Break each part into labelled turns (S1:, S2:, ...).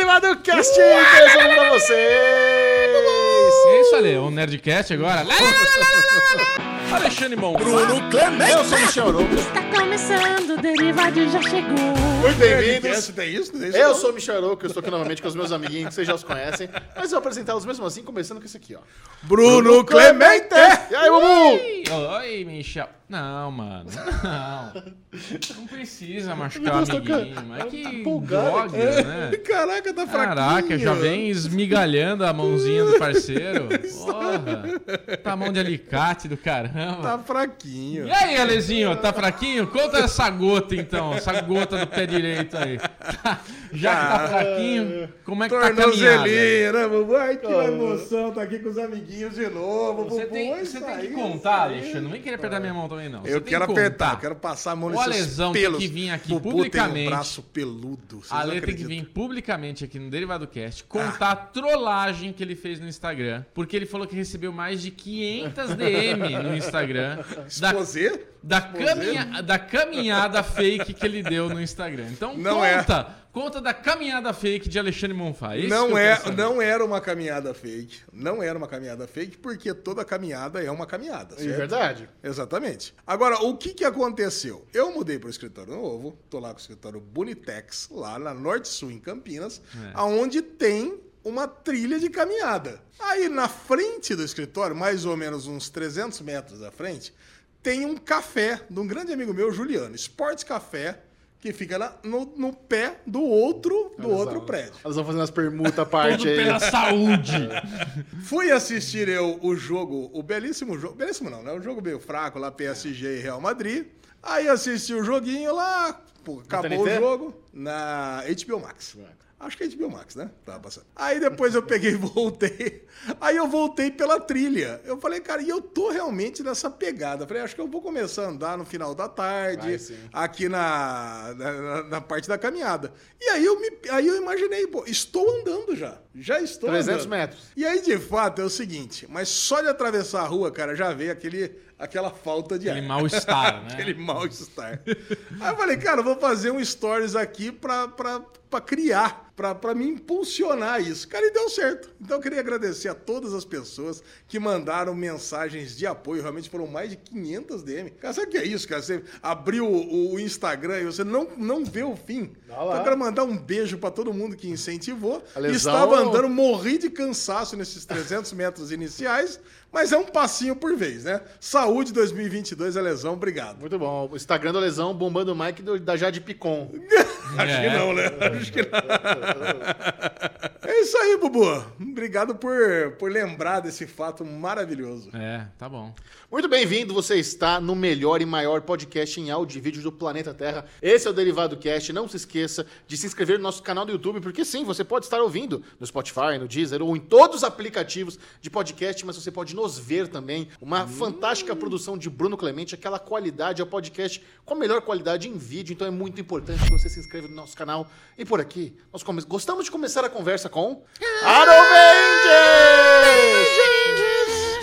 S1: Nerdcast! Beijão um pra vocês!
S2: É isso ali, o Nerdcast agora. Lá, lá, lá, lá, lá. Alexandre Mon.
S1: Bruno Clemente! Eu sou o Michel Arouca.
S3: Está Tá começando, o Derivado já chegou.
S1: Muito bem-vindos!
S4: Tem isso? Tem isso?
S1: Eu sou o Michel Arouca, eu estou aqui novamente com os meus amiguinhos que vocês já os conhecem, mas eu vou apresentá-los mesmo assim, começando com esse aqui, ó.
S4: Bruno Clemente!
S1: E aí, Bubu?
S2: Oi, Oi, Michel. Não, mano. Não. Não precisa machucar o
S1: Nossa,
S2: amiguinho.
S1: cara,
S2: É
S1: tá
S2: que
S1: empolgado,
S2: droga, né?
S4: Caraca, tá fraquinho.
S2: Caraca, já vem esmigalhando a mãozinha do parceiro. Porra. Tá a mão de alicate do
S4: Tá
S2: caramba.
S4: fraquinho.
S2: E aí, Alezinho, tá fraquinho? Conta essa gota então, essa gota do pé direito aí. Tá- Já que
S1: Ah.
S2: tá fraquinho, como é que tá a caminhada?
S4: Tornozelinho, né, Bubu? Ai, que emoção, tá aqui com os amiguinhos de novo.
S2: Você
S4: Bubu,
S2: tem,
S4: é
S2: você
S4: isso
S2: tem que
S4: aí,
S2: contar,
S4: isso aí.
S2: Alexandre. Não vem querer apertar minha mão também, não. Você
S4: Eu
S2: tem
S4: quero
S2: que
S4: apertar,
S2: contar.
S4: eu quero passar a mão
S2: O
S4: nesses
S2: Alesão tem
S4: pelos.
S2: que vir aqui
S4: Bubu tem
S2: publicamente.
S4: um braço peludo, vocês
S2: A
S4: não Ah.
S2: Lê tem que
S4: acreditam.
S2: vir publicamente aqui no Derivado Cast contar a trollagem que ele fez no Instagram, porque ele falou que recebeu mais de 500 DM no Instagram da, É
S4: Exposé?
S2: da, caminha- da caminhada fake que ele deu no Instagram. Então
S4: Não é.
S2: conta, conta da caminhada fake de Alexandre Monfá. Isso que
S4: Não,
S2: eu
S4: é,
S2: quero saber.
S4: não era uma caminhada fake. Não era uma caminhada fake, porque toda caminhada é uma caminhada.
S1: É
S4: certo?
S1: verdade?
S4: Exatamente. Agora, o que, que aconteceu? Eu mudei para o escritório novo, tô lá com o escritório Bonitex, lá na Norte Sul, em Campinas,
S2: É.
S4: aonde tem uma trilha de caminhada. Aí na frente do escritório, mais ou menos uns 300 metros à frente, tem um café de um grande amigo meu, Juliano, Sports Café, que fica lá no, no pé do outro, do outro prédio.
S1: Elas vão fazendo as permutas à
S2: Tudo
S1: parte aí.
S4: é.
S2: pela saúde.
S4: Fui assistir eu o jogo, o belíssimo jogo, belíssimo não, né? O jogo meio fraco lá, PSG e Real Madrid. Aí assisti o joguinho lá, pô, acabou o
S1: TNT?
S4: jogo na HBO Max. Acho que é HBO Max, né? Tava passando. Aí depois eu peguei e voltei. Aí eu voltei pela trilha. Eu falei, cara, e eu tô realmente nessa pegada. Eu Falei, acho que eu vou começar a andar no final da tarde,
S1: Vai, sim.
S4: aqui na, na- na, na parte da caminhada. E aí eu, me, aí eu imaginei, pô, estou andando já. Já estou
S1: 300
S4: andando.
S1: metros.
S4: E aí, de fato, é o seguinte, mas só de atravessar a rua, cara, já veio aquele, aquela falta de
S2: Aquele
S4: ar.
S2: mal-estar, né?
S4: Aquele mal-estar. aí eu falei, cara, eu vou fazer um stories aqui pra, pra, pra criar, pra, pra me impulsionar isso. Cara, e deu certo. Então eu queria agradecer a todas as pessoas que mandaram mensagens de apoio. Realmente foram mais de 500 DM. Cara, sabe o que é isso, cara? Você abriu o, o Instagram e você não, não vê o fim.
S1: Dá lá.
S4: Então eu quero mandar um beijo pra todo mundo que incentivou.
S1: Alesão-
S4: Estava andando, morri de cansaço nesses 300 metros iniciais, mas é um passinho por vez, né? Saúde 2022, é lesão, obrigado.
S1: Muito bom. O Instagram do Lesão bombando o Mike do- da Jade Picon.
S4: Acho que não, né? Acho que não. É isso aí, Bubu. Obrigado por, por lembrar desse fato maravilhoso.
S2: É, tá bom.
S1: Muito bem-vindo, você está no melhor e maior podcast em áudio e vídeo do planeta Terra. Esse é o Derivado Cast. Não se esqueça de se inscrever no nosso canal do YouTube, porque sim, você pode estar ouvindo no Spotify, no Deezer ou em todos os aplicativos de podcast, mas você pode nos ver também. Uma fantástica produção de Bruno Clemente, aquela qualidade, é o podcast com a melhor qualidade em vídeo, então é muito importante que você se inscreva no nosso canal. E por aqui, nós come- gostamos de começar a conversa com... Aron Mendes!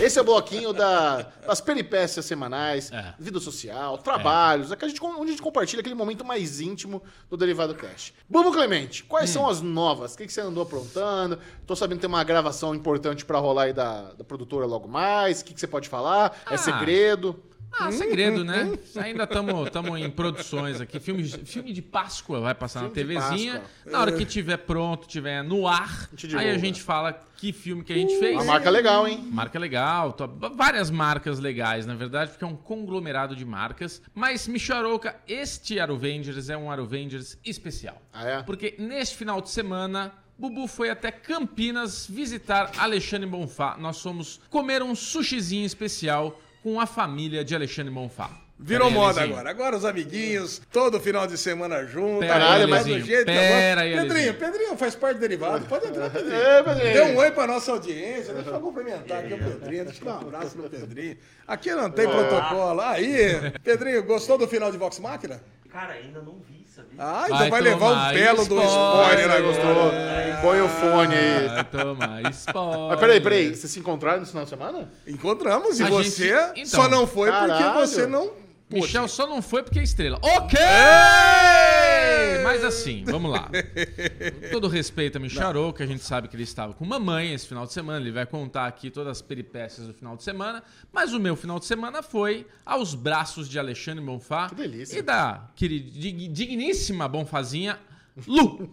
S1: Esse é o bloquinho da- das peripécias semanais,
S2: É.
S1: vida social, trabalhos, é que a gente, onde a gente compartilha aquele momento mais íntimo do Derivado Cash. Bubu Clemente, quais são as novas? O que, que você andou aprontando? Tô sabendo que tem uma gravação importante pra rolar aí da, da produtora logo mais. O que, que você pode falar? É
S2: Ah.
S1: segredo?
S2: Ah, segredo, né?
S1: Hum,
S2: Ainda estamos em produções aqui. Filme, filme de Páscoa vai passar
S1: Filme de
S2: na TVzinha.
S1: Páscoa.
S2: Na hora que tiver pronto, tiver no ar,
S1: gente
S2: aí
S1: divulga.
S2: a gente fala que filme que a gente fez.
S1: Uma marca legal, hein?
S2: Marca é legal, to- várias marcas legais, na verdade, porque é um conglomerado de marcas. Mas, Michel Arouca, este Aruvengers é um Aruvengers especial.
S1: Ah, é?
S2: Porque neste final de semana, Bubu foi até Campinas visitar Alexandre Bonfá. Nós fomos comer um sushizinho especial com a família de Alexandre Bonfá.
S4: Virou
S2: Pera aí,
S4: moda
S2: Elisinho.
S4: agora. Agora os amiguinhos, todo final de semana junto.
S2: Pera
S1: aí,
S4: agora faz do
S2: Alezinho.
S4: jeito que eu
S2: Pera
S4: gosto.
S2: aí,
S4: Pedrinho,
S2: Alezinho.
S4: Pedrinho faz parte do derivado. Pode entrar, Pedrinho.
S1: É, Pedrinho.
S4: Dê um oi pra nossa audiência. Deixa eu cumprimentar aqui o Pedrinho. Deixa eu dar um abraço no Pedrinho. Aqui não tem protocolo. Aí, Pedrinho, gostou do final de Vox Máquina?
S5: Cara, ainda não vi, sabia?
S4: Ah, então
S2: Vai
S4: vai, levar um
S2: tomar
S4: belo do spoiler.
S2: spoiler.
S4: né?
S1: Gostou? Põe o fone aí.
S2: Vai tomar Ah, spoiler.
S1: Mas peraí, peraí. Vocês se encontraram no final de semana?
S4: Encontramos e
S2: A gente-
S4: você
S2: então.
S4: só não foi
S1: Caralho.
S4: porque você não
S2: Michel só não foi porque é estrela. Ok!
S4: É!
S2: Mas assim, vamos lá. Com todo respeito a Micharou, que a gente sabe que ele estava com mamãe esse final de semana. Ele vai contar aqui todas as peripécias do final de semana. Mas o meu final de semana foi aos braços de Alexandre Bonfá.
S1: Que delícia.
S2: E da querida, dig- digníssima Bonfazinha, Lu.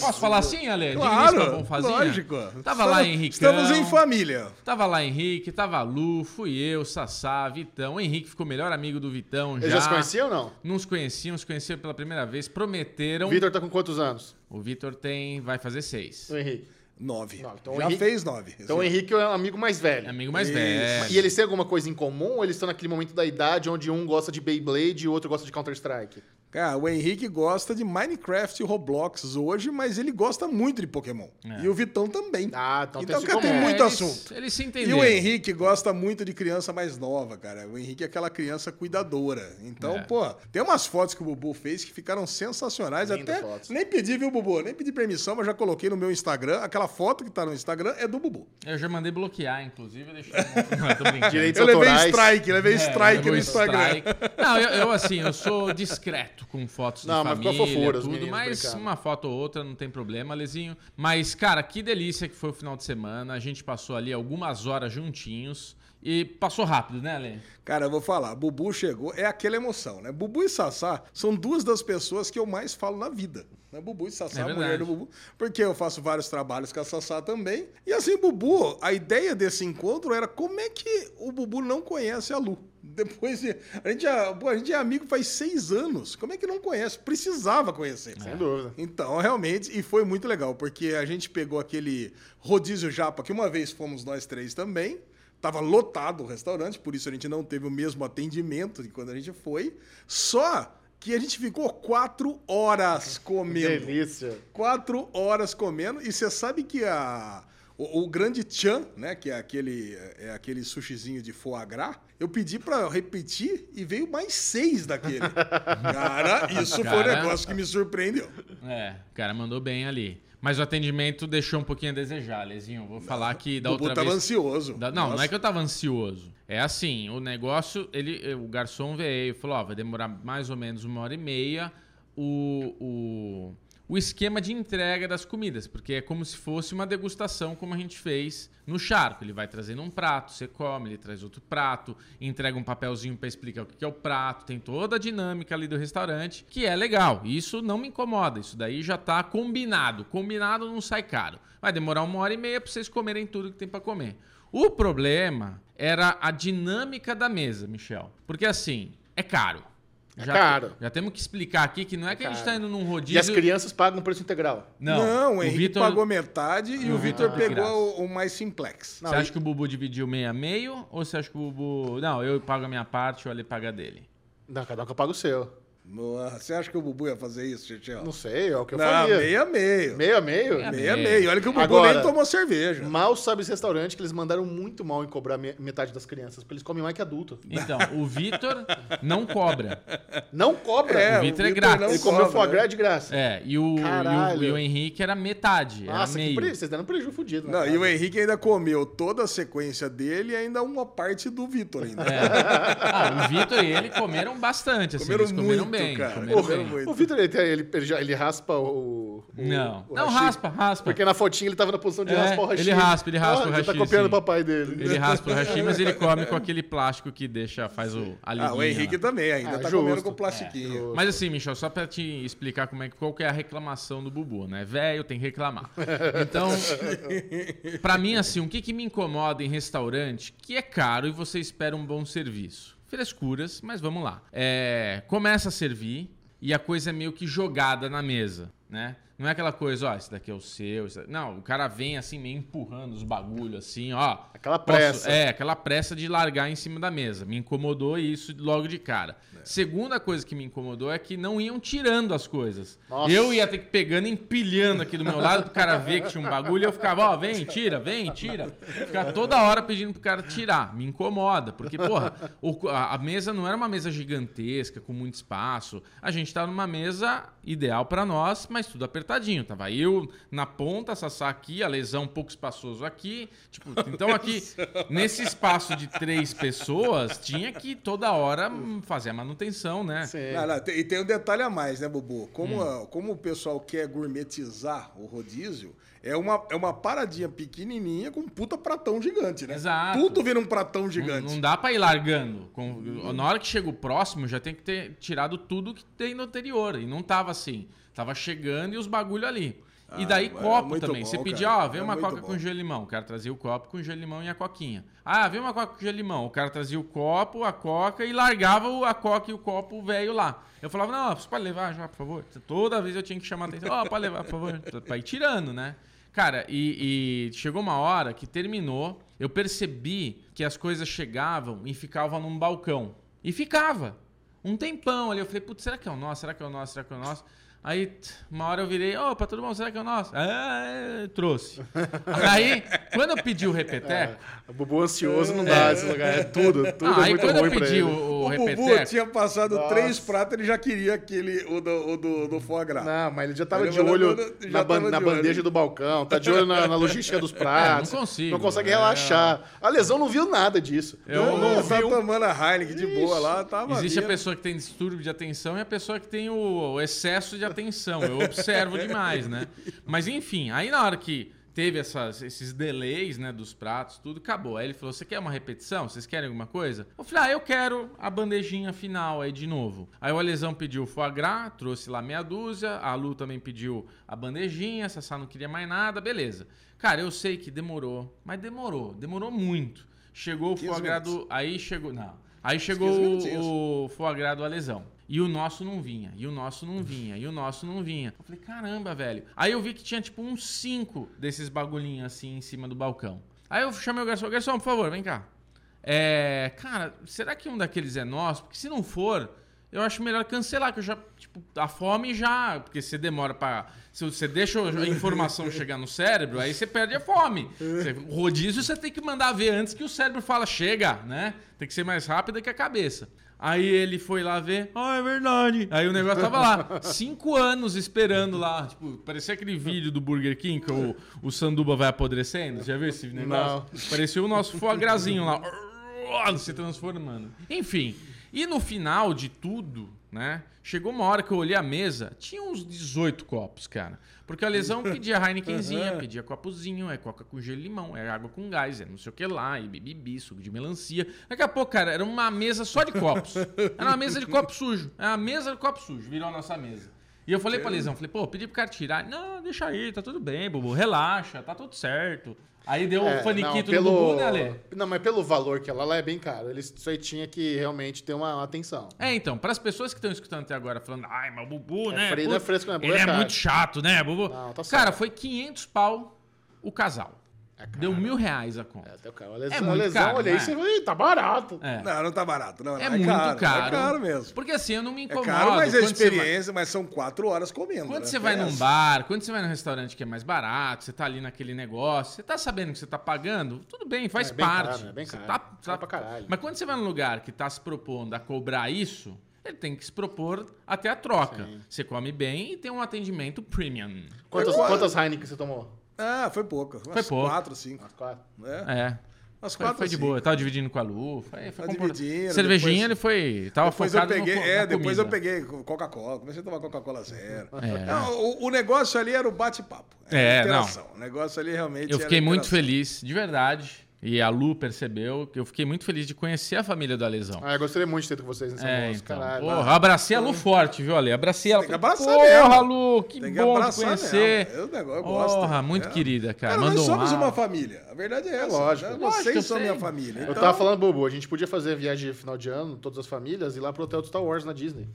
S2: Posso falar assim, Ale? digníssima
S4: Claro,
S2: Bonfazinha?
S4: lógico.
S2: Tava lá Henrique.
S4: Estamos em família.
S2: Tava lá Henrique, tava Lu, fui eu, Sassá, Vitão. O Henrique ficou melhor amigo do Vitão já.
S1: Eles já se conheciam ou não?
S2: Não se conheciam, se conheciam pela primeira vez, prometeram.
S1: Vitor tá com quantos anos?
S2: O Vitor tem, vai fazer seis.
S1: O Henrique.
S4: Nove.
S1: Não, então o
S4: Já
S1: Henrique-
S4: fez nove.
S1: Então o Henrique é um amigo mais velho.
S2: Amigo mais
S4: Isso.
S1: E
S2: velho.
S1: eles têm alguma coisa em comum ou eles estão naquele momento da idade onde um gosta de Beyblade e o outro gosta de Counter-Strike?
S4: Cara, o Henrique gosta de Minecraft e Roblox hoje, mas ele gosta muito de Pokémon. E o Vitão também.
S1: Ah, então tem isso em
S4: cara, tem
S1: comum.
S4: muito
S2: É, eles-
S4: assunto.
S2: Eles se
S4: E
S2: entenderam.
S4: o Henrique gosta muito de criança mais nova, cara. O Henrique é aquela criança cuidadora. Então,
S2: É.
S4: pô, tem umas fotos que o Bubu fez que ficaram sensacionais.
S1: Lindas
S4: Até
S1: fotos.
S4: nem pedi, viu, Bubu? Nem pedi permissão, mas já coloquei no meu Instagram. Aquela foto que tá no Instagram é do Bubu.
S2: Eu já mandei bloquear, inclusive. eu Deixei... Não, tô brincando.
S1: Direitos
S4: Eu levei
S1: autorais.
S4: strike, levei strike
S2: Eu
S4: no
S2: vou
S4: Instagram.
S2: É, strike. Não, eu, eu, assim, eu sou discreto com fotos
S1: Não,
S2: de
S1: mas ficou
S2: família,
S1: fofura, os
S2: tudo,
S1: meninos
S2: mas
S1: brincando.
S2: uma foto ou outra não tem problema, Lezinho. Mas, cara, que delícia que foi o final de semana. A gente passou ali algumas horas juntinhos e passou rápido, né, Ale?
S4: Cara, eu vou falar, Bubu chegou, é aquela emoção, né? Bubu e Sassá são duas das pessoas que eu mais falo na vida. Né? Bubu e Sassá,
S2: É
S4: a
S2: verdade.
S4: mulher do Bubu. Porque eu faço vários trabalhos com a Sassá também. E assim, Bubu, a ideia desse encontro era como é que o Bubu não conhece a Lu. Depois de. A gente, é- pô, a gente é amigo faz seis anos. Como é que não conhece? Precisava conhecer.
S1: Sem dúvida.
S4: Então, realmente, e foi muito legal, porque a gente pegou aquele rodízio japa que uma vez fomos nós três também. Tava lotado o restaurante, por isso a gente não teve o mesmo atendimento de quando a gente foi. Só que a gente ficou quatro horas comendo.
S1: Delícia.
S4: Quatro horas comendo. E você sabe que a, o, o grande chan, né? Que é aquele, é aquele sushizinho de foie gras, eu pedi pra repetir e veio mais seis daquele. Cara, isso foi
S2: Cara.
S4: um negócio que me surpreendeu.
S2: É, o cara mandou bem ali. Mas o atendimento deixou um pouquinho a desejar, Lezinho. Vou falar que da
S4: o Bubu
S2: outra
S4: tava
S2: vez...
S4: ansioso.
S2: Da- não, não
S4: Nossa.
S2: é que eu tava ansioso. É assim, o negócio, ele, o garçom veio e falou, ó, vai demorar mais ou menos uma hora e meia o, o, o esquema de entrega das comidas, porque é como se fosse uma degustação, como a gente fez no charco. Ele vai trazendo um prato, você come, ele traz outro prato, entrega um papelzinho pra explicar o que que é o prato, tem toda a dinâmica ali do restaurante, que é legal. Isso não me incomoda, isso daí já tá combinado. Combinado não sai caro. Vai demorar uma hora e meia pra vocês comerem tudo que tem pra comer. O problema era a dinâmica da mesa, Michel. Porque assim, é caro.
S1: É caro.
S2: Já temos que explicar aqui que não é que a gente tá
S1: caro.
S2: indo num
S1: E as
S2: rodízio.
S1: crianças pagam o preço integral.
S2: Não,
S4: Não, o
S2: o
S4: Henrique
S2: Vitor.
S4: pagou metade e o Vitor
S2: de
S4: pegou
S2: graça.
S4: o, o mais simplex.
S1: Não,
S2: você
S1: e-
S2: acha que o Bubu dividiu meio a meio? Ou você acha que o Bubu. Não, eu pago a minha parte, o Ale paga a dele?
S1: Não, cada um que paga o seu.
S4: Nossa, Você acha que o Bubu ia fazer isso, Tietchan?
S1: Não sei, é o que eu
S4: Não,
S1: faria.
S4: meia meio.
S1: Meio a meio?
S2: Meia-
S4: Meia meio. Olha que o Bubu
S1: Agora-
S4: nem tomou cerveja.
S1: Mal sabe esse restaurante que eles mandaram muito mal em cobrar me- metade das crianças, porque eles comem mais que adulto.
S2: Então, o Vitor não cobra.
S1: Não cobra.
S2: o Vitor é
S4: Vitor
S2: grátis.
S4: não
S1: Ele comeu
S4: cobra,
S1: foie gras
S4: né?
S1: de graça.
S2: É, e o, e o,
S1: Caralho.
S2: e o Henrique era metade.
S1: Nossa,
S2: era
S1: que
S2: meio.
S1: prejuízo. Vocês deram um prejuízo fudido. né,
S4: Não,
S1: cara?
S4: e o Henrique ainda comeu toda a sequência dele e ainda uma parte do Vitor ainda.
S2: É. Ah, o Vitor e ele comeram bastante, assim.
S4: Comeram
S2: eles comeram
S4: muito,
S2: bem.
S4: cara.
S2: Comeram
S4: Comeram
S2: bem.
S4: muito.
S1: O Vitor, ele, tem- ele, ele já- ele raspa o. o-
S2: Não.
S1: o
S2: não,
S1: hashi.
S2: raspa, raspa.
S1: Porque na fotinha ele tava na posição de
S2: É,
S1: raspar o hashi.
S2: ele raspa, ele
S1: Ah,
S2: raspa o
S1: Ele tá
S2: hashi,
S1: copiando
S2: sim.
S1: o papai dele.
S2: Ele raspa o hashi, mas ele come com aquele plástico que deixa, faz o a
S4: Ah, o
S2: linguinha
S4: Henrique
S2: lá.
S4: também ainda
S1: Ah,
S4: tá
S1: justo.
S4: comendo com o plastiquinho.
S2: Mas assim, Michel, só pra te explicar como é que qual que é a reclamação do Bubu, né? Velho, tem que reclamar. Então, pra mim assim, o que que me incomoda em restaurante, que é caro e você espera um bom serviço. Frescuras, mas vamos lá. É, começa a servir e a coisa é meio que jogada na mesa, né? Não é aquela coisa, ó, esse daqui é o seu. esse daqui- Não, o cara vem assim, meio empurrando os bagulhos, assim, ó.
S1: Aquela
S2: Posso-
S1: pressa.
S2: é, aquela pressa de largar em cima da mesa. Me incomodou isso logo de cara. Segunda coisa que me incomodou é que não iam tirando as coisas.
S1: Nossa.
S2: Eu ia ter que pegando, e empilhando aqui do meu lado, pro cara ver que tinha um bagulho. e Eu ficava, ó, vem, tira, vem, tira. Ficar toda hora pedindo pro cara tirar. Me incomoda, porque, porra, o- a a mesa não era uma mesa gigantesca, com muito espaço. A gente tá numa mesa ideal pra nós, mas tudo apertadinho apertadinho. Tava eu na ponta, Sassá aqui, a lesão um pouco espaçoso aqui. Tipo, então aqui, nesse espaço de três pessoas, tinha que toda hora hum, fazer a manutenção, né?
S1: Sim.
S4: Não, não, tem- e tem um detalhe a mais, né, Bubu? Como,
S2: Hum.
S4: a- como o pessoal quer gourmetizar o rodízio, é uma, é uma paradinha pequenininha com um puta pratão gigante, né?
S2: Exato.
S4: Tudo vira um pratão
S2: Não,
S4: gigante.
S2: não dá pra ir largando. Com- na hora que chega o próximo, já tem que ter tirado tudo que tem no anterior. E não tava assim. Tava chegando e os bagulho ali. e
S4: Ah,
S2: daí
S4: era
S2: copo
S4: muito
S2: também.
S4: bom,
S2: Você
S4: cara.
S2: pedia, ó, vem
S4: Era
S2: uma
S4: muito
S2: coca
S4: bom.
S2: com gelimão. O cara trazia o copo com gelimão e a coquinha. Ah, vem uma coca com gelimão. O cara trazia o copo, a coca e largava o- a coca e o copo velho lá. Eu falava, não, você pode levar já, por favor. Toda vez eu tinha que chamar a atenção. Ó, pode levar, por favor. Pra ir tirando, né? Cara, e, e chegou uma hora que terminou, eu percebi que as coisas chegavam e ficavam num balcão. E ficava. Um tempão ali. Eu falei, putz, será que é o nosso? Será que é o nosso? Será que é o nosso? Aí, t- uma hora eu virei, opa, tudo bom? Será que é o nosso? Ah, é, trouxe. Aí, quando eu pedi o repeteco,
S1: O Bubu ansioso não dá esse lugar. É tudo, É, tudo
S2: ah,
S1: é
S2: aí
S1: muito
S2: quando eu
S1: ruim pra
S2: pedi
S1: ele.
S2: o, o,
S4: O Bubu
S2: repeteco,
S4: tinha passado
S1: Nossa.
S4: três pratos, ele já queria aquele, o do, o do, do foie gras.
S2: É,
S1: Não, mas ele já tava
S4: Ele
S1: de
S4: já
S1: olho
S4: tava de
S1: na, ban- na
S4: olho.
S1: bandeja do balcão, tá de olho na, na logística dos pratos.
S2: É, não consigo.
S1: Não consegue
S2: É.
S1: relaxar. A lesão não viu nada disso.
S2: Eu- um-
S1: não, não
S4: tava
S1: viu.
S4: tomando a Heineken de boa lá, tava
S2: existe a
S4: ali.
S2: pessoa que tem distúrbio de atenção e a pessoa que tem o, o excesso de atenção. Eu observo demais, né? Mas enfim, aí na hora que teve essas- esses delays, né, dos pratos, tudo, acabou. Aí ele falou, você quer uma repetição? Vocês querem alguma coisa? Eu falei, ah, eu quero a bandejinha final aí de novo. Aí o Alesão pediu o foie gras, trouxe lá meia dúzia, a Lu também pediu a bandejinha, a Sassá não queria mais nada, beleza. Cara, eu sei que demorou, mas demorou, demorou muito. Chegou o
S4: 15
S2: foie gras do... Aí chegou... Não. Aí chegou
S4: 15 minutinhos.
S2: o, o foie gras do Alesão. E o nosso não vinha, e o nosso não vinha, e o nosso não vinha. Eu falei, caramba, velho. Aí eu vi que tinha tipo uns cinco desses bagulhinhos assim em cima do balcão. Aí eu chamei o garçom, garçom, por favor, vem cá. É, cara, será que um daqueles é nosso? Porque se não for, eu acho melhor cancelar, que eu já, tipo, a fome já. Porque você demora pra. Se você deixa a informação chegar no cérebro, aí você perde a fome. Você- o rodízio você tem que mandar ver antes que o cérebro fala, chega, né? Tem que ser mais rápida que a cabeça. Aí ele foi lá ver, ah, é verdade. Aí o negócio tava lá, cinco anos esperando lá. Tipo, parecia aquele vídeo do Burger King que o, o sanduba vai apodrecendo. Já viu esse negócio? Parecia o nosso foie grasinho lá se Ah, transformando. Enfim, e no final de tudo, né? Chegou uma hora que eu olhei a mesa, tinha uns 18 copos, cara. Porque a lesão pedia Heinekenzinha, pedia copozinho, é coca com gelo e limão, é água com gás, é não sei o que lá, e bibibi, suco de melancia. Daqui a pouco, cara, era uma mesa só de copos. Era uma mesa de copo sujo. Era uma mesa de copo sujo, virou a nossa mesa. E eu falei pra Lesão, falei, pô, pedi pro cara tirar. Não, deixa aí, tá tudo bem, Bubu, relaxa, tá tudo certo. Aí deu
S1: É,
S2: um faniquito
S1: não,
S2: no Bubu, né, Ale?
S1: Não, mas pelo valor que ela lá é bem caro. Eles isso aí tinha que realmente ter uma atenção.
S2: É, então, para as pessoas que estão escutando até agora, falando, ai, mas o Bubu,
S1: É
S2: né?
S1: fre-
S2: pô,
S1: não é fresco, não é
S2: ele
S1: Bubu, é
S2: é
S1: caro."
S2: muito chato, né, Bubu?
S1: Não, tá
S2: Cara,
S1: certo.
S2: foi 500 pau o casal. Deu mil reais a
S1: É,
S2: conta.
S1: até o cara. A lesão,
S2: muito
S1: a lesão
S2: caro,
S1: olha
S2: né?
S1: aí, você fala, "Ih, tá barato.
S2: É,
S4: Não, não tá barato. Não,
S2: É
S4: não,
S2: muito caro,
S4: É caro mesmo.
S2: Porque assim, eu não me
S4: É
S2: incomodo.
S4: caro, mas é
S2: quando você vai-
S4: experiência, mas são quatro horas comendo.
S2: Quando
S4: né?
S2: você vai
S4: Tem
S2: num
S4: essa.
S2: bar, quando você vai num restaurante que é mais barato, você tá ali naquele negócio, você tá sabendo que você tá pagando, tudo bem, faz
S1: É bem caro,
S2: parte.
S1: né? Bem
S2: Você
S1: caro.
S2: tá-
S1: Caro
S2: tá-
S1: pra caralho.
S2: Mas quando você vai num lugar que tá se propondo a cobrar isso, ele tem que se propor até a troca. Você come bem e tem um atendimento premium.
S1: Quantas,
S4: Eu-
S1: quantas Heineken você tomou?
S4: Ah, foi pouco. Umas
S2: pouco.
S4: quatro, cinco.
S1: Umas quatro.
S4: Né?
S2: É.
S4: Umas
S2: Foi,
S4: quatro,
S2: foi de
S4: cinco.
S2: boa, tava dividindo com a Lu. Foi, foi
S4: Tá
S2: compor-
S4: dividindo,
S2: Cervejinha
S4: depois-
S2: ele foi. Tava
S4: Depois eu
S2: focado
S4: peguei,
S2: no, co- na
S4: é, depois eu
S2: comida.
S4: peguei Coca-Cola, comecei a tomar Coca-Cola zero.
S2: É.
S4: Não, o, o negócio ali era o bate-papo. era
S2: É,
S4: a interação. O negócio ali realmente
S2: Eu
S4: era
S2: fiquei muito
S4: interação.
S2: feliz, de verdade. E a Lu percebeu que eu fiquei muito feliz de conhecer a família do Alesão.
S1: Ah, eu gostaria muito de ter com vocês nessa
S2: É,
S1: almoço,
S2: então.
S1: caralho.
S2: Porra, abracei a Lu forte, viu, Ale? Abracei ela.
S4: Tem que
S2: Falei,
S4: abraçar
S2: Porra,
S4: mesmo.
S2: Lu, que
S4: Tem que
S2: bom te
S4: abraçar
S2: conhecer.
S4: mesmo. Eu- eu- eu gosto.
S2: Porra, muito
S4: É.
S2: querida, cara.
S4: Cara,
S2: Mandou
S4: nós somos
S2: um
S4: uma
S2: áudio.
S4: família. A verdade é essa.
S1: lógico.
S4: né?
S2: Lógico, eu
S4: Vocês são
S2: sei.
S4: minha família.
S1: Eu
S4: Então,
S1: tava falando, Bobo, a gente podia fazer viagem de final de ano, todas as famílias, e ir lá pro hotel do Star Wars na Disney.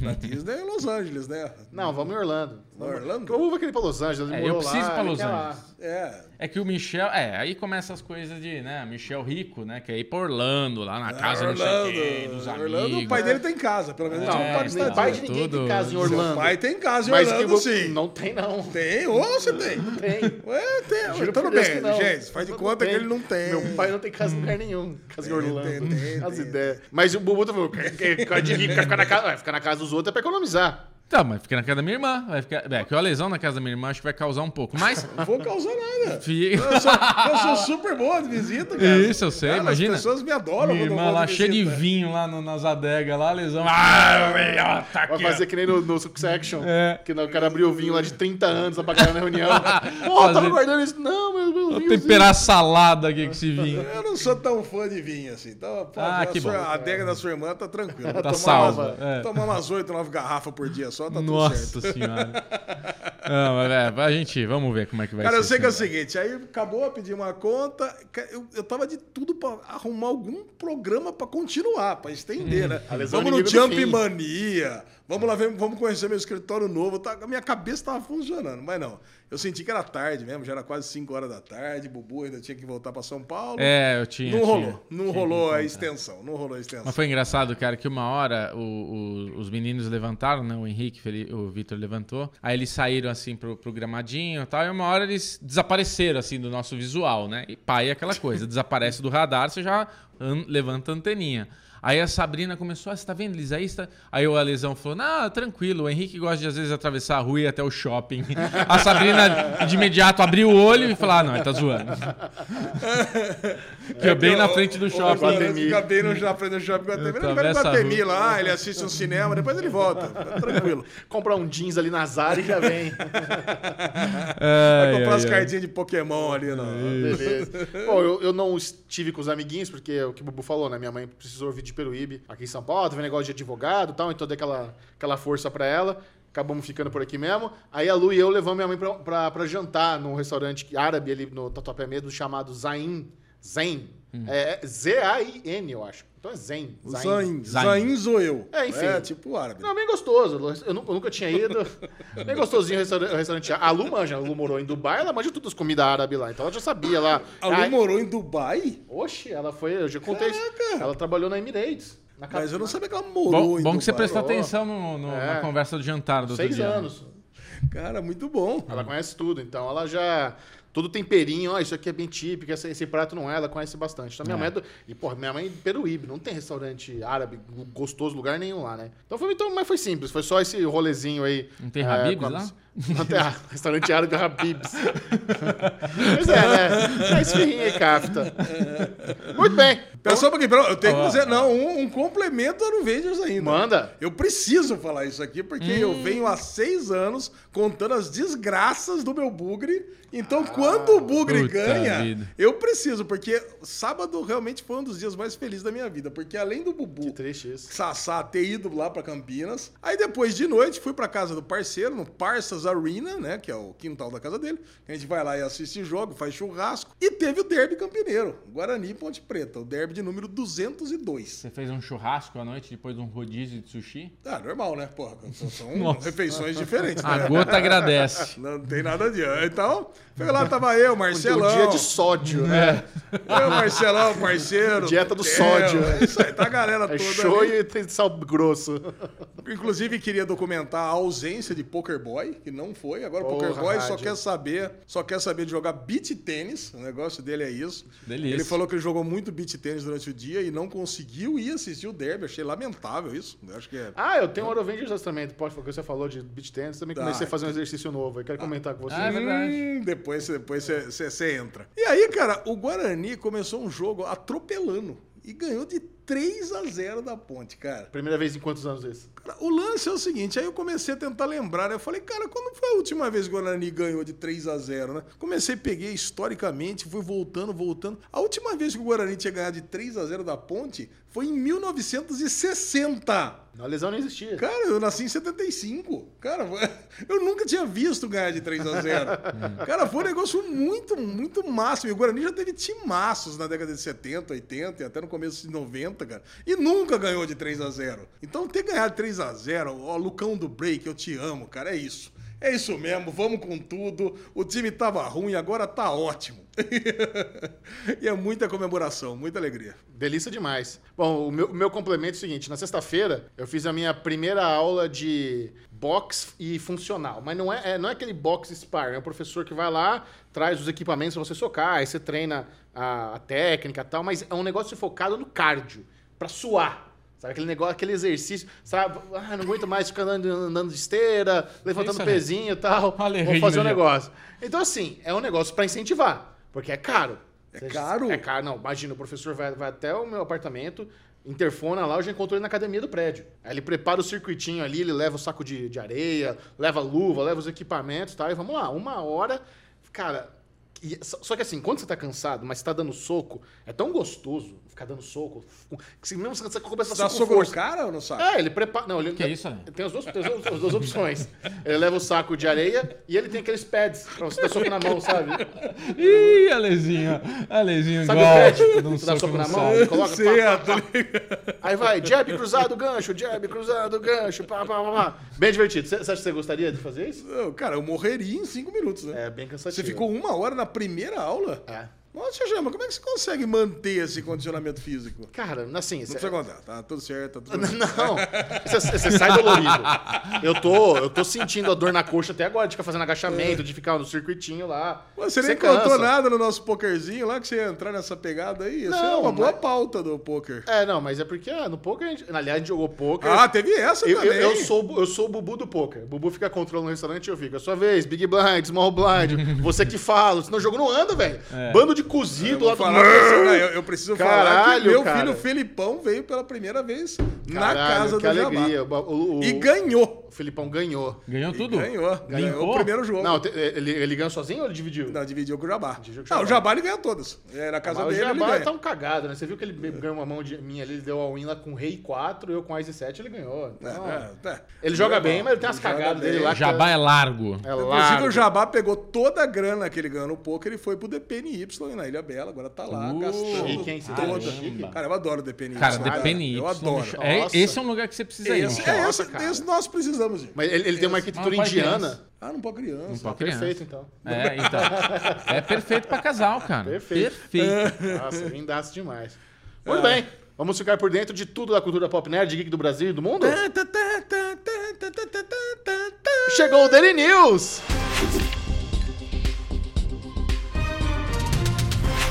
S4: Na Disney é Los Angeles, né?
S1: Não, vamos em Orlando.
S4: Na Orlando?
S1: O Bobo vai querer ir pra Los Angeles, ele
S2: É, eu
S1: morou
S2: preciso
S1: lá,
S2: ir pra
S1: ele
S2: Los
S1: quer lá.
S2: Angeles.
S4: É.
S2: É que o Michel. É, aí começa as coisas de, né? Michel Rico, né? Que é ir pra Orlando, lá na casa do não sei quem, dos amigos.
S4: Ah, Orlando, o pai dele tá em casa, pelo menos
S1: Não,
S4: ele não
S2: É,
S4: paga
S1: pai,
S2: então.
S1: pai
S4: estadia.
S1: de ninguém
S2: Tudo.
S1: tem casa em
S4: Seu
S1: Orlando.
S4: pai tem casa em
S1: Mas que
S4: Orlando,
S1: Bobo-
S4: sim.
S1: Não tem, não.
S4: Tem, ou você tem.
S1: Tem.
S4: Ué, tem.
S1: Juro
S4: Tudo
S1: por Deus
S4: bem,
S1: que não.
S4: gente. Faz de
S1: Não
S4: conta
S1: tem.
S4: que ele não tem.
S1: Meu pai não tem casa em lugar nenhum. Casa em
S4: Tem,
S1: Orlando.
S4: tem, tem,
S1: As
S4: tem.
S1: ideias. Mas o Bubu tá falando, "Que- que- que- de rico, quer ficar na casa. Vai ficar na casa dos outros é pra economizar.
S2: Tá, mas fica na casa da minha irmã. Vai ficar... É, que a lesão na casa da minha irmã acho que vai causar um pouco. Mas.
S4: Não vou causar nada.
S2: fi-
S4: Eu sou, eu sou super boa de visita, cara.
S2: Isso, eu sei,
S4: Cara,
S2: imagina.
S4: As pessoas me adoram quando
S2: Minha
S4: eu
S2: irmã
S4: vou
S2: lá,
S4: de
S2: cheia de
S4: visita.
S2: vinho lá no- nas adegas lá, a lesão. Ah, ó, tá
S1: Vai
S2: aqui. ó.
S1: fazer que nem no, no Success Action,
S2: É.
S1: que o cara abriu o vinho lá de 30 anos lá pra cara na reunião. Pô, eu tava
S2: Fazer-
S1: guardando isso. Não, meu, meu
S2: Vou
S1: vinhozinho.
S2: temperar a salada aqui com esse vinho.
S4: Eu não sou tão fã de vinho assim. Então, pô,
S2: Ah,
S4: a,
S2: que
S4: sua-
S2: bom.
S4: a adega da sua irmã tá tranquila.
S2: Tá
S4: Tomar
S2: salva,
S4: umas-
S2: é.
S4: Tomar umas 8, 9 garrafas por dia só, tá tudo certo.
S2: Nossa senhora. Não, mas é, a gente, vamos ver como é que vai
S4: Cara,
S2: ser.
S4: eu sei que é o
S2: esse negócio.
S4: seguinte, aí acabou, pedi uma conta, ca- eu, eu tava de tudo pra arrumar algum programa pra continuar, pra
S2: Uhum.
S4: estender, né?
S1: lesão
S4: Vamos
S1: é
S4: no
S1: inimigo do
S4: Jump
S1: fim.
S4: Mania, vamos
S2: É.
S4: lá, ver- vamos conhecer meu escritório novo, tá, a minha cabeça tava funcionando, mas não. Eu senti que era tarde mesmo, já era quase 5 horas da tarde, Bubu ainda tinha que voltar pra São Paulo.
S2: É, eu tinha.
S4: não
S2: tinha.
S4: rolou, não
S2: Tinha que
S4: rolou a
S2: encontrar.
S4: extensão, não rolou a extensão.
S2: Mas foi engraçado, cara, que uma hora o- o- os meninos levantaram, né? O Henrique, Feli- o Vitor levantou. Aí eles saíram, assim, pro, pro gramadinho e tal. E uma hora eles desapareceram, assim, do nosso visual, né? E pai, é aquela coisa. Desaparece do radar, você já an- levanta a anteninha. Aí a Sabrina começou, ah, você tá vendo, Liz? Aí, você tá... aí o Alisão falou, não, tranquilo, o Henrique gosta de às vezes atravessar a rua e ir até o shopping. A Sabrina de imediato abriu o olho e falou, ah, não, ele tá zoando. que é bem na frente do shopping. né?
S1: Guatemi.
S4: Fica bem no- na frente do shopping Guatemi. Ele vai no
S2: Atravessa a
S4: Guatemi
S2: rua.
S4: lá, ele assiste um cinema, depois ele volta. Tá tranquilo.
S1: Comprar um jeans ali na Zara e já vem.
S2: Ai,
S4: Vai é comprar
S2: ai,
S4: as
S2: ai.
S4: cartinhas de Pokémon ali, não.
S1: Beleza. Bom, eu, eu não estive com os amiguinhos, porque é o que o Bubu falou, né? Minha mãe precisou vir de Peruíbe aqui em São Paulo, teve um negócio de advogado e tal, então dei aquela, aquela força pra ela. Acabamos ficando por aqui mesmo. Aí a Lu e eu levamos minha mãe pra, pra, pra jantar num restaurante árabe ali no Tatuapé mesmo, chamado Zain. Zain. É, é Z-A-I-N, eu acho. Então é Zain.
S4: Zain. Zain sou eu.
S1: É, enfim.
S4: É, tipo árabe.
S1: Não, bem gostoso. Eu nu- eu nunca tinha ido. Bem gostosinho o restaura- o restaurante. A Lu manja. A Lu morou em Dubai, ela manja tudo as comidas árabes lá. Então ela já sabia lá.
S4: A Lu
S1: Ai,
S4: morou em Dubai?
S1: Oxe, ela foi. Eu já contei isso.
S4: Caraca!
S1: Ela trabalhou na Emirates. Na
S4: Mas eu não sabia que ela
S2: Bom,
S4: morou em Dubai.
S2: bom que você prestou
S1: Morou.
S2: atenção no- no-
S1: É.
S2: na conversa do jantar do outro
S1: Seis
S2: dia. né?
S1: anos.
S4: Cara, muito bom.
S1: Ela conhece tudo. Então ela já. Todo temperinho, ó, isso aqui é bem típico, esse, esse prato não é, ela conhece bastante. Então minha
S2: É.
S1: mãe é do, E, porra, minha mãe é peruíbe, não tem restaurante árabe gostoso lugar nenhum lá, né? Então foi então, mas foi simples, foi só esse rolezinho aí.
S2: Não tem
S1: é,
S2: Habib's
S1: com a-
S2: lá?
S1: Não tem ah, restaurante árabe Habibs. pois é, né? É esfirrinha e cafta.
S4: É.
S1: Muito bem.
S4: Pera só um pouquinho, pera, eu tenho que
S2: Ó.
S4: fazer. Não, um, um complemento a Avengers ainda.
S1: Manda.
S4: Eu preciso falar isso aqui, porque eu
S2: Hum.
S4: venho há seis anos contando as desgraças do meu bugre. Então, quando o bugre
S2: puta
S4: ganha,
S2: vida.
S4: eu preciso, porque sábado realmente foi um dos dias mais felizes da minha vida. Porque além do Bubu
S1: Triste isso.
S4: Sassá ter ido lá pra Campinas. Aí depois de noite fui pra casa do parceiro, no Parsas Arena, né, que é o quintal da casa dele. A gente vai lá e assiste jogo, faz churrasco e teve o derby campineiro, Guarani e Ponte Preta, o derby de número 202.
S2: Você fez um churrasco à noite depois de um rodízio de sushi?
S4: Ah, normal, né? Porra, são- são refeições diferentes,
S2: A
S4: né?
S2: gota agradece.
S4: Não tem nada de. Então, foi lá, tava eu, Marcelão.
S1: Um dia de sódio, né?
S4: Eu, Marcelão, parceiro.
S1: Dieta do
S4: Theo,
S1: sódio.
S4: é Isso aí, tá a galera toda.
S1: É
S4: ali.
S1: show e tem sal grosso.
S4: Inclusive, queria documentar a ausência de Poker Boy, que não foi. Agora o
S1: Porra,
S4: Poker Boy só
S1: rádio.
S4: quer saber, só quer saber de jogar beach tênis. O negócio dele é isso.
S2: Delícia.
S4: Ele falou que ele jogou muito beach tênis durante o dia e não conseguiu ir assistir o derby. Achei lamentável isso. Eu acho que é.
S1: Ah, eu tenho Eurovengers também. Pode falar que você falou de beat tennis. Também
S4: Tá.
S1: comecei a fazer um exercício novo. Eu quero comentar com você.
S2: Ah, é verdade.
S4: Hum, depois você depois você- você- você entra. E aí, cara, o Guarani começou um jogo atropelando e ganhou de 3 a 0 da ponte, cara.
S1: Primeira vez em quantos anos isso?
S4: Cara, O lance é o seguinte, aí eu comecei a tentar lembrar, né? Eu falei, cara, quando foi a última vez que o Guarani ganhou de 3 a 0 né? Comecei, peguei historicamente, fui voltando, voltando. A última vez que o Guarani tinha ganhado de 3 a 0 da Ponte foi em 1960.
S1: A lesão não existia.
S4: Cara, eu nasci em 75. Cara, eu nunca tinha visto ganhar de 3 a 0 Cara, foi um negócio muito, muito máximo. E o Guarani já teve timaços na década de 70, 80 e até no começo de 90, cara. E nunca ganhou de 3 a 0 Então, ter ganhado 3 a 0 ó, Lucão do Break, eu te amo, cara, é isso. É isso mesmo, vamos com tudo. O time tava ruim, agora tá ótimo. e é muita comemoração, muita alegria.
S1: Delícia demais. Bom, o meu, o meu complemento é o seguinte: na sexta-feira eu fiz a minha primeira aula de box e funcional. Mas não é, é- não é aquele box spar, é um professor que vai lá, traz os equipamentos pra você socar, aí você treina a, a técnica e tal, mas é um negócio focado no cardio, pra suar. Sabe? Sabe aquele negócio, aquele exercício, sabe? Ah, não aguento mais ficar andando, andando de esteira, levantando
S2: Isso, né?
S1: pezinho e tal.
S2: Olha a
S1: Vou fazer um
S2: Regina aí, ó.
S1: negócio. Então, assim, é um negócio pra incentivar, porque é caro. É
S4: caro?
S1: É caro, não. Imagina, o professor vai, vai até o meu apartamento, interfona lá, eu já encontro ele na academia do prédio. Aí ele prepara o circuitinho ali, ele leva o saco de, de areia, leva a luva, leva os equipamentos tá? e tal, e vamos lá, uma hora. Cara, e só só que assim, quando você tá cansado, mas você tá dando soco, é tão gostoso ficar dando soco. Que se mesmo você começa a
S4: Dá
S1: soco com
S4: soco no
S1: força.
S4: cara ou não sabe?
S1: É, ele prepara. Não, ele
S2: Que é isso, né?
S1: Tem as duas, tem as duas- as duas opções. Ele leva o saco de areia e ele tem aqueles pads pra você dar soco na mão, sabe?
S2: Ih, Alezinho. Alezinho
S1: Sabe
S2: gosta
S1: o pad?
S2: de um
S1: Você dá soco na
S2: no
S1: mão,
S2: saco.
S1: ele coloca.
S4: Sei,
S1: pá, pá,
S4: tá ligado?
S1: Aí vai, jab cruzado, gancho, jab cruzado, gancho, pá, pá, pá, pá. Bem divertido. Você você acha que você gostaria de fazer isso?
S4: Não, Cara, eu morreria em cinco minutos, né?
S1: É bem cansativo.
S4: Você ficou um uma hora na primeira aula?
S1: É.
S4: Nossa, Jama, como é que você consegue manter esse condicionamento físico? Não
S1: Cara, assim. cê-
S4: precisa contar, tá tudo certo, tá tudo certo.
S1: Não, você você sai dolorido. Eu tô, eu tô sentindo a dor na coxa até agora, de ficar fazendo agachamento, de ficar no circuitinho lá.
S4: Você nem
S1: Cê
S4: contou
S1: cansa.
S4: nada no nosso pokerzinho lá que você ia entrar nessa pegada aí. Isso é
S1: Não,
S4: uma boa
S1: mas-
S4: pauta do poker.
S1: É, não, mas é porque ah, no poker, a gente, aliás, a gente jogou poker.
S4: Ah, teve essa
S1: eu, eu,
S4: também.
S1: eu sou, o bu- eu sou o Bubu do poker. O Bubu fica controlando o restaurante e eu fico. É sua vez, Big Blind, Small Blind, você que fala. Senão o jogo não anda, velho. Bando de cozido lá do...
S4: É. Vou falar pra você, né? eu, eu preciso falar que
S1: Caralho,
S4: meu
S1: cara.
S4: filho Felipão veio pela primeira vez na
S1: Caralho,
S4: casa
S1: que
S4: do Jabá.
S1: alegria. O, o-
S4: E ganhou.
S1: o Filipão ganhou.
S2: Ganhou tudo?
S4: Ganhou. Ganhou o
S2: Limpou?
S4: primeiro jogo.
S1: Não, te- eh, ele, ele ganhou sozinho ou ele dividiu?
S4: Não, dividiu com o Jabá.
S1: Dividiu com o
S4: Ah, o
S1: Jabá.
S4: Jabá ele ganha todas. É, na casa
S1: Mas o
S4: dele ele
S1: Jabá
S4: ganha. É.
S1: tá um cagado, né? Você viu que ele ganhou uma mão de minha ali, ele deu a win lá com rei 4, eu com Ice 7, ele ganhou. Então,
S4: É, é, é.
S1: Ele joga
S4: Jabá.
S1: bem, mas ele tem umas
S4: Ele joga
S1: cagadas
S4: bem.
S1: dele lá. que
S2: Jabá é largo.
S1: É
S4: Inclusive,
S1: largo.
S4: o Jabá pegou toda a grana que ele ganhou no poker e foi pro DPNY na Ilha Bela. Agora tá lá,
S2: Uh,
S4: gastando
S1: chique, hein? Esse
S4: toda.
S2: DPNY.
S4: Cara, eu adoro o DPNY.
S2: Cara,
S4: cara.
S2: DPNY.
S4: Eu adoro.
S2: bicho. É,
S1: Nossa.
S2: esse é um lugar que você precisa ir.
S4: Esse,
S2: bicho.
S4: é,
S1: Nossa,
S4: esse-
S1: cara.
S4: esse nós precisamos ir.
S1: Mas ele, ele tem uma arquitetura
S2: Mas não pode
S1: indiana.
S2: criança.
S4: Ah, não pode criança.
S2: Não pode criança.
S1: Perfeito, então.
S2: É, então. É perfeito pra casal, cara.
S1: Perfeito.
S2: Perfeito.
S1: Nossa, lindaço demais.
S4: É.
S1: Muito bem. Vamos ficar por dentro de tudo da cultura pop nerd, geek do Brasil e do mundo?
S4: Tá, tá, tá, tá, tá, tá, tá, tá, tá, tá.
S1: Chegou o Daily News!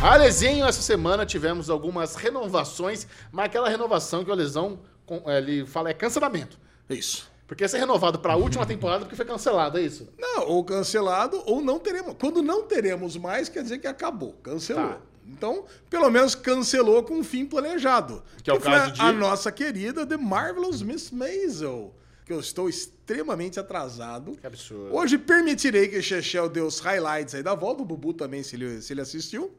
S1: Alezinho, essa semana tivemos algumas renovações, mas aquela renovação que o Alezão com- ele fala é cancelamento.
S4: É Isso.
S1: Porque ia ser renovado pra última temporada porque foi cancelado, é isso?
S4: Não, ou cancelado ou não teremos. Quando não teremos mais, quer dizer que acabou, cancelou.
S1: Tá.
S4: Então, pelo menos cancelou com um fim planejado.
S1: Que é o
S4: foi
S1: caso de-
S4: a nossa querida The Marvelous Miss Maisel, que eu estou extremamente atrasado.
S1: Que é absurdo.
S4: Hoje permitirei que Chechel dê os highlights aí da volta, o Bubu também, se ele, se ele assistiu.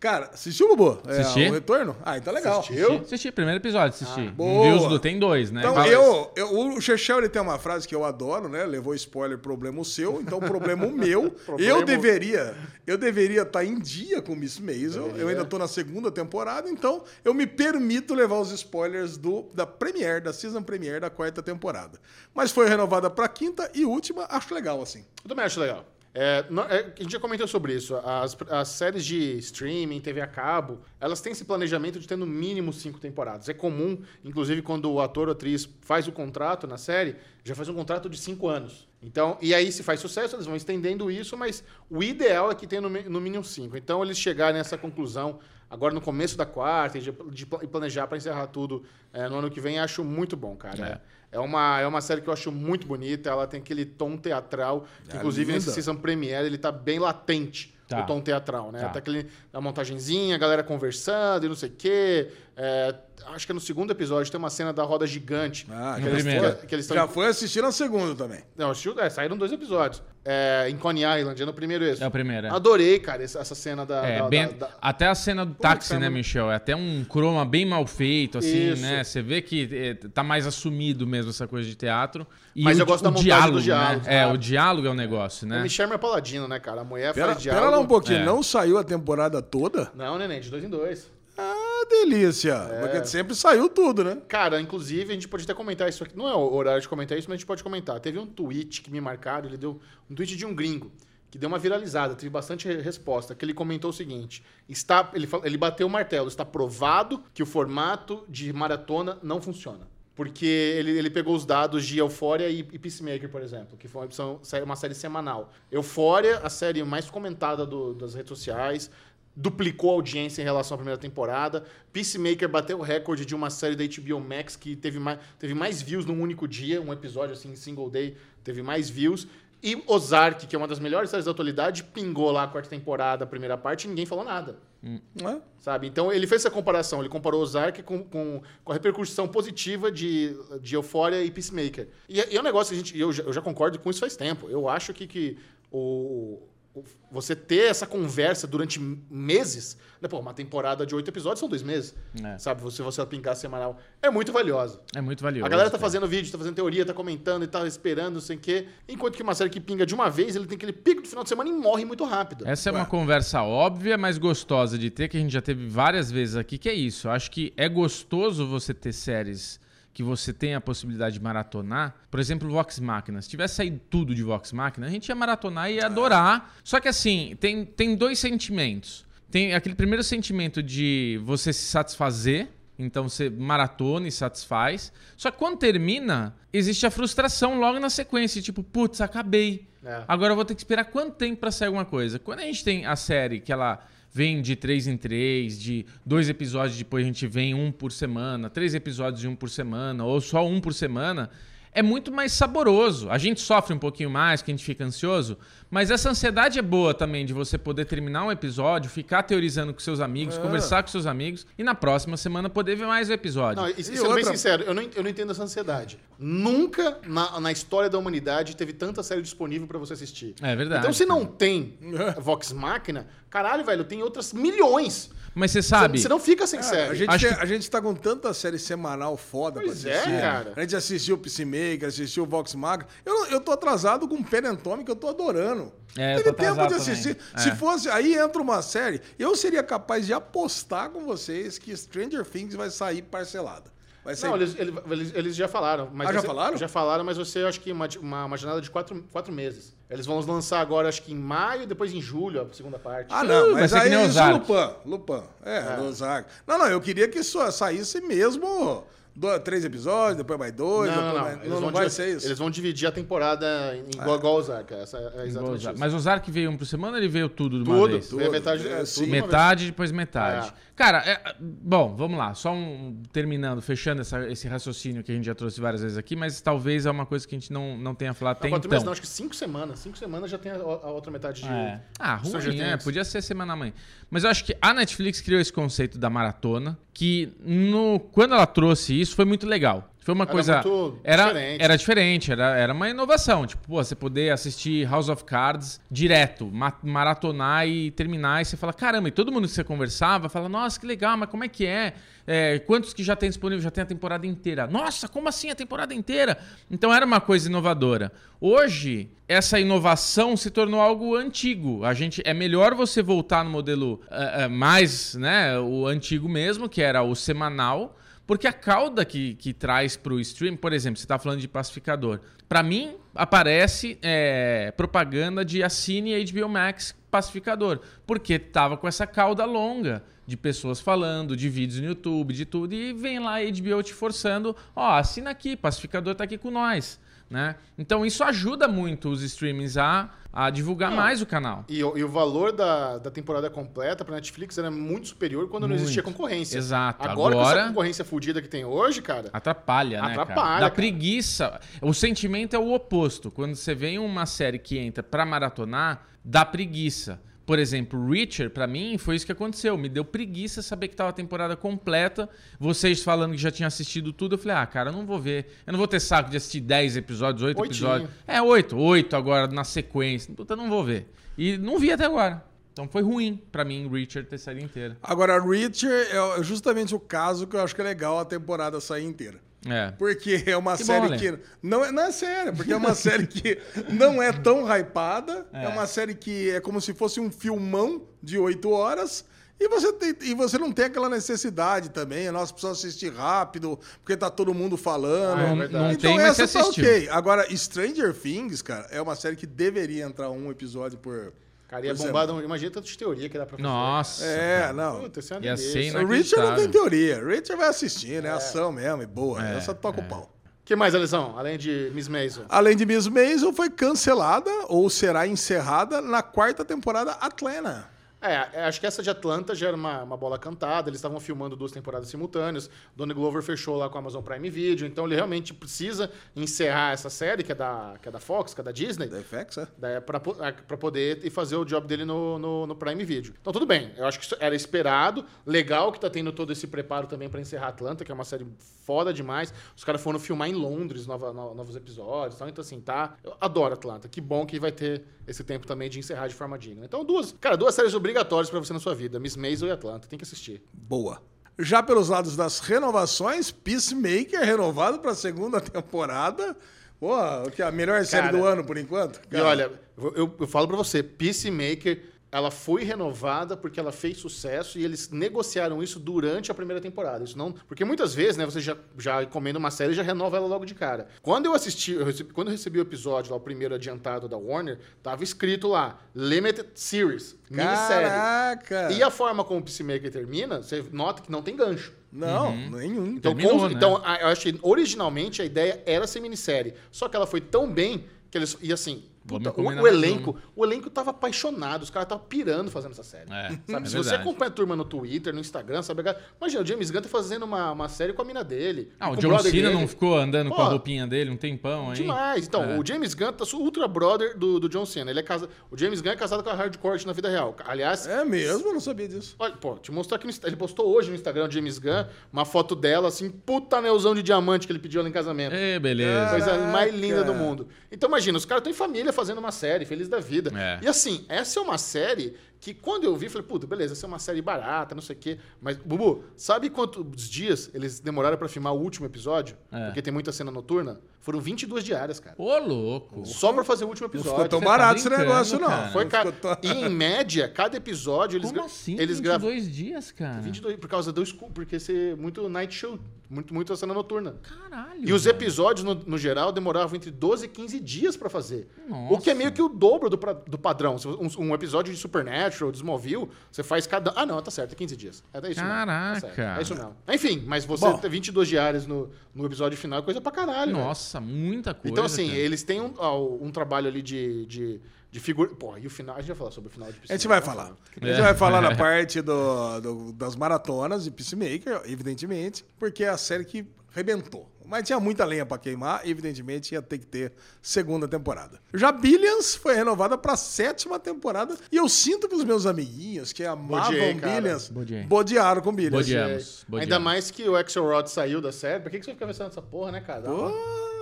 S4: Cara, assistiu, Bubu? É,
S2: Assisti.
S4: o retorno? Ah, então legal.
S1: Assistiu?
S2: Assisti, primeiro episódio, assisti.
S1: Ah,
S4: boa.
S2: Não vi os do- tem dois, né?
S4: Então,
S2: Fala-
S4: eu, eu- o Chechel ele tem uma frase que eu adoro, né? Levou spoiler, problema o seu, então problema o meu.
S1: Problema-
S4: Eu deveria eu deveria estar em dia com Miss Maisel, eu ainda estou na segunda temporada, então eu me permito levar os spoilers do, da premiere, da season premiere da quarta temporada. Mas foi renovada para quinta e última, acho legal, assim.
S1: Eu também acho legal. É, não- é, a gente já comentou sobre isso. As, as séries de streaming, TV a cabo, elas têm esse planejamento de ter no mínimo cinco temporadas. É comum, inclusive, quando o ator ou atriz faz o contrato na série, já faz um contrato de cinco anos. Então, e aí, se faz sucesso, eles vão estendendo isso, mas o ideal é que tenha no, mi- no mínimo cinco. Então, eles chegarem nessa conclusão agora no começo da quarta e de, de pla- e planejar para encerrar tudo é, no ano que vem, acho muito bom, cara. É. uma, é uma série que eu acho muito bonita, ela tem aquele tom teatral, que,
S4: É
S1: inclusive nesse
S4: linda.
S1: season premiere ele tá bem latente,
S2: Tá.
S1: o tom teatral, né?
S2: Tá.
S1: Até aquele, a montagenzinha, a galera conversando e não sei o quê. É, acho que é no segundo episódio tem uma cena da roda gigante.
S4: Ah,
S1: que
S4: no
S1: eles-
S2: primeiro.
S1: que eles tão-
S4: Já foi assistir na segunda também.
S1: Não, assistiu- é, saíram dois episódios. É, em Coney Island, é no primeiro esse.
S2: É o primeiro, é.
S1: Adorei, cara, essa essa cena da...
S2: É,
S1: da-
S2: bem-
S1: da- da-
S2: até a cena do táxi, né, Michel? É até um croma bem mal feito, assim,
S1: Isso.
S2: né? Você vê que é, tá mais assumido mesmo essa coisa de teatro. E
S1: Mas
S2: o,
S1: eu gosto da
S2: o
S1: montagem
S2: diálogo,
S1: dos diálogos,
S2: né? É,
S1: cara.
S2: o diálogo é um negócio,
S1: É
S2: né?
S1: Michelle Paladino, né, cara? A mulher
S4: Pera,
S1: faz
S4: pera
S1: diálogo.
S4: lá um pouquinho,
S2: É.
S4: não saiu a temporada toda?
S1: Não, neném, de dois em dois.
S4: Ah, delícia!
S1: É.
S4: Porque sempre saiu tudo, né?
S1: Cara, inclusive, a gente pode até comentar isso aqui. Não é o horário de comentar isso, mas a gente pode comentar. Teve um tweet que me marcaram, ele deu um tweet de um gringo, que deu uma viralizada, teve bastante re- resposta, que ele comentou o seguinte: está, ele, fal- ele bateu o martelo, está provado que o formato de maratona não funciona. Porque ele, ele pegou os dados de Euphoria e, e Peacemaker, por exemplo, que foi uma, opção- sé- uma série semanal. Euphoria, a série mais comentada do- das redes sociais, duplicou a audiência em relação à primeira temporada. Peacemaker bateu o recorde de uma série da HBO Max que teve mais, teve mais views num único dia, um episódio assim, single day, teve mais views. E Ozark, que é uma das melhores séries da atualidade, pingou lá a quarta temporada, a primeira parte, e ninguém falou nada.
S4: É?
S1: Sabe? Então ele fez essa comparação, ele comparou Ozark com, com, com a repercussão positiva de, de Euphoria e Peacemaker. E, é- e é um negócio que a gente. Eu já, eu já concordo com isso faz tempo. Eu acho que, que o, o- você ter essa conversa durante meses, né? Pô, uma temporada de oito episódios são dois meses.
S2: É.
S1: Sabe? Se você pingar semanal, é muito valiosa.
S2: É muito valioso.
S1: A galera tá
S2: cara.
S1: fazendo vídeo, tá fazendo teoria, tá comentando e tá esperando, não sei o quê. Enquanto que uma série que pinga de uma vez, ele tem aquele pico do final de semana e morre muito rápido.
S2: Essa é
S4: Ué.
S2: uma conversa óbvia, mas gostosa de ter, que a gente já teve várias vezes aqui, que é isso. Eu acho que é gostoso você ter séries que você tem a possibilidade de maratonar. Por exemplo, Vox Machina. Se tivesse saído tudo de Vox Machina, a gente ia maratonar e ia adorar. Só que assim, tem, tem dois sentimentos. Tem aquele primeiro sentimento de você se satisfazer. Então você maratona e satisfaz. Só que quando termina, existe a frustração logo na sequência. Tipo, putz, acabei.
S1: É.
S2: Agora eu vou ter que esperar quanto tempo pra sair alguma coisa. Quando a gente tem a série que ela vem de três em três, de dois episódios depois a gente vem um por semana, três episódios de um por semana, ou só um por semana, é muito mais saboroso. A gente sofre um pouquinho mais, que a gente fica ansioso, mas essa ansiedade é boa também de você poder terminar um episódio, ficar teorizando com seus
S1: Ah.
S2: amigos, conversar com seus amigos e na próxima semana poder ver mais o episódio.
S1: Não, e, e sendo bem
S4: outra-
S1: sincero, eu não, en- eu não entendo essa ansiedade. Nunca na, na história da humanidade teve tanta série disponível pra você assistir.
S2: É verdade.
S1: Então, se não tem Vox Machina, caralho, velho, tem outras milhões.
S2: Mas você sabe,
S1: Você não fica sem
S4: Cara,
S1: série.
S4: É, a, gente
S2: Acho
S4: tem- a gente tá com tanta série semanal foda
S1: Pois
S4: pra
S1: é,
S4: assistir.
S1: cara.
S4: A gente assistiu o Peacemaker, assistiu o Vox Maga. Eu, eu tô atrasado com Pen and Tommy, que eu tô adorando.
S2: É, eu
S4: Teve
S2: tô
S4: tempo de
S2: atrasado
S4: assistir.
S2: também. É.
S4: Se fosse. Aí entra uma série, eu seria capaz de apostar com vocês que Stranger Things vai sair parcelada. Vai sair.
S1: Não, eles, ele- eles, eles já falaram. Mas
S4: Ah, já
S1: você-
S4: falaram?
S1: Já falaram, mas você acho que uma, uma, uma janela de quatro, quatro meses. Eles vão lançar agora, acho que em maio, depois em julho, a segunda parte.
S4: Ah, não,
S2: Vai
S4: mas
S2: ser que
S4: aí
S2: nem
S4: é isso
S2: Ozark.
S4: Lupan. Lupan. É, do Ozark. Não, não, eu queria que só saísse mesmo do- três episódios, depois mais dois.
S1: não, não,
S4: depois
S1: não.
S4: mais-
S1: Eles,
S4: não,
S1: vão
S4: vai
S1: divi-
S4: ser isso.
S1: eles vão dividir a temporada em igual, igual o Zarka. Essa é exatamente isso.
S2: mas o Zark veio um por semana, ele veio tudo de uma
S1: tudo,
S2: vez.
S1: tudo, é metade,
S4: É,
S1: tudo
S4: sim.
S1: de uma vez.
S2: Metade, depois metade.
S1: É.
S2: Cara, é- bom, vamos lá. Só um, terminando, fechando essa- esse raciocínio que a gente já trouxe várias vezes aqui, mas talvez é uma coisa que a gente não, não tenha falado até
S1: Não, quatro
S2: então.
S1: meses não, acho que cinco semanas. Cinco semanas já tem a, a outra metade de.
S2: É. Ah,
S1: Stranger
S2: ruim, né?
S1: Things.
S2: Podia ser semana mãe. Mas eu acho que a Netflix criou esse conceito da maratona, que no, quando ela trouxe isso foi muito legal. Foi uma
S1: Era
S2: coisa.
S1: muito
S2: era,
S1: diferente.
S2: era diferente, era, era uma inovação. Tipo, pô, você poder assistir House of Cards direto, ma- maratonar e terminar. E você fala, caramba, e todo mundo que você conversava fala, nossa, que legal, mas como é que é? É, quantos que já tem disponível? Já tem a temporada inteira. Nossa, como assim a temporada inteira? Então era uma coisa inovadora. Hoje, essa inovação se tornou algo antigo. A gente é melhor você voltar no modelo ah, ah, mais, né, o antigo mesmo, que era o semanal, porque a cauda que, que traz pro stream, por exemplo, você tá falando de pacificador. Pra mim, aparece é, propaganda de assine HBO Max pacificador. Porque tava com essa cauda longa de pessoas falando, de vídeos no YouTube, de tudo. E vem lá a HBO te forçando, ó, assina aqui, pacificador tá aqui com nós. Né? Então isso ajuda muito os streamings a, a divulgar mais o canal.
S1: E, o- e o valor da, da temporada completa pra Netflix era muito superior quando não
S2: Muito.
S1: existia concorrência.
S2: Exato.
S1: Agora, com essa
S2: Agora-
S1: concorrência fodida que tem hoje, cara.
S2: Atrapalha, né? cara?
S1: Atrapalha,
S2: Dá
S1: cara.
S2: preguiça. O sentimento é o oposto. Quando você vem uma série que entra pra maratonar, dá preguiça. Por exemplo, Richard, pra mim, foi isso que aconteceu. Me deu preguiça saber que tava a temporada completa. Vocês falando que já tinham assistido tudo, eu falei, ah, cara, eu não vou ver. Eu não vou ter saco de assistir 10 episódios, 8
S1: Oitinho.
S2: episódios. É, 8, 8 agora na sequência. Puta, eu não vou ver. E não vi até agora. Então foi ruim pra mim, Richard, ter série inteira.
S4: Agora, Reacher é o- justamente o caso que eu acho que é legal a temporada sair inteira.
S2: É.
S4: Porque é uma
S2: Que
S4: série
S2: bom,
S4: que. Não é, não é sério, porque é uma série que não é tão hypada. É. uma série que é como se fosse um filmão de oito horas. E você, tem- e você não tem aquela necessidade também. Nossa, precisa assistir rápido, porque tá todo mundo falando. Então,
S2: Não-
S1: verdade.
S2: Ah, é não tem, mas você
S4: tá
S2: assistiu.
S4: ok. Agora, Stranger Things, cara, é uma série que deveria entrar um episódio por.
S1: Cara, ia
S4: Pois é.
S1: bombar. não- Imagina tanto de teoria que dá pra fazer.
S2: Nossa.
S4: É, não.
S1: Puta, isso é uma
S2: Ia
S1: delícia.
S2: ser
S4: O Richard não
S2: inacreditável.
S4: tem
S1: né?
S4: teoria. O Richard vai assistir, né? Ação mesmo, e boa.
S1: É,
S4: Essa toca o pau.
S1: que mais, Alisson? Além de Miss Mason.
S4: Além de Miss Maisel, foi cancelada ou será encerrada na quarta temporada Atlanta.
S1: É, é, acho que essa de Atlanta já era uma, uma bola cantada, eles estavam filmando duas temporadas simultâneas, Donny Glover fechou lá com a Amazon Prime Video, então ele realmente precisa encerrar essa série, que é da, que é da Fox, que é da Disney,
S4: Da FX, é?
S1: né, pra po- ah, pra poder e fazer o job dele no, no, no Prime Video. Então, tudo bem. Eu acho que isso era esperado. Legal que tá tendo todo esse preparo também pra encerrar Atlanta, que é uma série foda demais. Os caras foram filmar em Londres nova- no- novos episódios e tal. Então, assim, tá... Eu adoro Atlanta. Que bom que vai ter esse tempo também de encerrar de forma digna. Então, duas... Cara, duas séries obrigatórias pra você na sua vida. Miss Maisel e Atlanta. Tem que assistir.
S4: Boa. Já pelos lados das renovações, Peacemaker é renovado para a segunda temporada. Pô, que é a melhor série
S1: Cara,
S4: do ano por enquanto.
S1: E olha, eu, eu falo pra você, Peacemaker, ela foi renovada porque ela fez sucesso e eles negociaram isso durante a primeira temporada. Isso não, porque muitas vezes, né, você já, já encomenda uma série e já renova ela logo de cara. Quando eu assisti, eu recebi- quando eu recebi o episódio lá, o primeiro adiantado da Warner, tava escrito lá, Limited Series, minissérie.
S4: Caraca!
S1: E a forma como o Peacemaker termina, você nota que não tem gancho.
S4: Não, nenhum.
S1: Então,
S2: Terminou,
S1: com-
S2: né?
S1: então, a- eu acho que originalmente a ideia era ser minissérie. Só que ela foi tão bem que eles. E assim,
S2: Vamos
S1: puta, o,
S2: combinar
S1: o
S2: mais
S1: elenco. O elenco tava apaixonado, os caras estavam pirando fazendo essa série.
S2: É,
S1: Sabe,
S2: é
S1: se você
S2: verdade.
S1: acompanha a turma no Twitter, no Instagram, sabe? a- Imagina, o James Gunn tá fazendo uma, uma série com a mina dele.
S2: Ah,
S1: com
S2: o
S1: brother
S2: John Cena
S1: dele.
S2: não ficou andando com
S1: Pô,
S2: a roupinha dele um tempão, hein?
S1: Demais. Então,
S2: É.
S1: o James Gunn tá su- ultra brother do, do John Cena. Ele é casa... O James Gunn é casado com a Hard Court na vida real. Aliás,
S4: É mesmo, eu não sabia disso.
S1: Olha, pô, te mostrar aqui no Insta- Ele postou hoje no Instagram do James Gunn uma foto dela, assim, puta anelzão de diamante que ele pediu ela em casamento.
S2: Ê, É, beleza.
S1: Coisa mais
S4: Caraca.
S1: linda do mundo. Então, imagina, os caras têm família fazendo uma série, feliz da vida.
S2: É.
S1: E assim, essa é uma série que quando eu vi, falei, puta, beleza, essa é uma série barata, não sei o quê. Mas, Bubu, sabe quantos dias eles demoraram pra filmar o último episódio?
S2: É.
S1: Porque tem muita cena noturna? Foram 22 diárias, cara.
S2: Ô, louco.
S1: Só pra fazer o último
S4: Não
S1: episódio.
S4: ficou tão
S2: Você tá
S4: barato esse
S2: brincando,
S4: negócio, não.
S2: cara.
S1: Foi
S4: Não
S1: cara.
S4: ficou tão-
S1: E em média, cada episódio eles,
S2: Como
S1: gra-
S2: assim?
S1: eles gravam.
S2: 22 dias, cara.
S1: 22, por causa do escuro, porque ser muito night show, muito, muito a cena noturna.
S2: Caralho.
S1: E os
S2: velho.
S1: episódios, no, no geral, demoravam entre 12 e 15 dias pra fazer.
S2: Nossa.
S1: O que é meio que o dobro do, pra- do padrão. Se Um, um episódio de Supernatural, de Smallville, você faz cada... Ah, não, tá certo, é 15 dias. É isso
S2: Caraca.
S1: Não, tá certo, é isso não. Enfim, mas você
S4: Bom.
S1: ter 22 diárias no, no episódio final é coisa pra caralho, velho.
S2: Nossa, muita coisa.
S1: Então, assim,
S2: cara.
S1: eles têm um, ó, um trabalho ali de... de de figura... Pô, e o final... A gente vai falar sobre o final de
S4: A gente
S1: Psylocke,
S4: vai
S1: né?
S4: falar. A gente vai falar na parte do, do- das maratonas de Peacemaker, evidentemente, porque é a série que rebentou. Mas tinha muita lenha pra queimar, evidentemente ia ter que ter segunda temporada. Já Billions foi renovada pra sétima temporada e eu sinto pros meus amiguinhos que amavam
S1: Bodiei, cara.
S4: Billions,
S2: Bodiei.
S4: bodearam com Billions.
S2: Bodiei.
S1: É,
S2: Vamos, bom
S1: Ainda
S2: dia.
S1: mais que o Axelrod saiu da série. Pra que, que você fica pensando nessa porra, né, cara?
S4: Pô,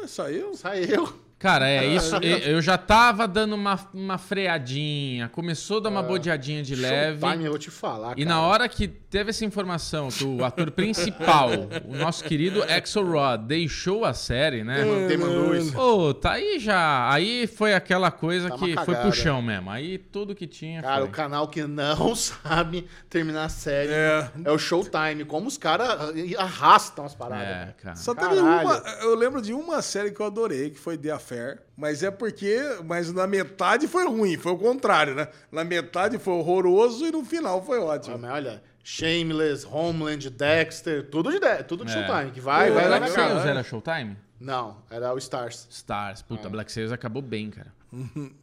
S4: Ah, saiu.
S1: Saiu.
S2: Cara, é isso. e- Eu já tava dando uma, uma freadinha. Comeou a dar uma bodeadinha de leve.
S1: Showtime, eu vou te falar,
S2: E
S1: Ah, cara.
S2: na hora que teve essa informação que o ator principal, o nosso querido Axelrod, deixou a série, né?
S1: Damon, Damon Lewis.
S2: Ô, tá aí já. Aí foi aquela coisa
S1: Tá uma
S2: que foi
S1: cagada.
S2: puxão mesmo. Aí tudo que tinha.
S1: Cara, o
S2: foi.
S1: canal que não sabe terminar a série
S4: É.
S1: é, o Showtime. Como os caras arrastam as paradas.
S2: É,
S1: né?
S2: cara.
S4: Só teve
S1: Caralho.
S4: uma. Eu lembro de uma série que eu adorei, que foi The Affair. Mas é porque. Mas na metade foi ruim, foi o contrário, né? Na metade foi horroroso e no final foi
S1: Ah,
S4: ótimo.
S1: mas olha, Shameless, Homeland, Dexter, tudo de, de- tudo de
S2: É.
S1: Showtime, que vai,
S4: Pô,
S1: vai lá
S2: Black
S1: na
S4: legal.
S2: Sails
S1: cara.
S2: era Showtime?
S1: Não, era o Stars.
S2: Stars. Puta,
S1: É.
S2: Black Sails acabou bem, cara.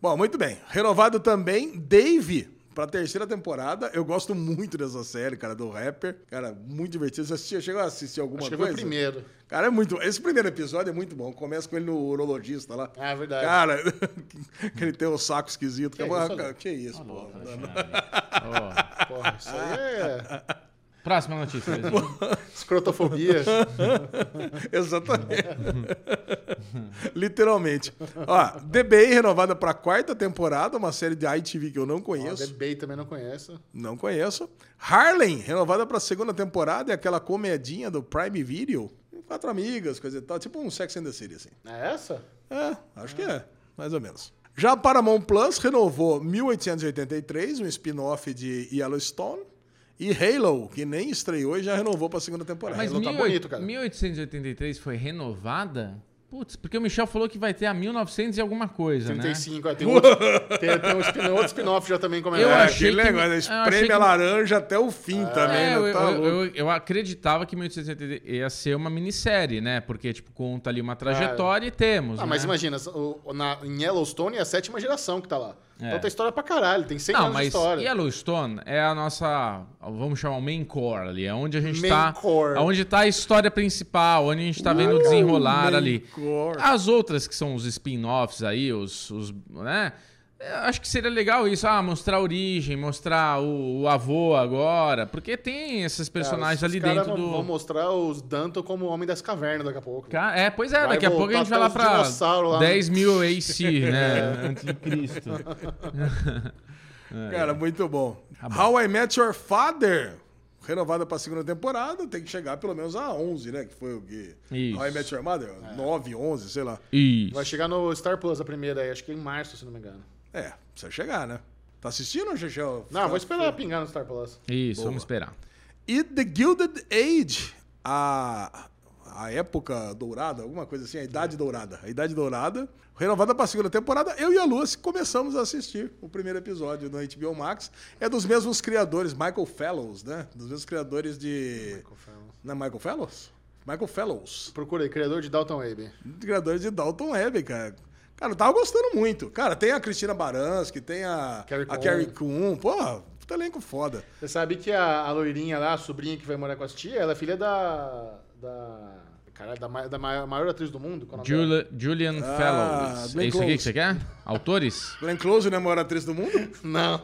S4: Bom, muito bem. Renovado também, Dave. Pra terceira temporada, eu gosto muito dessa série, cara, do rapper. Cara, muito divertido. Você assistia, chegou a assistir alguma
S1: Acho que foi
S4: coisa?
S1: o primeiro.
S4: Cara, é muito. Esse primeiro episódio é muito bom. Começa com ele no urologista lá.
S1: É verdade.
S4: Cara, que ele tem um saco esquisito.
S1: Que
S4: Que,
S1: é isso,
S4: isso,
S1: Léo? Tá
S4: que é isso, pô.
S2: Ó,
S1: Porra, isso aí é
S2: Próxima notícia.
S1: escrotofobia.
S4: Exatamente. Literalmente. Ó, The Bay renovada pra quarta temporada, uma série de ITV que eu não
S1: Ó, The
S4: conheço.
S1: Bay também não conheço.
S4: Não conheço. Harlem, renovada pra segunda temporada, é aquela comedinha do Prime Video. Quatro amigas, coisa e tal. Tipo um Sex and the City, assim.
S1: É essa?
S4: É, acho que é, mais ou menos. Já a Paramount Plus renovou 1883, um spin-off de Yellowstone. E Halo, que nem estreou e já renovou pra segunda temporada.
S2: Mas
S1: Halo tá
S2: mil-
S1: bonito, cara.
S2: 1883 foi renovada? Putz, porque o Michel falou que vai ter a 1900 e alguma coisa, né?
S1: 35, é, tem, outro, tem, tem um spin, outro spin-off já também
S2: Eu
S1: começou.
S4: É,
S2: achei
S4: aquele
S2: que-
S4: negócio,
S2: eu
S4: espreme
S2: achei que-
S4: a laranja até o fim também,
S2: É,
S4: né?
S2: eu,
S4: tá
S2: eu-
S4: louco.
S2: eu- eu acreditava que 1883 ia ser uma minissérie, né? Porque, tipo, conta ali uma trajetória e temos.
S1: Ah, mas
S2: né?
S1: imagina, o- o- na, em Yellowstone é a sétima geração que tá lá. Então tem história pra caralho, tem 100
S2: Não,
S1: anos de
S2: mas
S1: história.
S2: Yellowstone é a nossa, vamos chamar o main core ali, é onde a gente
S1: Main
S2: tá,
S1: core.
S2: é onde tá a história principal, onde a gente tá vendo o desenrolar
S4: main
S2: ali.
S4: core.
S2: As outras que são os spin-offs aí, os, os, né? Eu Acho que seria legal isso, ah, mostrar a origem, mostrar o, o avô agora, porque tem esses
S1: Cara,
S2: personagens
S1: os
S2: ali
S1: caras
S2: dentro
S1: vão,
S2: do
S1: vão mostrar os Danto como o Homem das Cavernas daqui a pouco.
S2: Ca- É, pois é,
S1: Vai
S2: daqui a pouco
S1: voltar
S2: a gente vai
S1: até
S2: lá
S1: os
S2: pra
S1: dinossauros lá. É.
S2: 10 mil AC, né? Antes de Cristo. É.
S4: Cara, muito bom.
S2: Tá
S4: How I Met Your Father. Renovada pra segunda temporada, tem que chegar pelo menos a 11, né? Que foi o que.
S2: Isso. É.
S4: How I Met Your Mother? 9, 11, sei lá.
S2: Isso.
S1: Vai chegar no Star Plus a primeira aí, acho que em março, se não me engano.
S4: É, precisa chegar, né? Tá assistindo, Xexel?
S1: Não, vou esperar pingar no Star Plus.
S2: Isso, vamos esperar.
S4: E The Gilded Age, a, a época dourada, alguma coisa assim, a idade dourada. A idade dourada, renovada para a segunda temporada, eu e a Lua começamos a assistir o primeiro episódio no HBO Max. É dos mesmos criadores, Michael Fellows, né? Dos mesmos criadores de... Não é Michael Fellows? Michael Fellows.
S1: Procura aí, criador de Dalton Abe.
S4: Criadores de Dalton Web, cara. Cara, eu tava gostando muito. Cara, tem a Cristina Baranski, tem a
S1: Carrie
S4: a
S1: Coon.
S4: Carrie Coon. Pô, puta elenco foda.
S1: Você sabe que a, a loirinha lá, a sobrinha que vai morar com as tia, ela é filha da. da. Caralho, da, ma- da ma- maior atriz do mundo? qual é o nome dela?
S2: Juli- Julian
S4: Ah,
S2: Fellows.
S4: Glenn
S2: É isso aqui que
S4: Close.
S2: você quer? Autores?
S4: Glenn Close não é a maior atriz do mundo?
S1: Não,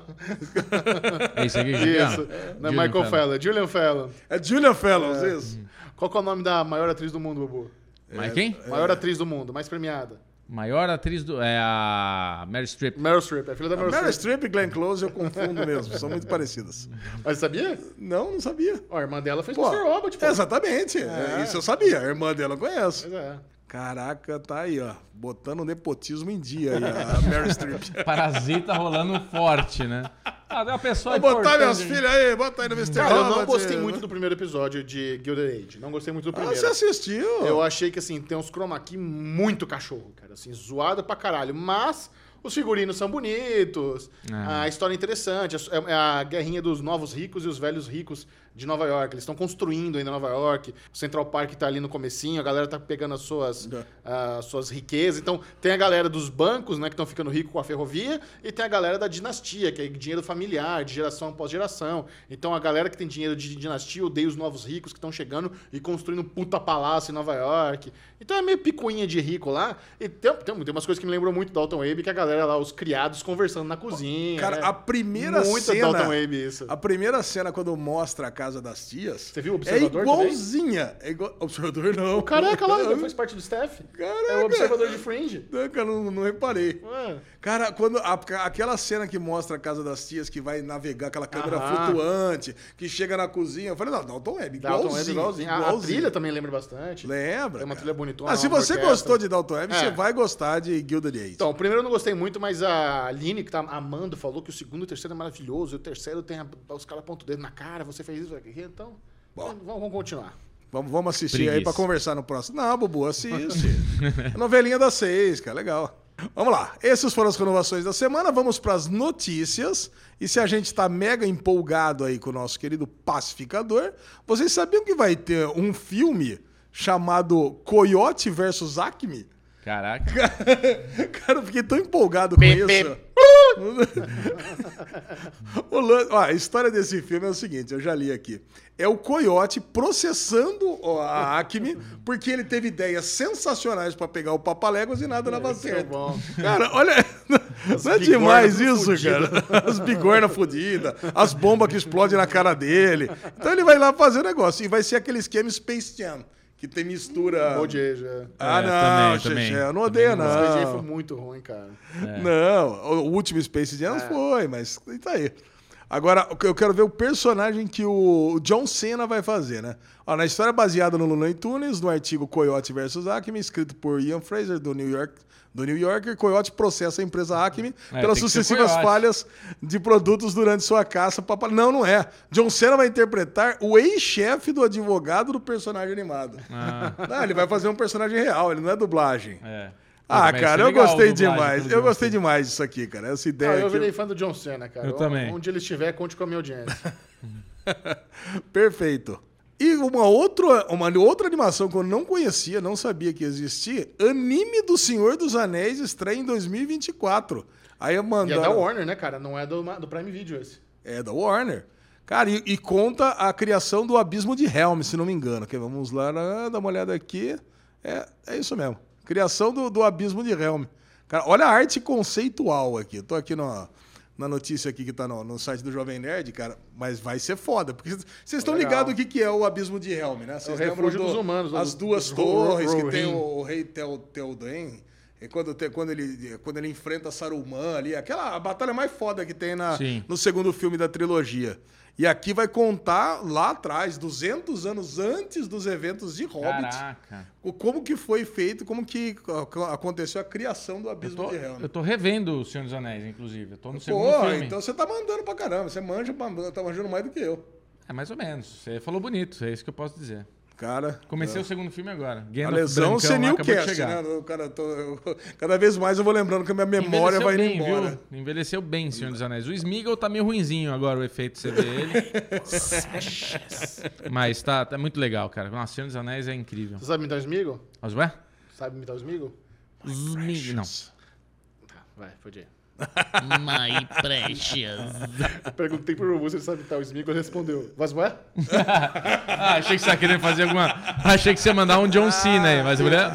S2: É isso aqui que você
S1: isso.
S2: quer?
S1: Não é
S2: Julian
S1: Michael
S2: Fellows.
S1: Fallon, é Julian Fallon.
S4: É Julia Fellows, isso.
S1: Qual que é o nome da maior atriz do mundo, Bubu?
S2: Mas quem?
S1: Maior
S4: É.
S1: atriz do mundo, mais premiada.
S2: Maior atriz do... É a Mary Streep.
S1: Meryl Streep, é filha da Meryl
S4: Ah, Meryl
S1: Streep.
S4: Streep e Glenn Close eu confundo mesmo, são muito parecidas.
S1: Mas sabia?
S4: Não, não sabia.
S1: Ó, a irmã dela fez
S4: Pô,
S1: Mr. Robot, pô.
S4: exatamente. é, Isso eu sabia. A irmã dela eu conheço.
S1: Pois é.
S4: Caraca, tá aí, ó. Botando o nepotismo em dia aí, a Meryl Streep.
S1: É
S2: Parasita tá rolando forte, né? Ah, deu uma pessoa
S4: Vou botar
S2: importante
S4: meus
S2: aí.
S4: filhos aí, bota aí no Mr.
S1: Cara, eu não
S4: Robert.
S1: gostei muito do primeiro episódio de Gilded Age. Não gostei muito do
S4: é, né? Ah,
S1: primeiro.
S4: você assistiu?
S1: Eu achei que, assim, tem uns chroma key muito cachorro, cara. Assim, zoado pra caralho. Mas os figurinos são bonitos, a história é interessante. É é a guerrinha dos novos ricos e os velhos ricos de Nova York. Eles estão construindo ainda Nova York. O Central Park tá ali no comecinho, a galera tá pegando as suas, as suas riquezas. Então, tem a galera dos bancos, né, que estão ficando rico com a ferrovia, e tem a galera da dinastia, que é dinheiro familiar, de geração após geração. Então, a galera que tem dinheiro de dinastia odeia os novos ricos que estão chegando e construindo um puta palácio em Nova York. Então, é meio picuinha de rico lá. E tem, tem, tem umas coisas que me lembram muito do Dalton Abe, que a galera lá, os criados, conversando na cozinha.
S4: Cara,
S1: né?
S4: a primeira
S1: Muito
S4: cena.
S1: Dalton Abe isso.
S4: A primeira cena quando mostra a casa das tias.
S1: Você viu o observador
S4: É igualzinha. É igual... Observador não.
S1: O é careca lá ele faz parte do staff. É
S4: Caraca.
S1: o observador de Fringe. É,
S4: Não, cara, não, não reparei.
S1: Ué.
S4: Cara, quando a- aquela cena que mostra a casa das tias que vai navegar aquela câmera
S1: Aham.
S4: flutuante, que chega na cozinha, eu falei, não, Dalton Web, igualzinho.
S1: Dalton Abe igualzinho. A- A, trilha também lembra bastante.
S4: Lembra?
S1: É uma
S4: cara.
S1: trilha bonitona.
S4: Ah, se
S1: uma
S4: você
S1: orquestra.
S4: gostou de Dalton Web,
S1: É.
S4: você vai gostar de Gilded Age.
S1: Então, o primeiro eu não gostei muito, mas a Aline, que tá amando, falou que o segundo e o terceiro é maravilhoso. E o terceiro tem a, os caras apontam o dedo na cara, você fez isso aqui. Então, vamos, vamos continuar.
S4: Vamos, vamos assistir aí
S2: Preguiça.
S4: pra conversar no próximo. Não, Bubu, assiste. Novelinha das seis, cara, legal. Vamos lá, essas foram as renovações da semana. Vamos pras notícias. E se a gente tá mega empolgado aí com o nosso querido pacificador, vocês sabiam que vai ter um filme chamado Coyote versus Acme?
S2: Caraca.
S4: Cara, eu fiquei tão empolgado com isso. O lan- ó, a história desse filme é o seguinte, eu já li aqui. É o Coyote processando ó, a Acme porque ele teve ideias sensacionais pra pegar o Papaléguas e nada dava certo.
S1: É, Então, bom.
S4: Cara, olha, não é
S1: bigorna
S4: demais
S1: tudo
S4: isso,
S1: fudida.
S4: cara? As bigorna fodidas, as bombas que explodem na cara dele. Então ele vai lá fazer o negócio e vai ser aquele esquema Space Jam, que tem mistura...
S1: Bom dia, já.
S4: Ah,
S2: É,
S4: não,
S2: também, também.
S4: Xexé, eu não odeio,
S1: Esse desenho foi
S4: não.
S1: muito ruim, cara.
S2: É.
S4: Não, o último Space Jam foi, mas tá aí. Agora, o que eu quero ver o personagem que o John Cena vai fazer, né? Ó, na história baseada no Looney Tunes, no artigo Coyote vs. Acme, escrito por Ian Fraser, do New York do New Yorker, Coyote processa a empresa Acme
S2: É,
S4: pelas
S2: tem que ser
S4: sucessivas
S2: Coyote.
S4: falhas de produtos durante sua caça. Papa... Não, não é. John Cena vai interpretar o ex-chefe do advogado do personagem animado.
S2: Ah.
S4: Não, ele vai fazer um personagem real, ele não é dublagem.
S2: É.
S4: Ah,
S2: Mas
S4: cara,
S2: é
S4: eu
S2: legal a
S4: gostei
S2: dublagem
S4: demais.
S2: do
S4: Eu
S2: John
S4: gostei demais disso aqui, cara.
S1: Ah,
S4: Essa ideia
S1: eu
S4: aqui. é
S1: virei fã do John Cena, cara.
S2: Eu também.
S1: Onde ele estiver, conte com a minha audiência.
S4: Perfeito. E uma outra, uma outra animação que eu não conhecia, não sabia que existia, Anime do Senhor dos Anéis estreia em 2024. Aí eu
S1: E é da
S4: mandaram...
S1: Warner, né, cara? Não é do, do Prime Video esse.
S4: É da Warner. Cara, e, e conta a criação do Abismo de Helm, se não me engano. Que vamos lá, lá, dar uma olhada aqui. É, é isso mesmo. Criação do, do Abismo de Helm. Cara, olha a arte conceitual aqui. Eu tô aqui na, na notícia aqui que tá no, no site do Jovem Nerd, cara. Mas vai ser foda. Porque vocês estão
S1: Legal.
S4: ligados o que, que é o Abismo de Helm, né? Vocês
S1: É o refúgio dos humanos,
S4: As
S1: do-
S4: duas
S1: dos Ro-
S4: torres que
S1: Rohirrim.
S4: tem o, o rei Tel, Telden. E quando, te- quando, ele, quando ele enfrenta Saruman ali, aquela a batalha mais foda que tem na,
S2: Sim.
S4: no segundo filme da trilogia. E aqui vai contar lá atrás, 200 anos antes dos eventos de Hobbit,
S2: Caraca.
S4: o como que foi feito, como que ac- aconteceu a criação do
S2: Eu
S4: Abismo
S2: tô,
S4: de Helm.
S2: eu tô revendo O Senhor dos Anéis, inclusive. Eu tô no segundo
S4: Porra,
S2: filme.
S4: então você tá mandando pra caramba, você manja, pra- tá manjando mais do que eu.
S2: É mais ou menos. Você falou bonito, é isso que eu posso dizer.
S4: Cara,
S2: Comecei o segundo filme agora.
S4: a
S2: Gandalf
S4: lesão
S2: brancão lá
S4: senil
S2: acabou de
S4: cast, né?
S2: chegar.
S4: O Cara, tô- eu- cada vez mais eu vou lembrando que a minha memória vai indo
S2: bem,
S4: embora.
S2: viu? Envelheceu bem, Senhor dos Anéis. O Smeagol tá meio ruinzinho agora, o efeito, você vê ele. Mas tá, tá muito legal, cara. Nossa, Senhor dos Anéis é incrível.
S1: Você sabe imitar o Smeagol?
S2: Mas ué?
S1: Sabe imitar o Smeagol?
S2: Smeagol, Não.
S1: Tá, vai, pode ir.
S6: My precious.
S1: Perguntei pro Robô se ele sabe imitar o Smeagol, ele respondeu. é? Mas ué?
S2: Ah, achei que você ia querer fazer alguma. Achei que você ia mandar um John Cena aí, mas mulher.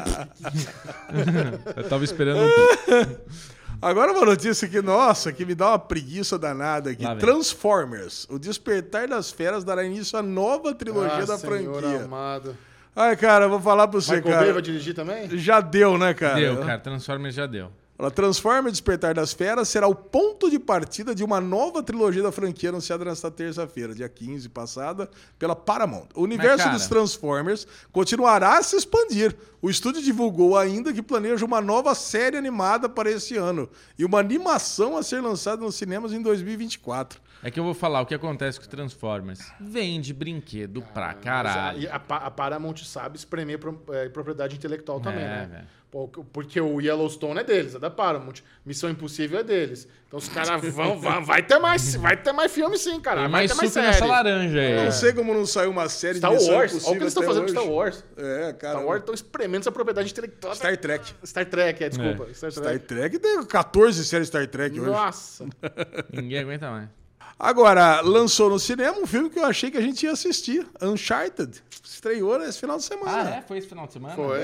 S2: Eu tava esperando um pouco.
S4: Agora uma notícia que, nossa, que me dá uma preguiça danada aqui.
S2: Lá vem.
S4: Transformers, o despertar das feras dará início à nova trilogia
S1: Ah,
S4: da
S1: senhor
S4: franquia.
S1: amado.
S4: Ai, cara, eu vou falar pra você,
S1: Michael Bay vai
S4: cara.
S1: dirigir também?
S4: Já deu, né, cara?
S2: Deu, cara. Transformers já deu.
S4: Ela transforma o Despertar das Feras será o ponto de partida de uma nova trilogia da franquia anunciada nesta terça-feira, dia 15 passada, pela Paramount. O universo
S2: cara-
S4: dos Transformers continuará a se expandir. O estúdio divulgou ainda que planeja uma nova série animada para esse ano e uma animação a ser lançada nos cinemas em 2024.
S2: É que eu vou falar o que acontece com o Transformers. Vende brinquedo
S4: Ah,
S2: pra caralho.
S1: E a, Pa- a Paramount sabe espremer pro- é, propriedade intelectual também,
S2: É,
S1: né?
S2: velho.
S1: Pô, Porque o Yellowstone é deles, é da Paramount. Missão Impossível é deles. Então os caras vão, vão- vai ter mais, vai ter mais filme sim, cara.
S2: Tem
S4: Ah,
S1: vai
S2: mais
S1: ter
S2: suco
S1: mais série.
S2: nessa laranja aí.
S4: é Não sei como não saiu uma série
S1: É. Star
S4: de Missão
S1: Wars, olha o que
S4: Impossível
S1: eles estão
S4: até
S1: fazendo com
S4: hoje.
S1: Star Wars.
S4: É, cara.
S1: Star Wars estão espremendo essa propriedade intelectual.
S4: Star Trek.
S1: Star Trek, é, desculpa. Star
S4: Star
S1: Trek.
S4: Trek tem 14 séries Star Trek hoje.
S1: Nossa.
S2: Ninguém aguenta mais.
S4: Agora, lançou no cinema um filme que eu achei que a gente ia assistir, Uncharted. Estreou nesse final de semana.
S2: Ah, é? Foi esse final de semana?
S1: Foi.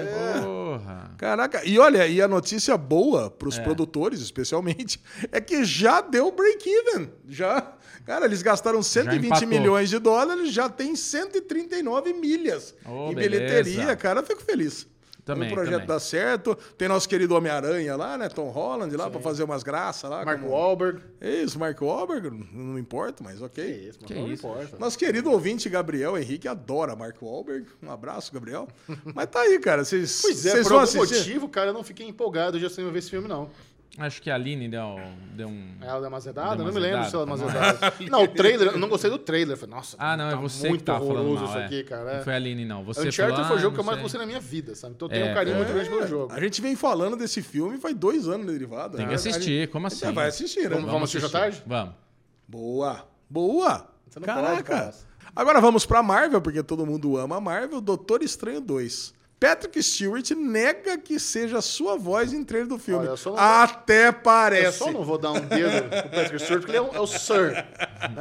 S2: Porra.
S4: Caraca, e olha, e a notícia boa
S2: É.
S4: pros produtores, especialmente, é que já deu break-even. Já, cara, eles gastaram 120
S2: empatou.
S4: milhões de dólares, já tem 139 milhas
S2: Oh,
S4: em
S2: beleza.
S4: bilheteria, cara, eu fico feliz.
S2: Também,
S4: o projeto
S2: também.
S4: dá certo. Tem nosso querido Homem-Aranha lá, né? Tom Holland lá pra fazer umas graças lá.
S1: Mark
S4: como- É
S1: Wahlberg.
S4: Isso, Mark Wahlberg, não importa, mas
S1: Que
S4: ok.
S1: isso, mano.
S2: Que
S1: não
S2: isso,
S1: importa.
S4: Nosso querido ouvinte Gabriel Henrique adora Mark Wahlberg. Um abraço, Gabriel. Mas tá aí, cara. Vocês
S1: Pois é,
S4: vocês
S1: por
S4: vão
S1: algum
S4: assistir?
S1: motivo, cara, eu não fiquei empolgado de eu ver esse filme, não.
S2: Acho que a Aline deu, deu um.
S1: É o da Mazedada?
S2: Deu
S1: Não me lembro
S2: Mazedada,
S1: se é o da
S2: tá
S1: Mazedada. Não, o trailer, eu não gostei do trailer. Eu Falei, nonossa,
S2: Ah, não,
S1: tá
S2: é você
S1: muito
S2: que tá falando
S1: horroroso
S2: mal,
S1: isso
S2: é.
S1: aqui, cara.
S2: Não
S1: É.
S2: foi a Aline, não. Você
S1: Uncharted
S2: falou,
S1: foi o
S2: ah,
S1: jogo que
S2: não
S1: eu mais
S2: sei.
S1: gostei na minha vida, sabe? Então eu tenho
S2: É,
S1: um carinho
S2: é.
S1: muito grande pelo jogo.
S4: A gente vem falando desse filme faz dois anos de derivada.
S1: É,
S2: Tem que
S4: A gente-
S2: assistir, como assim?
S4: Você vai assistir, né?
S1: Vamos- assistir hoje à tarde?
S2: Vamos.
S4: Boa. Boa.
S1: Você não pode,
S4: Caraca.
S1: cara.
S4: Agora vamos pra Marvel, porque todo mundo ama a Marvel. Doutor Estranho 2. Patrick Stewart nega que seja a sua voz em trailer do filme.
S1: Olha, eu só não-
S4: Até
S2: É,
S1: Eu
S4: parece.
S1: só não vou dar um dedo pro Patrick Stewart, porque ele é, um, é o Sir.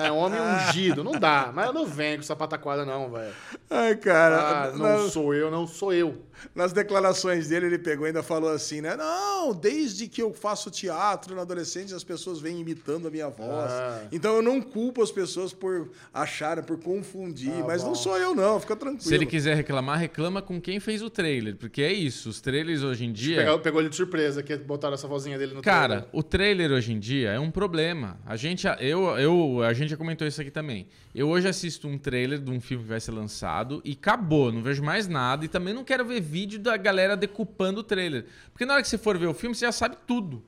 S1: É um homem ungido. Não dá. Mas eu não venho com essa pataquada, não, velho.
S4: Ai, cara.
S1: Ah,
S4: na-
S1: não sou eu, não sou eu.
S4: Nas declarações dele, ele pegou e ainda falou assim, né? Não, desde que eu faço teatro na adolescência, as pessoas vêm imitando a minha voz.
S1: Ah.
S4: Então eu não culpo as pessoas por acharem, por confundir.
S1: Ah,
S4: mas não sou eu, não. Fica tranquilo.
S2: Se ele quiser reclamar, reclama com quem fez o trailer. Porque é isso. Os trailers hoje em dia.
S1: Pegou, pegou ele de surpresa, que botaram essa vozinha dele no
S2: é. Cara, o trailer hoje em dia é um problema. A gente, eu, eu, a gente já comentou isso aqui também. Eu hoje assisto um trailer de um filme que vai ser lançado e acabou, não vejo mais nada. E também não quero ver vídeo da galera decupando o trailer. Porque na hora que você for ver o filme, você já sabe tudo.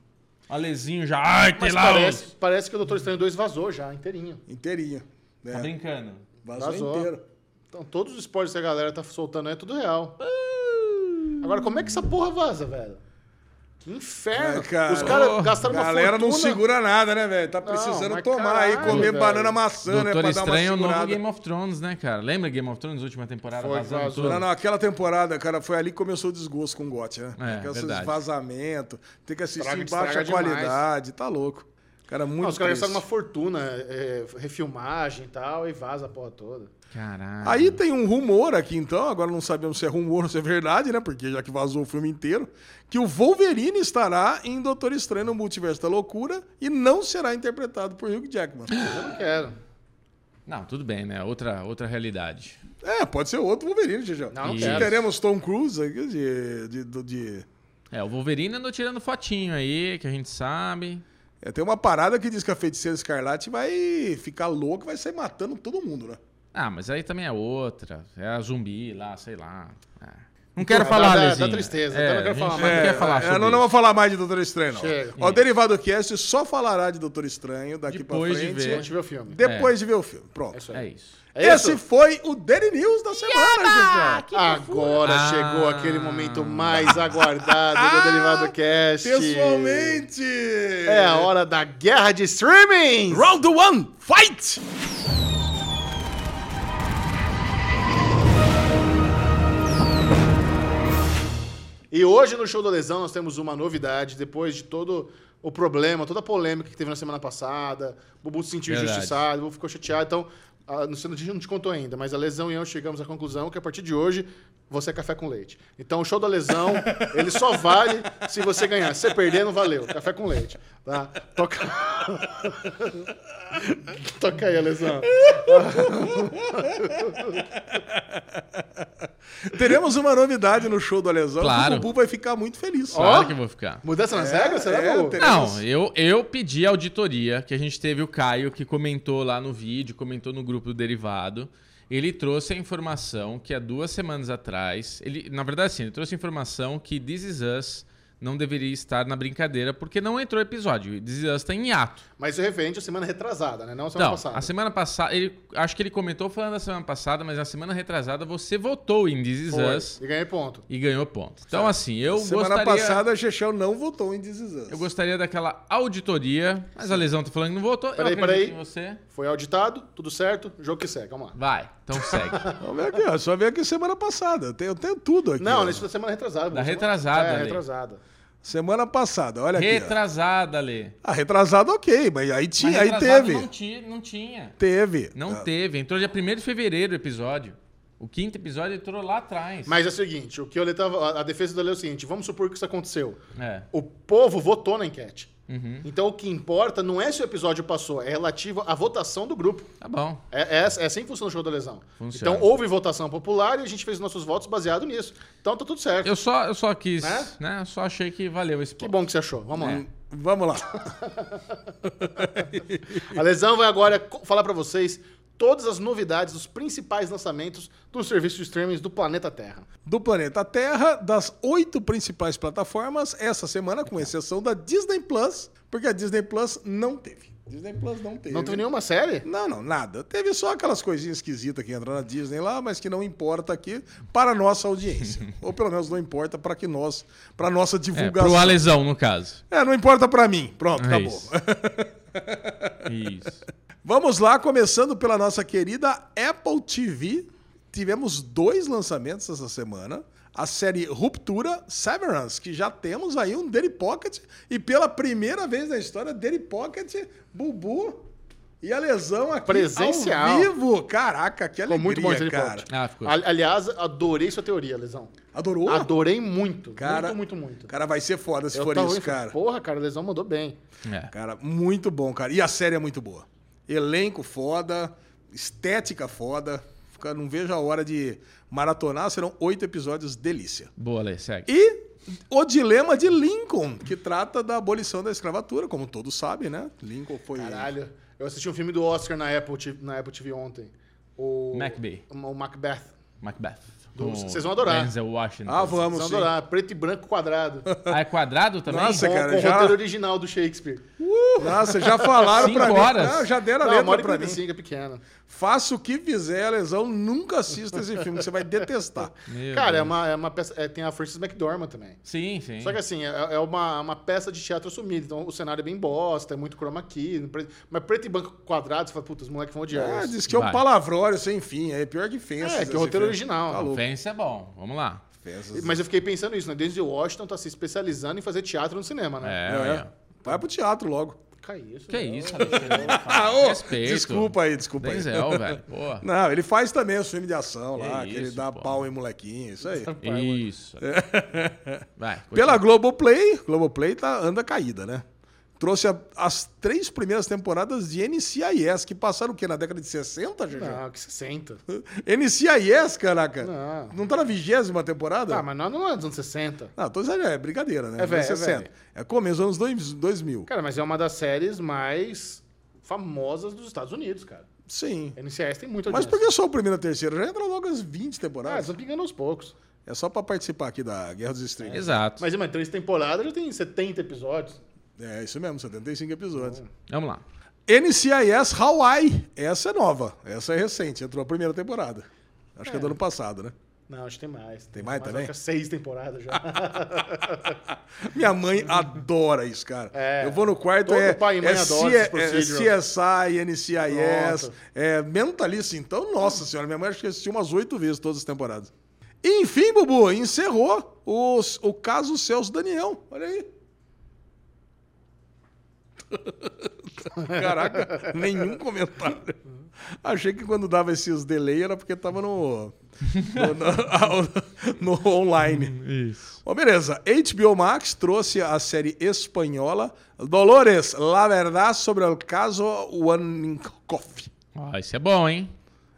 S2: Alezinho já. Ai, tem
S1: Mas
S2: lá.
S1: parece, parece que o Doutor Estranho 2 vazou já, inteirinho.
S4: Inteirinho. Né?
S2: o- Tá brincando.
S4: Vazou,
S1: Vazou.
S4: inteiro.
S1: Então todos os spoilers que a galera tá soltando aí é tudo real. Agora, como é que essa porra vaza, velho? Inferno.
S4: Ah, cara.
S1: Os caras
S2: Ô,
S1: gastaram uma
S4: galera não
S1: Tá fortuna.
S4: segura nada, né, velho? Tá
S1: Não,
S4: precisando
S1: mas
S4: tomar aí,
S1: caralho,
S4: comer
S1: velho.
S4: banana maçã, né?
S2: Doutor
S4: Pra dar uma
S2: Estranho é o novo
S4: segurada.
S2: Game of Thrones, né, cara? Lembra Game of Thrones, última temporada
S1: Foi,
S2: vazando
S1: vazou.
S2: tudo?
S4: Não, não, aquela temporada, cara, foi ali que começou o desgosto com o GOT, né?
S2: É,
S4: Aqueles
S2: verdade.
S4: vazamentos, tem que assistir
S1: Estraga-
S4: em baixa
S1: estraga demais.
S4: qualidade, tá louco. Cara, muito
S1: Não, os caras gastaram
S4: preço.
S1: uma fortuna, é, refilmagem e tal, e vaza a porra toda.
S2: Caralho.
S4: Aí tem um rumor aqui, então, agora não sabemos se é rumor ou se é verdade, né? Porque já que vazou o filme inteiro, que o Wolverine estará em Doutor Estranho no Multiverso da Loucura e não será interpretado por Hugh Jackman.
S1: Eu não quero.
S2: Não, tudo bem, né? Outra, outra realidade.
S4: É, pode ser outro Wolverine, Gegel.
S1: Não, não
S2: E-
S1: quero.
S4: Teremos Tom Cruise aqui de. de, do- de-
S2: É, o Wolverine andou tirando fotinho aí, que a gente sabe.
S4: É, tem uma parada que diz que a feiticeira escarlate vai ficar louca e vai sair matando todo mundo, né?
S2: Ah, mas aí também é outra. É a zumbi lá, sei lá. É. Não
S1: Então,
S2: quero
S1: Dá-
S2: falar,
S1: dá- dá
S2: Lezinha.
S1: tristeza,
S2: é,
S1: então não quero
S2: a
S1: falar
S2: gente
S1: mais.
S2: Não
S1: É,
S2: quer falar
S4: eu
S2: sobre
S4: não, não vou falar mais de Doutor Estranho, não.
S1: Chega.
S4: Ó, O Derivado Cast só falará de Doutor Estranho daqui
S2: Depois
S4: pra
S2: de
S4: frente.
S2: ver.
S1: Quando tiver o filme.
S4: Depois de ver o filme. Pronto.
S1: isso
S2: isso.
S1: aí.
S2: É isso.
S1: É isso?
S4: Esse foi o Daily News da semana, gente.
S1: Agora
S2: Ah.
S1: chegou aquele momento mais aguardado do Derivado Cast.
S4: Ah. Pessoalmente!
S1: É a hora da guerra de streamings!
S4: Round one, fight!
S1: E hoje no show do Lesão nós temos uma novidade, depois de todo o problema, toda a polêmica que teve na semana passada, o Bubu se sentiu
S2: Verdade.
S1: injustiçado, o Bubu ficou chateado, então, ah, não sei, a gente não te contou ainda, mas a Lesão e eu chegamos à conclusão que a partir de hoje você é café com leite. Então o show da Lesão, ele só vale se você ganhar. Se você perder, não valeu. Café com leite. Tá? Toca... Toca aí, a Lesão.
S4: Teremos uma novidade no show do Alesão.
S2: Claro.
S4: que O Bubu vai ficar muito feliz.
S2: Claro que eu vou ficar.
S1: Mudança nas regras? Será,
S4: é,
S1: Bubu?
S4: tem-
S2: Não, eu, eu pedi a auditoria, que a gente teve o Caio que comentou lá no vídeo, comentou no grupo do Derivado. Ele trouxe a informação que há duas semanas atrás. Ele, na verdade, sim, ele trouxe a informação que This Is Us não deveria estar na brincadeira, porque não entrou episódio. This Is Us tá em hiato.
S1: Mas isso é referente à semana retrasada, né? Não a semana
S2: Não,
S1: passada.
S2: a semana passada. Ele, acho que ele comentou falando da semana passada, mas na semana retrasada você votou em This Is Us
S1: Foi. E ganhei ponto.
S2: e ganhou ponto. Então, assim, eu
S4: Semana
S2: gostaria.
S4: passada, a Chechel não votou em This Is Us.
S2: Eu gostaria daquela auditoria, mas a lesão tá falando que não voltou.
S1: Peraí,
S2: eu acredito
S1: peraí.
S2: em você.
S1: Foi auditado, tudo certo, jogo que segue, vamos lá.
S2: Vai, então segue.
S4: Vamos ver aqui, ó. Só veio aqui semana passada. Eu tenho, eu tenho tudo aqui. ó.
S1: Não, isso da semana retrasada.
S2: Da
S1: Semana-
S2: retrasada,
S1: É,
S2: Tá Ale.
S1: retrasada.
S4: Semana passada, olha aqui. ó.
S2: Retrasada, Lê.
S4: Ah, retrasado, ok, mas aí tinha,
S2: Mas
S4: aí
S2: retrasado
S4: teve.
S2: Não, ti- não tinha.
S4: Teve.
S2: Não
S1: Tá.
S4: Ah,
S2: teve. Entrou dia 1 de fevereiro o episódio. O quinto episódio entrou lá atrás.
S1: Mas é o seguinte, o que eu le- tava- a- a defesa do Ale é o seguinte, vamos supor que isso aconteceu.
S2: É.
S1: O povo votou na enquete.
S2: Uhum.
S1: Então o que importa não é se o episódio passou, é relativo à votação do grupo.
S2: Tá bom.
S1: É, é, é assim que funciona o show da lesão.
S2: Funciona.
S1: Então houve votação popular e a gente fez nossos votos baseado nisso. Então tá tudo certo.
S2: Eu só, eu só quis,
S1: Né?
S2: né? Eu só achei que valeu esse
S1: Que
S2: ponto.
S1: bom que você achou. Vamos
S2: É.
S1: lá.
S4: Vamos lá.
S1: A Lesão vai agora co- falar pra vocês todas as novidades dos principais lançamentos do serviço de streaming do planeta Terra.
S4: Do planeta Terra, das oito principais plataformas, essa semana, com exceção da Disney Plus, porque a Disney Plus não teve. Disney Plus não teve.
S1: Não teve nenhuma série?
S4: Não, não, nada. Teve só aquelas coisinhas esquisitas que entram na Disney lá, mas que não importa aqui para a nossa audiência. Ou pelo menos não importa para que nós, para nossa
S2: É,
S4: divulgação.
S2: pro Alesão, no caso.
S4: É, não importa para mim. Pronto,
S2: É
S4: acabou.
S2: isso. Isso.
S4: Vamos lá, começando pela nossa querida Apple TV. Tivemos dois lançamentos essa semana. A série Ruptura Severance, que já temos aí um Daily Pocket. E pela primeira vez na história, Daily Pocket, Bubu e a lesão aqui
S1: Presencial.
S4: ao vivo. Caraca, que
S1: Ficou
S4: alegria,
S1: muito bom esse
S4: cara.
S1: repórter.
S2: Ah, ficou.
S1: Ali- Aliás, adorei sua teoria, Lesão.
S4: Adorou?
S1: Adorei muito.
S4: Cara,
S1: muito, muito, muito.
S4: Cara, vai ser foda se
S1: Eu
S4: for
S1: tava
S4: isso,
S1: ouvindo e falei,
S4: cara.
S1: Porra, cara, Lesão mandou bem.
S2: É.
S4: Cara, muito bom, cara. E a série é muito boa. Elenco foda, estética foda. Fica- Não vejo a hora de maratonar, serão oito episódios delícia.
S2: Boa, Lê, segue.
S4: E o dilema de Lincoln, que trata da abolição da escravatura, como todos sabem, né? Lincoln foi.
S1: Caralho. Eu assisti um filme do Oscar na Apple, T- na Apple TV ontem. O
S2: Macbeth.
S1: O Macbeth.
S2: Macbeth.
S1: Do-
S2: Com
S1: vocês vão adorar.
S2: Denzel Washington.
S4: Ah, vamos.
S1: Vocês
S4: sim.
S1: vão adorar. Preto e branco quadrado.
S2: Ah, é quadrado também?
S4: Nossa,
S1: com
S4: cara,
S1: com o
S4: já-
S1: roteiro original do Shakespeare.
S4: Nossa, já falaram
S2: Cinco
S4: pra
S2: horas?
S4: mim. Não, já deram a
S1: Não, uma hora
S4: letra
S1: e
S4: pra mim.
S1: 45 é pequena.
S4: Faça o que fizer, lesão, nunca assista esse filme, que você vai detestar.
S2: Meu
S1: Cara, é
S2: Deus.
S1: uma, é uma peça. é, tem a Frances McDormand também.
S2: Sim, sim.
S1: Só que assim, é, é uma, uma peça de teatro sumida. Então o cenário é bem bosta, é muito chroma key. não pre- Mas preto e branco quadrado, você fala, puta, os moleques vão odiar.
S4: Ah,
S1: isso.
S4: diz que é um
S2: Vai.
S4: palavrório sem fim, é pior que fensa.
S1: É, que o roteiro original. né?
S4: Tá louco.
S2: Ofensa é bom. Vamos lá.
S4: Fensas.
S1: Mas eu fiquei pensando nisso, né? Desde o Washington tá se especializando em fazer teatro no cinema,
S2: É,
S1: né?
S2: olha.
S4: Vai pro teatro logo.
S1: Que isso,
S2: Que
S1: né?
S2: isso, Alexandre?
S4: Ah, ô,
S2: Respeito.
S4: Desculpa aí, desculpa aí.
S2: Denzel, velho. Porra.
S4: Não, ele faz também os filmes de ação lá,
S2: Que
S4: que ele
S2: isso,
S4: dá
S2: pô.
S4: pau em molequinho, isso aí.
S2: Isso. Vai.
S4: É. Pela
S2: continua.
S4: Globoplay, Globoplay tá, anda caída, né? Trouxe a- as três primeiras temporadas de NCIS, que passaram o quê? Na década de 60, já?
S1: Não, Ah, que 60.
S4: NCIS, caraca!
S1: Não.
S4: Não, tá na vigésima temporada?
S1: Tá, mas não não é dos anos 60.
S4: Não, tô exagerando, é brincadeira, né?
S1: É velho, é
S4: 60.
S1: velho.
S4: É começo dos anos 2000.
S1: Cara, mas é uma das séries mais famosas dos Estados Unidos, cara.
S4: Sim.
S1: A NCIS tem muita
S4: Mas
S1: audiência.
S4: por que só o primeiro e o terceiro? Já entra logo as 20
S1: Ah, eles
S4: temporadas.
S1: estão pingando aos poucos.
S4: É só pra participar aqui da Guerra dos Streams.
S2: Exato.
S1: Mas, irmão, três temporadas já tem 70 episódios.
S4: É, isso mesmo, 75 episódios.
S2: Vamos lá.
S4: NCIS Hawaii. Essa é nova. Essa é recente. Entrou a primeira temporada. Acho que é do ano passado, né?
S1: Não, acho que tem mais. Tem,
S4: mais também?
S1: acho que é seis temporadas já.
S4: Minha mãe adora isso, cara.
S1: É.
S4: Eu vou no quarto,
S1: Todo
S4: é,
S1: pai e mãe
S4: é,
S1: adora
S4: C-
S1: esses
S4: é
S1: procedural.
S4: CSI, NCIS,
S1: Pronto.
S4: é Mentalista. Então, nossa senhora, minha mãe acho que assistiu umas oito vezes todas as temporadas. Enfim, Bubu, encerrou os- o caso Celso Daniel. Olha aí. Caraca, nenhum comentário. Achei que quando dava esses delay era porque tava no, no- no- no online.
S2: Isso.
S4: Bom, beleza. HBO Max trouxe a série espanhola Dolores, la verdad sobre el caso Wanikoff.
S2: Ó, esse é bom, hein?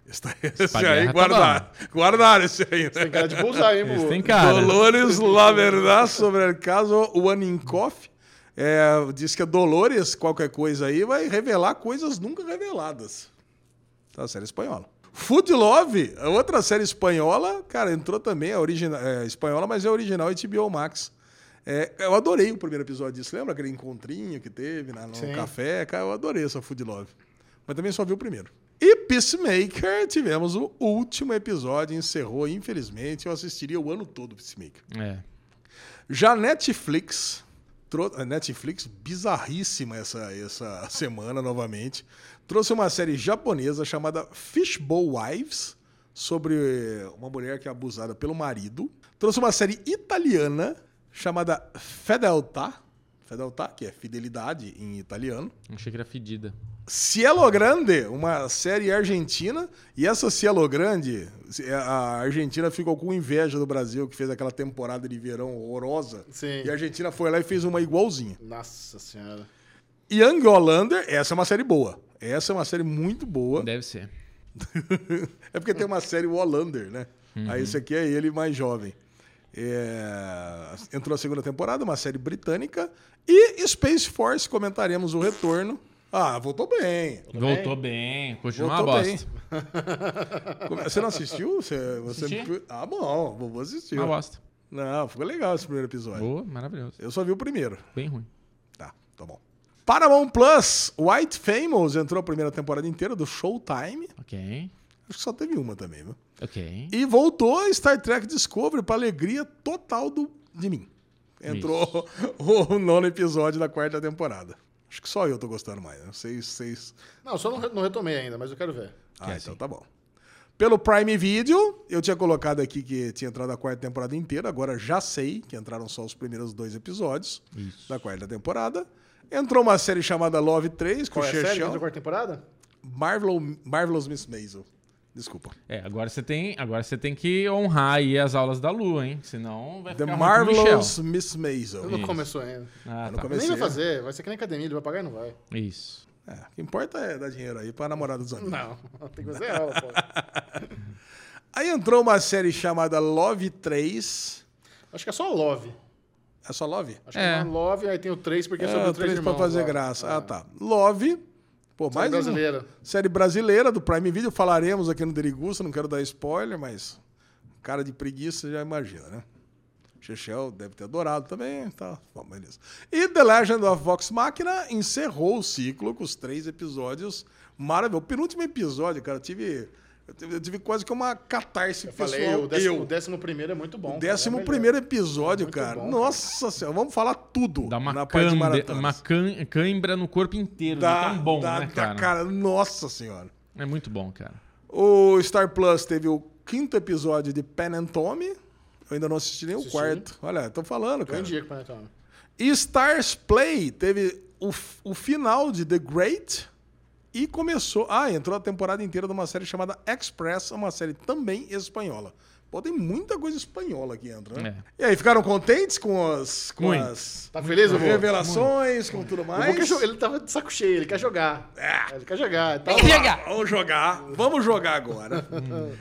S4: Está esse
S2: Espaguerra
S4: aí,
S2: tá
S4: guardar. guardar esse aí. né?
S1: tem cara de bullseye, hein,
S2: Esse
S1: Bubu?
S2: tem cara.
S4: Dolores, la verdad sobre el caso Wanikoff. É, diz que a Dolores, qualquer coisa aí, vai revelar coisas nunca reveladas. Tá, série espanhola. Food Love, é outra série espanhola, cara, entrou também, é, original, é espanhola, mas é original HBO Max. É, eu adorei o primeiro episódio disso, lembra aquele encontrinho que teve na, no
S1: Sim.
S4: café? Cara, eu adorei essa Food Love. Mas também só vi o primeiro. E Peacemaker, tivemos o último episódio, encerrou, infelizmente, eu assistiria o ano todo Peacemaker.
S2: É.
S4: Já Netflix. trou- a Netflix, bizarríssima essa, essa semana novamente. Trouxe uma série japonesa chamada Fishbowl Wives, sobre uma mulher que é abusada pelo marido. Trouxe uma série italiana chamada Fedeltà. Fedeltà, que é fidelidade em italiano.
S2: Achei que era fedida.
S4: Cielo Grande, uma série argentina. E essa Cielo Grande, é, a Argentina ficou com inveja do Brasil, que fez aquela temporada de verão horrorosa.
S1: Sim.
S4: E a Argentina foi lá e fez uma igualzinha.
S1: Nossa senhora.
S4: Young Olander, essa é uma série boa. Essa é uma série muito boa.
S2: Deve ser.
S4: é porque tem uma série Wallander, né? Aí esse aqui é ele mais jovem. É, Entrou a segunda temporada, uma série britânica. E Space Force, comentaremos o retorno. Ah, voltou bem.
S2: Voltou bem. Continua uma
S4: Voltou
S2: bosta.
S4: bem. Como- Você não assistiu? Você, você...
S2: Assisti.
S4: Ah, bom, vou assistir.
S2: Uma bosta.
S4: Não, ficou legal esse primeiro episódio.
S2: Boa, maravilhoso.
S4: Eu só vi o primeiro.
S2: Bem ruim.
S4: Tá, tá bom. Paramount Plus, White Famous entrou a primeira temporada inteira do Showtime.
S2: Ok.
S4: Acho que só teve uma também, viu?
S2: Ok.
S4: E voltou Star Trek Discovery pra alegria total do, de mim. Entrou o, nono episódio da quarta temporada. Acho que só eu tô gostando mais. Né? Vocês, vocês
S1: Não, só não, re- não retomei ainda, mas eu quero ver.
S4: Ah, então tá bom. Pelo Prime Video, eu tinha colocado aqui que tinha entrado a quarta temporada inteira, agora já sei que entraram só os primeiros dois episódios da quarta temporada. Entrou uma série chamada Love 3, com
S1: Qual
S4: o
S1: é a série que entra na
S4: Xerxão.
S1: quarta temporada?
S4: Marvel, Marvelous Miss Maisel. Desculpa.
S2: É, agora você tem, agora você tem que honrar aí as aulas da Lua, hein? Senão vai
S4: The
S2: ficar ruim pro
S4: Marvelous
S2: Michel.
S4: Miss
S1: Eu
S4: Maisel.
S1: não começou ainda.
S2: Ah,
S4: Eu não
S2: tá.
S4: comecei.
S1: Nem vai fazer, vai ser que nem academia, ele vai pagar e não vai.
S2: Isso.
S4: É, o que importa é dar dinheiro aí pra namorada dos amigos.
S1: Não, tem que fazer ela, pô.
S4: Aí entrou uma série chamada Love 3.
S1: Acho que é só Love.
S4: É só Love?
S1: Acho
S2: É.
S1: que é Love, aí tem o 3, porque é
S4: É,
S1: sobre
S4: o
S1: os três
S4: 3 pra
S1: irmãos.
S4: fazer
S1: lá.
S4: graça.
S1: É.
S4: Ah, tá. Love. Pô,
S1: Série
S4: mais um-
S1: brasileira.
S4: série brasileira do Prime Video. Falaremos aqui no Derigusta, não quero dar spoiler, mas cara de preguiça já imagina, né? Chechel deve ter adorado também, tá? Bom, beleza. E The Legend of Vox Machina encerrou o ciclo com os três episódios maravilhosos. O penúltimo episódio, cara, eu tive, eu tive, eu tive quase que uma catarse
S1: Eu
S4: pessoal.
S1: falei, o décimo,
S4: eu.
S1: o décimo primeiro é muito bom. cara, é
S4: Décimo
S1: melhor.
S4: primeiro episódio, cara.
S1: bom,
S4: Nossa senhora, vamos falar tudo
S2: Dá uma,
S4: na parte de
S2: câimbra,
S4: maratona.
S2: uma cân- cãibra no corpo inteiro.
S4: Dá,
S2: né? tão bom,
S4: dá,
S2: né,
S4: dá,
S2: cara?
S4: cara. Nossa senhora.
S2: É muito bom, cara.
S4: O Star Plus teve o quinto episódio de Pen and Tommy. Eu ainda não assisti nem o
S1: Assisti.
S4: quarto. Olha, tô falando, cara.
S1: Grande dia que o Panetone.
S4: E Stars Play teve o, f- o final de The Great e começou. Ah, entrou a temporada inteira de uma série chamada Express, uma série também espanhola. Pô, tem muita coisa espanhola que entra, né? E aí, ficaram contentes com as, com
S2: Muito.
S4: as
S1: Tá feliz, vô?
S4: revelações, com tudo
S1: O vô
S4: mais? É.
S1: quer jogar- Ele tava de saco cheio, ele quer jogar. Ele quer
S2: Então
S1: jogar. Tá
S4: Vamos jogar. Vamos jogar agora.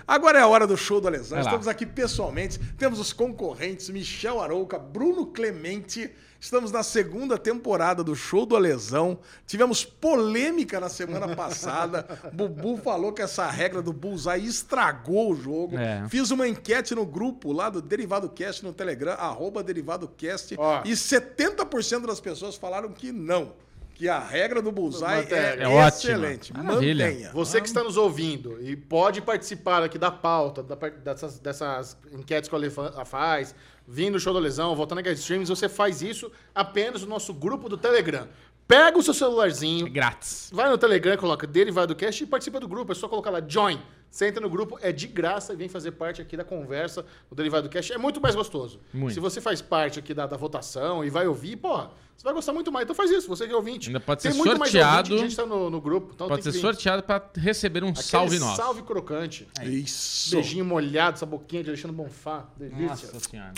S4: agora é a hora do show do Alesão.
S2: Vai lá.
S4: Estamos aqui pessoalmente. Temos os concorrentes Michel Arouca, Bruno Clemente. Estamos na segunda temporada do show do Alesão. Tivemos polêmica na semana passada. Bubu falou que essa regra do Bullseye estragou o jogo.
S2: É.
S4: Fiz uma enquete no grupo lá do Derivado Cast no Telegram, arroba DerivadoCast.
S1: Ó.
S4: E 70% das pessoas falaram que não. Que a regra do Bullseye é,
S1: Mantega.
S2: É ótima.
S4: excelente.
S2: Maravilha.
S4: Mantenha.
S1: Você que está nos ouvindo e pode participar aqui da pauta, da par- dessas, dessas enquetes que o Alefan faz, vindo no show da lesão, voltando aqui às streams, você faz isso apenas no nosso grupo do Telegram. Pega o seu
S2: É
S1: celularzinho,
S2: grátis.
S1: vai no Telegram, coloca Derivado Cast e participa do grupo. É só colocar lá Join. Você entra no grupo, é de graça e vem fazer parte aqui da conversa do Derivado Cast. É muito mais gostoso.
S2: Muito.
S1: Se você faz parte aqui da, da votação e vai ouvir, porra, você vai gostar muito mais. Então faz isso, você que é ouvinte.
S2: Ainda pode
S1: Tem
S2: ser
S1: muito mais
S2: sorteado.
S1: ouvinte, a gente tá no, no grupo. Então
S2: Pode
S1: tem
S2: ser
S1: que vir.
S2: sorteado pra receber um
S1: Aquele
S2: salve nosso.
S1: Salve crocante.
S4: Isso.
S1: Beijinho molhado, essa boquinha de Alexandre Bonfá. Delícia.
S2: Nossa senhora.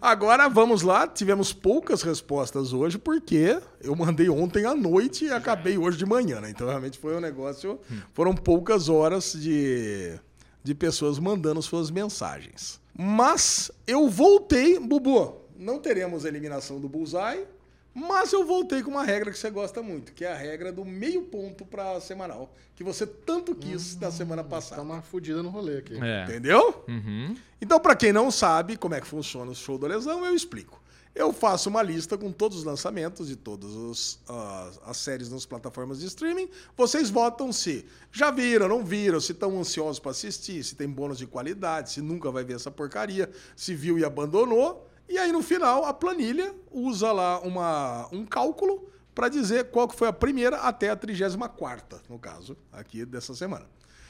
S4: Agora vamos lá, tivemos poucas respostas hoje, porque eu mandei ontem à noite e acabei hoje de manhã, né? Então realmente foi um negócio.
S2: Hum.
S4: Foram poucas horas de, de pessoas mandando suas mensagens. Mas eu voltei, Bubu, não teremos a eliminação do Bullseye, mas eu voltei com uma regra que você gosta muito, que é a regra do meio ponto para semanal, que você tanto quis na semana
S2: Hum,
S1: Tá
S4: passada.
S1: uma fudida no rolê aqui.
S2: É.
S4: Entendeu?
S2: Uhum.
S4: Então, pra quem não sabe como é que funciona o show do Lesão, eu explico. Eu faço uma lista com todos os lançamentos de todas os, ah, as séries nas plataformas de streaming. Vocês votam se já viram, não viram, se estão ansiosos pra assistir, se tem bônus de qualidade, se nunca vai ver essa porcaria, se viu e abandonou. E aí, no final, a planilha usa lá uma, um cálculo pra dizer qual que foi a primeira até a 34ª, no caso, aqui dessa semana.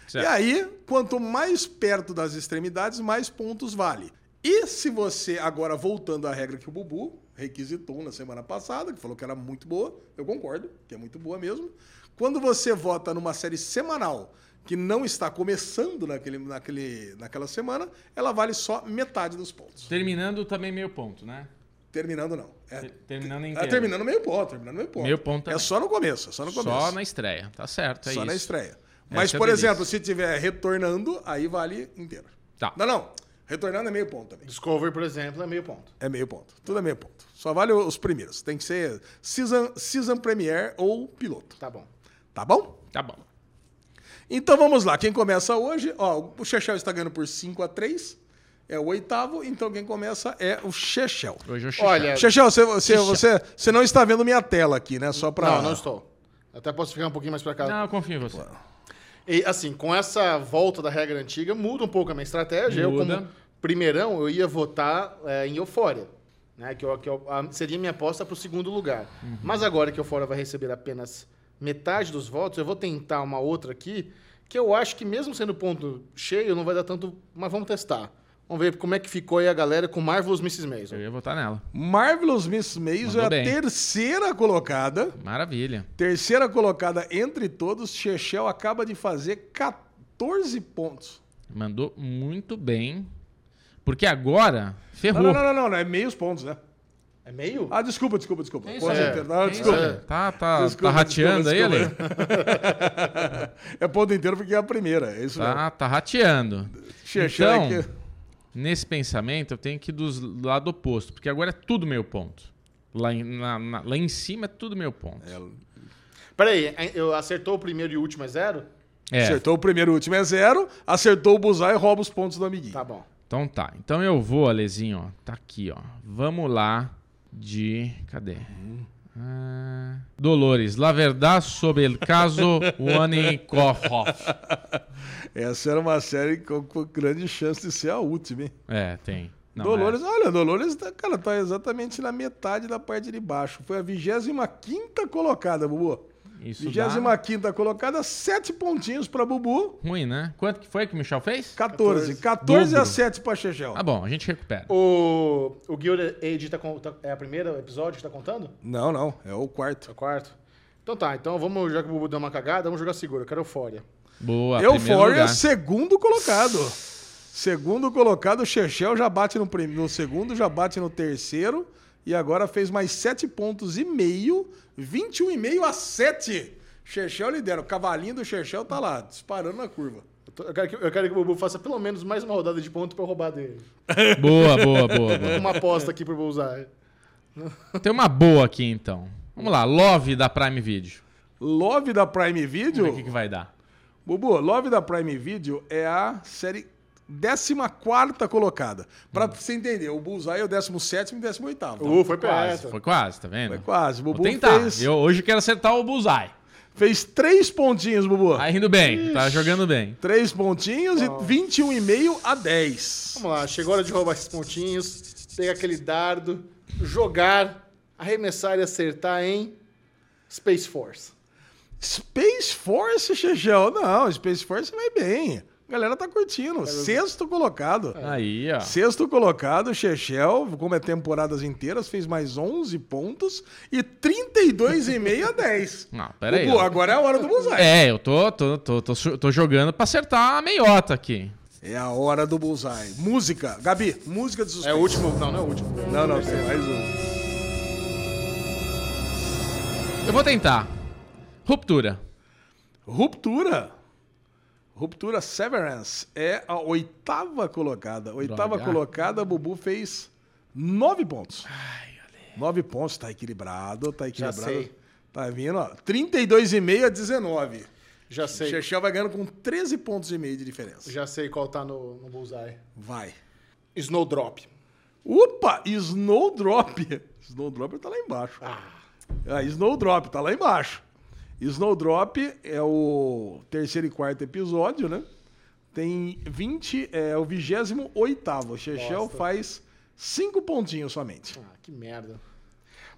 S2: Certo.
S4: E aí, quanto mais perto das extremidades, mais pontos vale. E se você, agora voltando à regra que o Bubu requisitou na semana passada, que falou que era muito boa, eu concordo, que é muito boa mesmo. Quando você vota numa série semanal que não está começando naquele, naquele, naquela semana, ela vale só metade dos pontos.
S2: Terminando também meio ponto, né?
S4: Terminando, não. É,
S2: Ter- Terminando em
S4: é terminando meio ponto, terminando meio ponto.
S2: Meio ponto
S4: É
S2: também.
S4: só no começo, é só no começo.
S2: Só na estreia. Tá certo, é
S4: Só
S2: isso.
S4: na estreia. Mas,
S2: é a
S4: por
S2: delícia.
S4: exemplo, se tiver retornando, aí vale inteiro.
S2: Tá.
S4: Não, não. Retornando é meio ponto também.
S1: Discovery, por exemplo, é meio ponto.
S4: É meio ponto. Tudo é meio ponto. Só vale os primeiros. Tem que ser season, season premiere ou piloto.
S1: Tá bom.
S4: Tá bom?
S2: Tá bom.
S4: Então vamos lá. Quem começa hoje, ó, o Chechel está ganhando por 5 a 3 É o oitavo, então quem começa é o Chechel.
S2: Hoje eu xixi.
S1: Olha,
S4: Chechel, você, você, você, você não está vendo minha tela aqui, né? Só pra.
S1: não, não estou. Até posso ficar um pouquinho mais pra cá.
S2: Não, eu confio em você.
S1: E assim, com essa volta da regra antiga, muda um pouco a minha estratégia. Eu,
S2: Muda.
S1: como primeirão, eu ia votar é, em Eufória. Né, que eu- que eu- a- seria minha aposta para o segundo lugar. Mas agora que Eufória vai receber apenas metade dos votos, eu vou tentar uma outra aqui, que eu acho que mesmo sendo ponto cheio, não vai dar tanto. Mas vamos testar. Vamos ver como é que ficou aí a galera com Marvelous Mrs. Mason.
S2: Eu ia votar nela.
S4: Marvelous Miss Maisel é a
S2: Mandou bem.
S4: terceira colocada.
S2: Maravilha.
S4: Terceira colocada entre todos, Chechel acaba de fazer 14 pontos.
S2: Mandou muito bem. Porque agora,
S4: Não,
S2: ferrou.
S4: não, não, não, não, não, é meios pontos, né?
S1: É meio?
S4: Ah, desculpa, desculpa, desculpa.
S2: É isso
S4: Ponto
S1: aí.
S4: inteiro. Não,
S2: É isso,
S4: desculpa.
S2: né? Tá, tá,
S4: Desculpa,
S2: tá rateando
S4: desculpa,
S2: aí,
S4: desculpa.
S2: Ale?
S4: É ponto inteiro porque é a primeira, é isso mesmo.
S2: Tá, tá rateando.
S4: Chechel
S2: Então,
S4: é que-
S2: Nesse pensamento, eu tenho que ir do lado oposto. Porque agora é tudo meu ponto. Lá em, na- na- lá em cima é tudo meu ponto.
S1: Peraí, eu acertou o primeiro e o último é zero?
S2: É,
S4: Acertou o primeiro, o último é zero. Acertou o buzar e rouba os pontos do amiguinho.
S1: Tá bom.
S2: Então tá. Então eu vou, Alezinho, ó. Tá aqui, ó. Vamos lá de. Cadê?
S4: Uhum.
S2: Ah, Dolores, la verdad sobre el caso Wani Kohoff.
S4: Essa era uma série com, com grande chance de ser a última, hein?
S2: É, tem. Não,
S4: Dolores, olha, Dolores, tá- cara, tá exatamente na metade da parte de baixo. Foi a 25 colocada, Bubu.
S2: é. Isso dá
S4: 25 colocada, 7 pontinhos pra Bubu,
S2: ruim, né? Quanto que foi que o Michel fez?
S4: 14. 14, a
S2: Dobro.
S4: 7 pra Chechel.
S2: Tá bom, a gente recupera.
S1: O, o Guild Age tá, con- tá- é a primeira episódio que tá contando?
S4: Não, não, é o
S1: É
S4: quarto.
S1: o quarto? Então tá, então vamos, já que o Bubu deu uma cagada, vamos jogar seguro. Eu quero Eufória.
S2: Boa, primeiro
S4: Euphoria,
S2: lugar.
S4: segundo colocado. Segundo colocado, o Chechel já bate no, prim- no segundo, já bate no terceiro. E agora fez mais 7 pontos e meio, 21,5 a 7. Chechel lidera. O cavalinho do Chechel tá lá, disparando na curva.
S1: Eu, tô- eu quero que, eu quero que o Bubu faça pelo menos mais uma rodada de ponto pra eu roubar dele.
S2: Boa, boa, boa, boa.
S1: Uma aposta aqui pro Bubu usar.
S2: Tem uma boa aqui então. Vamos lá, Love da Prime Video.
S4: Love da Prime Video.
S2: Vamos ver o que, que vai dar.
S4: Bubu, Love da Prime Video é a série 14 colocada.
S2: Hum.
S4: Pra você entender, o Bullseye é o 17 e 18.
S1: Uh, foi
S2: Quase,
S1: perto.
S2: foi quase, tá vendo?
S4: Foi quase.
S2: Vou
S4: Bubu
S2: tentar.
S4: fez,
S2: Eu hoje quero acertar o Bullseye.
S4: fez três pontinhos, Bubu.
S2: Tá indo bem, tá jogando bem.
S4: Três pontinhos e 21,5 a 10.
S1: Vamos lá, chegou a hora de roubar esses pontinhos, pegar aquele dardo, jogar, arremessar e acertar em Space Force.
S4: Space Force, Xexel. Não, Space Force vai bem. A galera tá curtindo. Sexto colocado.
S2: Aí, ó.
S4: Sexto colocado, Chechel, como é temporadas inteiras, fez mais 11 pontos e 32,5 a 10.
S2: Não, pera aí.
S4: Bubu,
S2: ó.
S4: agora é a hora do Bullseye.
S2: É, eu tô, tô, tô, tô, su- tô jogando pra acertar a meiota aqui.
S4: É a hora do Bullseye. Música. Gabi, música de suspense.
S1: É o último? Não, não é o último.
S4: Não, não, tem mais um.
S2: Eu vou tentar. Ruptura.
S4: Ruptura. Ruptura Severance é a oitava colocada. Oitava
S2: Droga.
S4: colocada, Bubu fez nove pontos. Nove pontos, tá equilibrado, tá equilibrado.
S1: sei.
S4: Tá vindo, ó. 32,5 a 19.
S1: Já sei.
S4: Chechel vai ganhando com 13 pontos e meio de diferença.
S1: Já sei qual tá no, no Bullseye.
S4: Vai.
S1: Snowdrop.
S4: Opa! Snowdrop. Snowdrop tá lá embaixo. Ah, Snowdrop tá lá embaixo. Snowdrop é o terceiro e quarto episódio, né? Tem 20, é o 28. Chechel faz 5 pontinhos somente.
S1: Ah, que merda.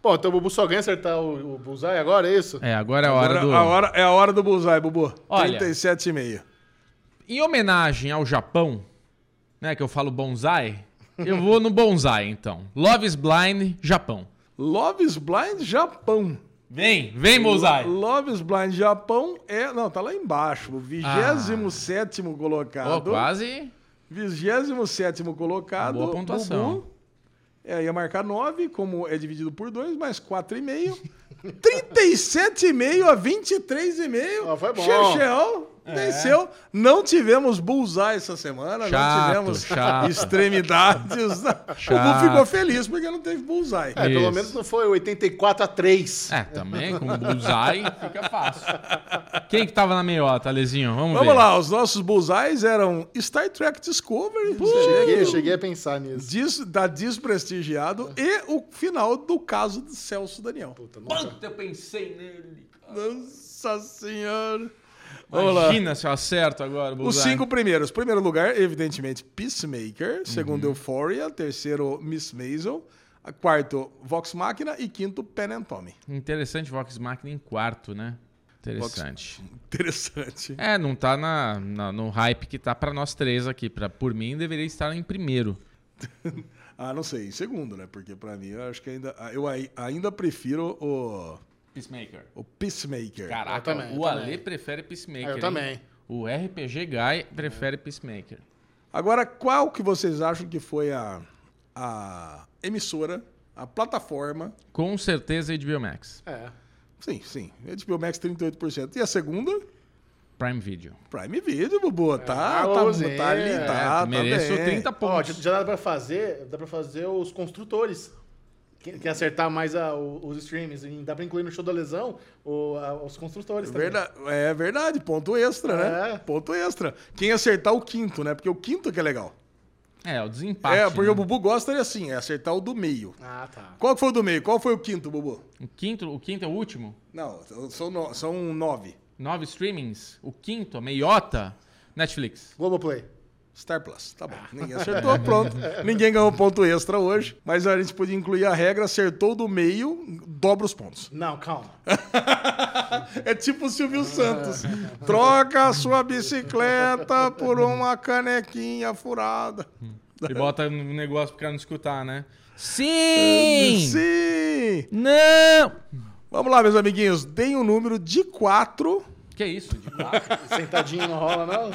S1: Bom, então o Bubu só ganha acertar o, o Bullseye agora, é isso?
S2: É, agora é a hora
S4: Agora,
S2: do.
S4: a hora- é a hora do bullseye, Bubu.
S2: Olha.
S4: 37,5.
S2: Em homenagem ao Japão, né, que eu falo bonsai, eu vou no bonsai então. Love is Blind, Japão.
S4: Love is Blind Japão.
S2: Vem, vem, bonsai.
S4: Love is Blind Japão é. Não, tá lá embaixo.
S2: Ah.
S4: O 27
S2: Ó,
S4: colocado.
S2: quase.
S4: 27 colocado.
S2: Boa pontuação.
S4: Bubu. É, ia marcar 9, como é dividido por 2, mais 4,5. 37,5 a 23,5.
S1: Ó, Ah, foi bom.
S4: Chechel
S2: É.
S4: venceu. Não tivemos bullseye essa semana.
S2: Chato,
S4: não tivemos
S2: chato.
S4: extremidades. O
S2: Chato.
S4: Bu ficou feliz porque não teve bullseye.
S1: É, pelo
S2: Isso.
S1: menos não foi 84 a 3.
S2: É, também, com bullseye fica fácil. Quem que tava na meiota, Lezinho? Vamos,
S4: Vamos
S2: ver.
S4: lá, os nossos bullseyes eram Star Trek Discovery.
S1: Cheguei,
S4: chega-
S1: cheguei a pensar nisso.
S4: Des, da desprestigiado e o final do caso de Celso Daniel.
S1: Puta, nunca.
S2: Eu pensei nele.
S4: Nossa senhora. Vamos lá.
S2: Imagina se eu acerto agora o
S4: Os
S2: bullseye.
S4: cinco primeiros. Primeiro lugar, evidentemente, Peacemaker. Segundo,
S2: Uhum.
S4: Euphoria. Terceiro, Miss Maisel. A- Quarto, Vox Machina. E quinto, Pen and Tommy.
S2: Interessante Vox Machina em quarto, né? Interessante.
S4: Interessante.
S2: É, não tá na, na- no hype que tá pra nós três aqui. Pra, por mim, deveria estar em primeiro.
S4: Ah, não sei. Em segundo, né? Porque pra mim, eu acho que ainda... ah, Eu ai- ainda prefiro o,
S2: Peacemaker.
S4: o Peacemaker.
S2: Caraca,
S1: Eu também, eu
S2: o Ale
S1: também.
S2: prefere Peacemaker.
S1: Eu
S2: hein?
S1: também.
S2: O RPG Guy prefere Peacemaker.
S4: Agora, qual que vocês acham que foi a, a emissora, a plataforma...
S2: Com certeza HBO Max.
S1: É.
S4: Sim, sim. HBO Max, 38%. E a segunda...
S2: Prime Video.
S4: Prime Video, Bubu. Tá, tá,
S1: Raulzinho,
S4: tá ali,
S1: é,
S4: tá, tá
S2: Mereço
S4: bem.
S2: 30
S1: Ó,
S2: pontos.
S1: já, já dá pra fazer, dá pra fazer os construtores. Quem quem acertar mais a- o- os streams, e dá pra incluir no show da lesão o- a- os construtores também.
S4: Verda- é verdade, ponto extra, né?
S1: É.
S4: Ponto extra. Quem acertar o quinto, né? Porque o quinto que é legal.
S2: É, o desempate.
S4: é, porque
S2: né?
S4: o Bubu gosta de assim, é acertar o do meio.
S1: Ah, tá.
S4: Qual que foi o do meio? Qual foi o quinto, Bubu?
S2: o quinto, o quinto é o último.
S4: Não, são, no- são nove.
S2: Nove streamings. O quinto, a meiota, Netflix.
S1: Globoplay.
S4: Star Plus, tá bom. Ninguém acertou, pronto. Ninguém ganhou ponto extra hoje. Mas a gente podia incluir a regra, acertou do meio, dobra os pontos.
S1: Não, calma.
S4: É tipo o Silvio Santos. Troca a sua bicicleta por uma canequinha furada.
S2: E bota no negócio pro cara não escutar, né? Sim!
S4: Sim!
S2: Não!
S4: Vamos lá, meus amiguinhos. Deem um número de quatro.
S2: Que isso? De
S1: Sentadinho não rola, não?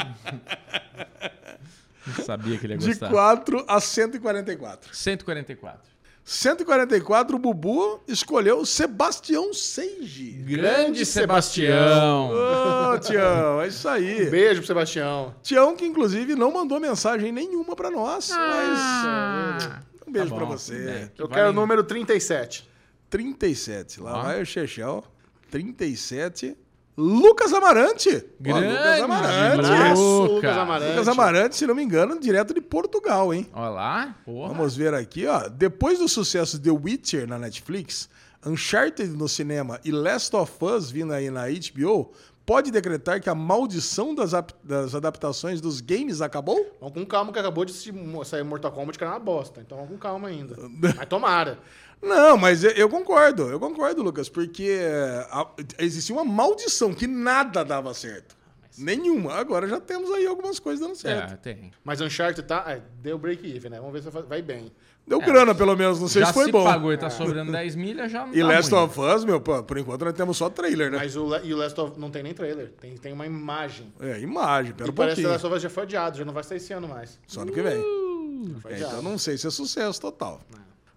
S2: Eu sabia que ele ia
S4: De
S2: gostar.
S4: 4 a 144.
S2: 144.
S4: 144, o Bubu escolheu Sebastião Seiji.
S2: Grande Sebastião!
S4: Ô, Tião, é isso aí.
S1: Beijo pro Sebastião.
S4: Tião, que inclusive não mandou mensagem nenhuma pra nós, mas um beijo
S2: Ah. Tá
S4: pra
S2: bom,
S4: você.
S2: tudo bem. Que
S1: Eu
S2: vai-
S1: quero o número 37.
S4: 37, lá
S2: Ó.
S4: vai o Chechel. 37, Lucas Amarante. Ó, Lucas
S2: Grande
S4: Amarante.
S2: Lucas.
S1: Abraço, Lucas
S2: Lucas
S1: Amarante.
S4: Lucas Amarante, se não me engano, direto de Portugal, hein?
S2: Olha lá. Porra.
S4: Vamos ver aqui, ó. Depois do sucesso de The Witcher na Netflix, Uncharted no cinema e Last of Us vindo aí na HBO, pode decretar que a maldição das, ap- das adaptações dos games acabou?
S1: Vamos com calma que acabou de se- sair Mortal Kombat, que era uma bosta. Então vamos com calma ainda. Mas tomara.
S4: Não, mas eu, eu concordo, eu concordo, Lucas, porque é, a- existia uma maldição que nada dava certo. Nenhuma. Agora já temos aí algumas coisas dando certo.
S2: É, tem.
S1: Mas Uncharted tá... é, deu break-even, né? Vamos ver se vai- vai bem.
S4: Deu grana, pelo menos, não sei
S2: é. Já
S4: se foi
S2: se
S4: bom.
S2: pagou e tá sobrando 10 milhas, já não
S4: E
S2: tá
S4: Last
S2: ruim.
S4: of Us, meu, pô, por enquanto nós temos só trailer, né?
S1: Mas o, Le- e o Last of... Não tem nem trailer. Tem, tem uma imagem.
S4: É, imagem, pera
S1: E
S4: um
S1: parece que o
S4: pouquinho.
S1: Last of Us já foi adiado. Já não vai sair esse ano mais.
S4: Só no que vem.
S1: Já Foi
S4: É,
S1: adiado.
S4: então não sei se é sucesso total.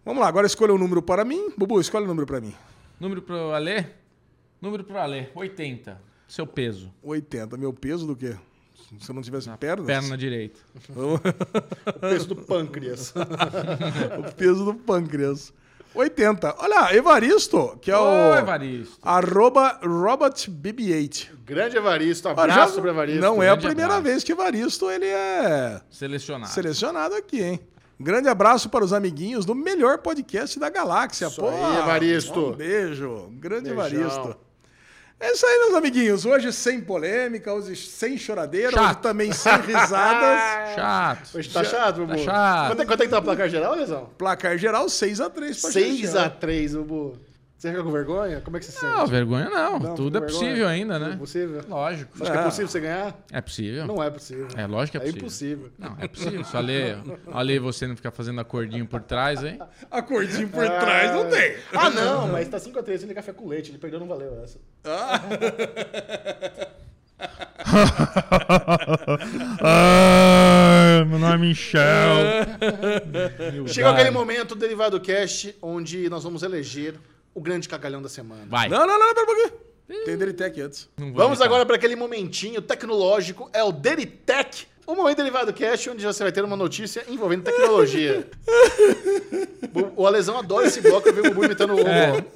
S4: Vamos lá, agora escolha um número para mim. Bubu, escolhe um número para mim.
S2: Número pro Alê? Número pro Alê, 80. Seu peso.
S4: 80. Meu peso do quê? Se eu não tivesse pernas?
S2: Perna direita.
S1: O preço do pâncreas.
S4: O peso do pâncreas. 80. Olha, Evaristo, que é o...
S2: Ô, Evaristo.
S4: Arroba RobertBB8.
S1: Grande Evaristo.
S4: Ah,
S1: Abraço sobre Evaristo.
S4: Não é a
S2: grande
S4: primeira
S2: abraço.
S4: vez que Evaristo ele é
S2: Selecionado.
S4: selecionado aqui, hein? Grande abraço para os amiguinhos do melhor podcast da galáxia.
S1: Isso
S4: Pô,
S1: aí, Evaristo.
S4: Um beijo. Grande
S1: Beijão.
S4: Evaristo. É isso aí, meus amiguinhos. Hoje sem polêmica, hoje sem choradeira,
S2: Chato.
S4: hoje também sem risadas.
S2: Chato.
S1: Hoje tá chato, Bubu?
S2: chato.
S1: Quanto é, quanto é que tá o placar geral, Lesão?
S4: Placar geral 6x3 né?
S1: 6x3, Bubu. Você fica com vergonha? Como é que você sente?
S2: Não, vergonha não. Tudo é
S1: vergonha.
S2: possível ainda, né?
S1: É possível?
S2: Lógico.
S1: Você acha que é possível você ganhar?
S2: É possível.
S1: Não é possível.
S2: É lógico que é
S1: É
S2: possível.
S1: impossível.
S2: Não, é possível. Só ler, ler você não ficar fazendo acordinho por trás, hein?
S4: A cordinha por
S1: É.
S4: trás não tem.
S1: Ah, não, mas tá 5x3 sem café com leite. Ele perdeu, não valeu essa.
S6: meu nome é Michel.
S1: Chegou aquele momento do Derivado Cast, onde nós vamos eleger o grande cagalhão da semana.
S2: Vai.
S4: Não, não, não, pera um pouquinho. Tem Deritec antes.
S2: Não vou
S1: Vamos
S2: imitar.
S1: agora para aquele momentinho tecnológico, é o Deritec, o momento derivado cast, onde você vai ter uma notícia envolvendo tecnologia. Bu- o Alesão adora esse bloco, eu vi o Bubu imitando o robô.
S2: É.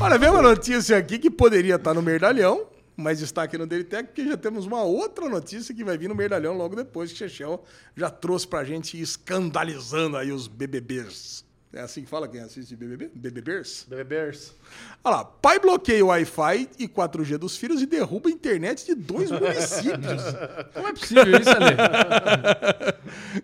S4: Olha, vem uma notícia aqui que poderia estar no Merdalhão, mas está aqui no Delitec, porque já temos uma outra notícia que vai vir no Merdalhão logo depois, que Chechel já trouxe pra gente escandalizando aí os BBBs. É assim que fala quem assiste BBB? BBBs?
S1: Bebebers.
S4: Olha lá, pai bloqueia o Wi-Fi e 4G dos filhos e derruba a internet de dois municípios.
S2: Como é possível isso, Ale?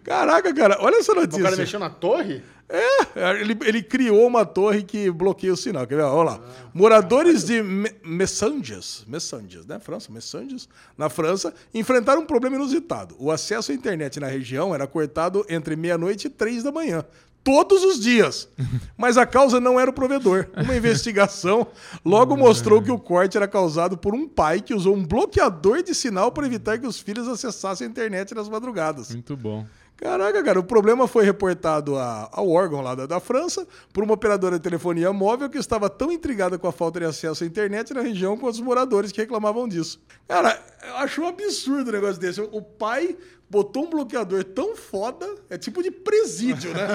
S4: Caraca, cara, olha essa
S1: O cara
S4: notícia.
S1: mexeu na torre?
S4: É, ele, ele criou uma torre que bloqueia o sinal. Quer ver? Olha lá. Moradores de Me- Messanges, Messanges, né? França, Messanges, na França, enfrentaram um problema inusitado. O acesso à internet na região era cortado entre meia-noite e três da manhã. Todos os dias. Mas a causa não era o provedor. Uma investigação logo mostrou que o corte era causado por um pai que usou um bloqueador de sinal para evitar que os filhos acessassem a internet nas madrugadas.
S2: Muito bom.
S4: Caraca, cara, o problema foi reportado a- ao órgão lá da, da França por uma operadora de telefonia móvel que estava tão intrigada com a falta de acesso à internet na região quanto os moradores que reclamavam disso. Cara, eu acho um absurdo um negócio desse. O pai botou um bloqueador tão foda, é tipo de presídio, né?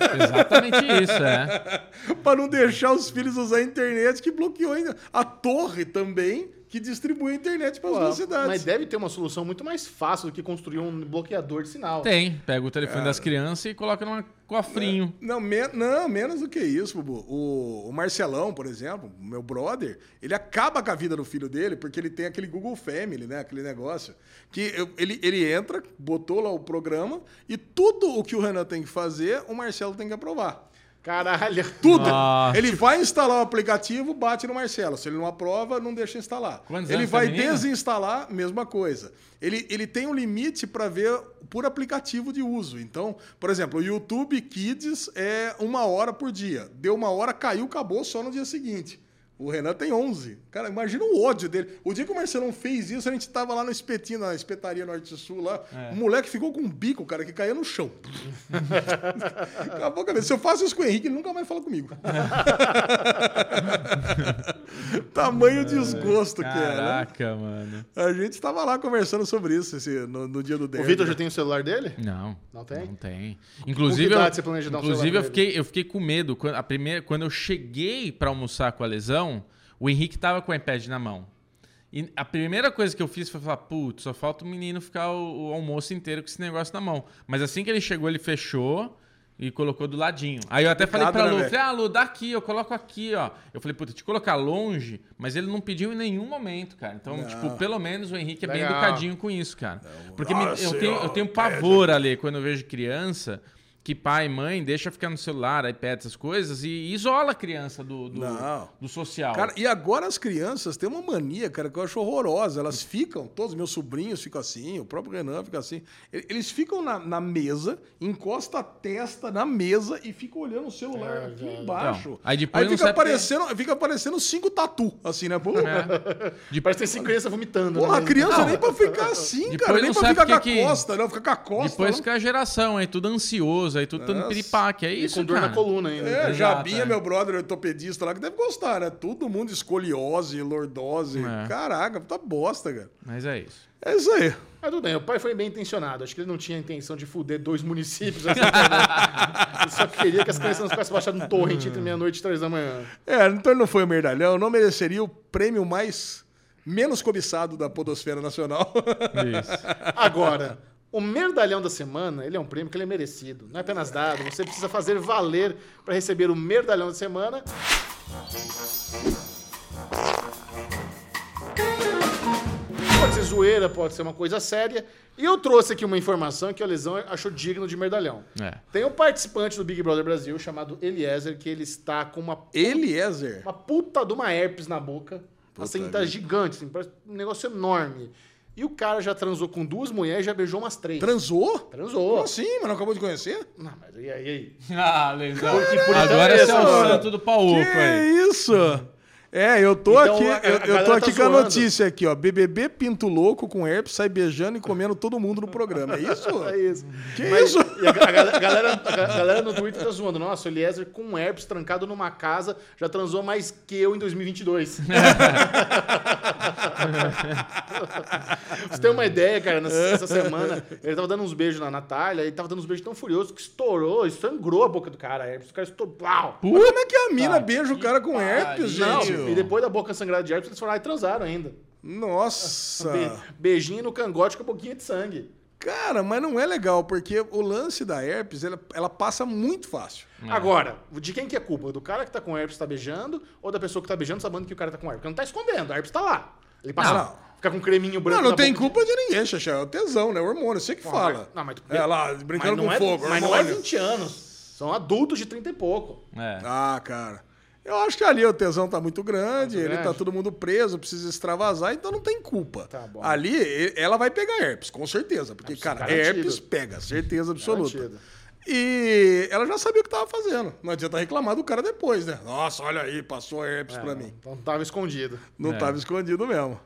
S2: Exatamente isso, é.
S4: pra não deixar os filhos usar a internet que bloqueou ainda. A torre também, que distribui a internet para as duas cidades.
S1: Mas deve ter uma solução muito mais fácil do que construir um bloqueador de sinal.
S2: Tem. Pega o telefone das crianças e coloca num cofrinho.
S4: Não, men- não, menos do que isso, Bubu. O, o Marcelão, por exemplo, meu brother, ele acaba com a vida do filho dele porque ele tem aquele Google Family, né? Aquele negócio. Que eu- ele, ele entra, botou lá o programa e tudo o que o Renan tem que fazer, o Marcelo tem que aprovar.
S1: Caralho.
S4: Tudo.
S2: Nossa.
S4: Ele vai instalar o aplicativo, bate no Marcelo. Se ele não aprova, não deixa instalar.
S2: Quantos
S4: ele
S2: anos tem
S4: vai
S2: a menina?
S4: desinstalar, mesma coisa. Ele, ele tem um limite para ver por aplicativo de uso. Então, por exemplo, o YouTube Kids é uma hora por dia. Deu uma hora, caiu, acabou só no dia seguinte. O Renan tem 11. Cara, imagina o ódio dele. O dia que o Marcelão fez isso, a gente tava lá no espetinho, na espetaria Norte Sul lá.
S2: É.
S4: O moleque ficou com um bico, cara, que caía no chão. Acabou a cabeça. Se eu faço isso com o Henrique, ele nunca mais fala comigo. Tamanho desgosto que era. né?
S2: Caraca, mano.
S4: A gente estava lá conversando sobre isso esse- no, no dia do
S1: O
S4: derby.
S1: Vitor já tem o celular dele?
S2: Não.
S1: Não tem?
S2: Não tem.
S1: Com
S2: Inclusive,
S1: que idade
S2: eu,
S1: você planeja dar um
S2: inclusive eu,
S1: celular pra
S2: fiquei, eu fiquei com medo. Quando, a primeira, quando eu cheguei pra almoçar com a lesão, o Henrique tava com o iPad na mão. E a primeira coisa que eu fiz foi falar, putz, só falta o menino ficar o, o almoço inteiro com esse negócio na mão. Mas assim que ele chegou, ele fechou e colocou do ladinho. Aí eu até falei
S4: Complicado,
S2: pra
S4: né, velho?
S2: Lu, falei, ah, Lu, dá aqui, eu coloco aqui, ó. Eu falei, puta, te colocar longe, mas ele não pediu em nenhum momento, cara. Então, tipo, pelo menos o Henrique é bem
S1: Legal.
S2: educadinho com isso, cara. Porque me-
S4: Nossa,
S2: eu, tenho, eu tenho pavor ali quando eu vejo criança que pai e mãe deixa ficar no celular, iPad, essas coisas, e isola a criança do, do,
S4: Não.
S2: do social.
S4: Cara, e agora as crianças têm uma mania, cara, que eu acho horrorosa. Elas ficam, todos meus sobrinhos ficam assim, o próprio Renan fica assim. E- Eles ficam na, na mesa, encosta a testa na mesa e ficam olhando o celular aqui embaixo.
S2: Então, aí depois não
S4: fica,
S2: sabe É.
S4: aparecendo, fica aparecendo cinco tatu, assim, né? Pô,
S2: De-
S1: Parece que tem cinco crianças vomitando.
S4: Porra, a
S1: né?
S4: criança nem pra ficar assim,
S2: Depois
S4: cara. Nem
S2: não
S4: pra
S2: sabe
S4: ficar
S2: que
S4: com a
S2: que-
S4: costa, não. Fica com a costa.
S1: né?
S2: Depois
S4: não.
S2: fica a geração, aí tudo ansioso, aí tudo dando
S4: Nossa.
S2: piripaque, é
S1: E
S2: isso,
S1: com dor
S2: cara.
S1: na coluna ainda.
S4: É,
S2: Exato,
S4: Jabinha,
S2: é.
S4: meu brother ortopedista lá, que deve gostar, né? Todo mundo escoliose, lordose.
S2: É.
S4: Caraca, puta bosta, cara.
S2: Mas é isso.
S4: É isso aí.
S1: Mas tudo bem, o pai foi bem intencionado. Acho que ele não tinha a intenção de fuder dois municípios. assim, né? ele só queria que as crianças não ficassem baixadas no torrent entre meia-noite e três da manhã.
S4: É, então ele não foi o merdalhão, não mereceria o prêmio mais menos cobiçado da podosfera nacional.
S1: Agora, o merdalhão da semana, ele é um prêmio que ele é merecido. Não é apenas dado, você precisa fazer valer para receber o merdalhão da semana. Pode ser zoeira, pode ser uma coisa séria. E eu trouxe aqui uma informação que o Lesão achou digno de merdalhão.
S2: É.
S1: Tem um participante do Big Brother Brasil chamado Eliezer, que ele está com uma
S4: Eliezer.
S1: uma puta de uma herpes na boca. assim, tá gigante, assim, parece um negócio enorme. E o cara já transou com duas mulheres e já beijou umas três.
S4: Transou?
S1: Transou.
S4: Como assim, mano? Acabou de conhecer?
S1: Não, mas e aí, e aí?
S2: Ah, Leandrão.
S1: por isso
S2: Agora
S1: é
S2: você é o
S1: isso.
S2: santo do pau oco
S4: que
S2: aí.
S4: isso? É, eu tô
S1: Então,
S4: aqui,
S1: a- a
S4: eu, eu tô
S1: galera
S4: aqui
S1: tá
S4: com a
S1: zoando.
S4: notícia aqui, ó. BBB Pinto Louco com herpes sai beijando e comendo todo mundo no programa. É isso?
S1: É isso.
S4: Que
S1: Mas-
S4: isso?
S1: E a, ga- a gal- a galera, a ga- a galera no Twitter tá zoando. Nossa, o Eliezer com herpes trancado numa casa já transou mais que eu em 2022. Você tem uma ideia, cara, nessa, essa semana ele tava dando uns beijos na Natália, ele tava dando uns beijos tão furiosos que estourou, e sangrou a boca do cara. a herpes. O cara estourou. Plau!
S4: Mas como é que a mina beija o cara com herpes,
S1: Não,
S4: gente?
S1: e depois da boca sangrada de herpes, eles foram lá e transaram ainda. Um
S4: Nossa!
S1: Be- beijinho no cangote com um pouquinho de sangue.
S4: Cara, mas não é legal, porque o lance da herpes, ela, ela passa muito fácil.
S1: Agora, de quem que é culpa? Do cara que tá com herpes tá beijando ou da pessoa que tá beijando sabendo que o cara tá com herpes? Porque não tá escondendo, a herpes tá lá. Ele passa,
S4: Não.
S1: fica com um creminho branco
S4: Não, não
S1: na
S4: tem
S1: boca
S4: culpa de ninguém, Xaxá. É o tesão, né? O hormônio, você que
S1: Pô,
S4: fala.
S1: mas- não, mas-
S4: É lá, brincando
S1: não
S4: com
S1: é,
S4: fogo.
S1: Mas não é
S4: hormônio.
S1: 20 anos. São adultos de 30 e pouco.
S2: É.
S4: Ah, cara. Eu acho que ali o tesão tá muito grande, ele tá
S1: grande.
S4: todo mundo preso, precisa extravasar, então não tem culpa.
S1: Tá bom.
S4: Ali e- ela vai pegar herpes, com certeza. Porque, cara,
S1: garantido.
S4: herpes pega, certeza absoluta.
S1: Garantido.
S4: E ela já sabia o que tava fazendo. Não adianta reclamar do cara depois, né? Nossa, olha aí, passou herpes pra mim.
S1: Então tava escondido.
S4: Não tava escondido mesmo.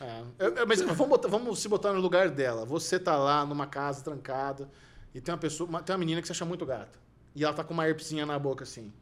S1: É. Eu- eu- mas vamos, botar- vamos se botar no lugar dela. Você tá lá numa casa trancada e tem uma pessoa, uma- tem uma menina que você acha muito gata. E ela tá com uma herpesinha na boca assim.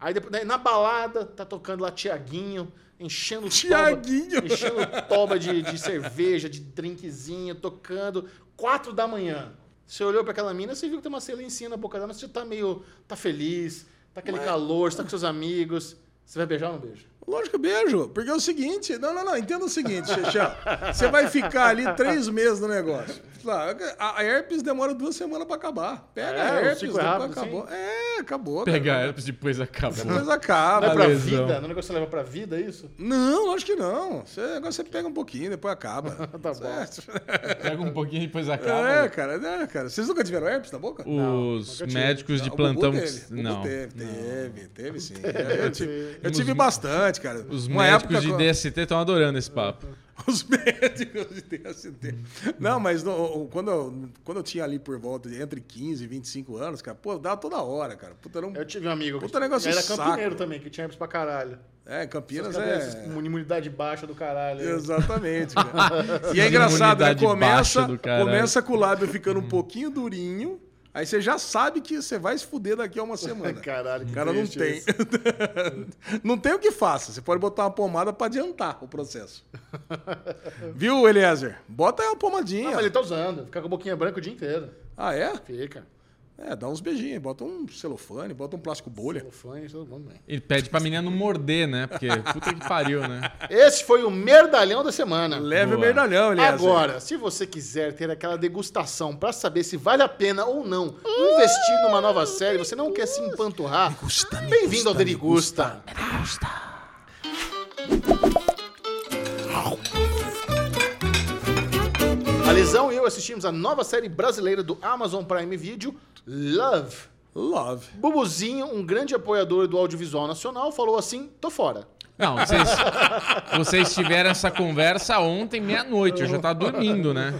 S1: Aí depois, daí na balada, tá tocando lá Tiaguinho, enchendo
S4: Tiaguinho.
S1: toba, enchendo toba de, de cerveja, de drinkzinho, tocando. Quatro da manhã. Você olhou pra aquela mina, você viu que tem uma selencinha na boca dela, mas você tá meio. tá feliz, tá aquele calor, você tá com seus amigos. Você vai beijar ou não beija?
S4: Lógico, beijo. Porque é o seguinte. Não, não, não. Entenda o seguinte, Chechel. Você vai ficar ali três meses no negócio. Lá, A a herpes demora duas semanas pra acabar. Pega
S1: É,
S4: a
S1: o
S4: herpes,
S1: ciclo é
S4: depois
S1: rápido,
S4: acabou. É, acabou. cara.
S2: Pega herpes, depois acabou.
S4: Depois acaba. né?
S1: Não é pra
S2: lesão.
S1: vida? Não é um negócio que você leva pra vida isso?
S4: Não, lógico que não. Você, agora você pega um pouquinho, depois acaba.
S1: Tá bom.
S2: Pega um pouquinho e depois
S4: É,
S2: acaba.
S4: cara, né, cara. Vocês nunca tiveram herpes na boca?
S2: Os
S1: nunca tive.
S2: médicos de
S4: Não, o Gugu
S2: plantão. que-
S4: teve, o Gugu
S2: Não.
S4: Teve, teve, teve sim. Eu tive, eu tive bastante, cara.
S2: Os
S4: Uma
S2: médicos
S4: época
S2: de
S4: com-
S2: DST estão adorando esse papo.
S4: Os médicos de DST. Não, mas no- o- quando, eu, quando eu tinha ali por volta de entre 15 e 25 anos, cara, pô, dava toda hora, cara. Puta, era um-
S1: Eu tive um amigo que
S4: Puta negócio
S1: era
S4: saco.
S1: campineiro também, que tinha herpes pra caralho.
S4: É,
S1: Essas
S4: Campinas
S1: cabeças
S4: é...
S1: com imunidade baixa do caralho.
S4: Exatamente, cara. E
S2: De
S4: é engraçado, né?
S2: imunidade baixa
S4: Começa,
S2: do caralho.
S4: começa com o lábio ficando um pouquinho durinho, aí você já sabe que você vai se fuder daqui a uma semana.
S1: Caralho, que
S4: O cara não
S1: triste
S4: tem.
S1: isso.
S4: não tem o que faça. Você pode botar uma pomada pra adiantar o processo. Viu, Eliezer? Bota aí uma
S1: Ah,
S4: pomadinha.
S1: mas ele tá usando. Fica com a boquinha branca o dia inteiro.
S4: Ah, é?
S1: Fica.
S4: É, dá uns beijinhos. Bota um celofane, bota um plástico bolha.
S1: O fã e todo mundo bem.
S2: Ele pede pra menina não morder, né? Porque puta que pariu, né?
S1: Esse foi o merdalhão da semana.
S4: Leve o
S2: Boa.
S4: medalhão, Eliezer.
S1: Agora, se você quiser ter aquela degustação pra saber se vale a pena ou não investir numa nova série, você não quer se empanturrar, bem-vindo ao Derigusta. A Lisão e eu assistimos a nova série brasileira do Amazon Prime Video, Love.
S4: Love.
S1: Bubuzinho, um grande apoiador do audiovisual nacional, falou assim, tô fora.
S2: Não, vocês, vocês tiveram essa conversa ontem, meia-noite. Eu já tava dormindo, né?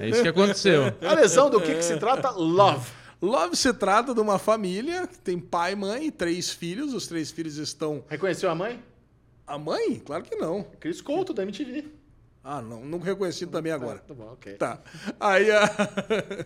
S2: É isso que aconteceu.
S1: A lesão do que, que se trata? Love.
S4: Love se trata de uma família que tem pai, mãe e três filhos. Os três filhos estão.
S1: Reconheceu a mãe?
S4: A mãe? Claro que não.
S1: Cris Couto, da MTV.
S4: Ah, não. Não reconhecido também agora.
S1: Tá bom, ok.
S4: Tá. Aí, a...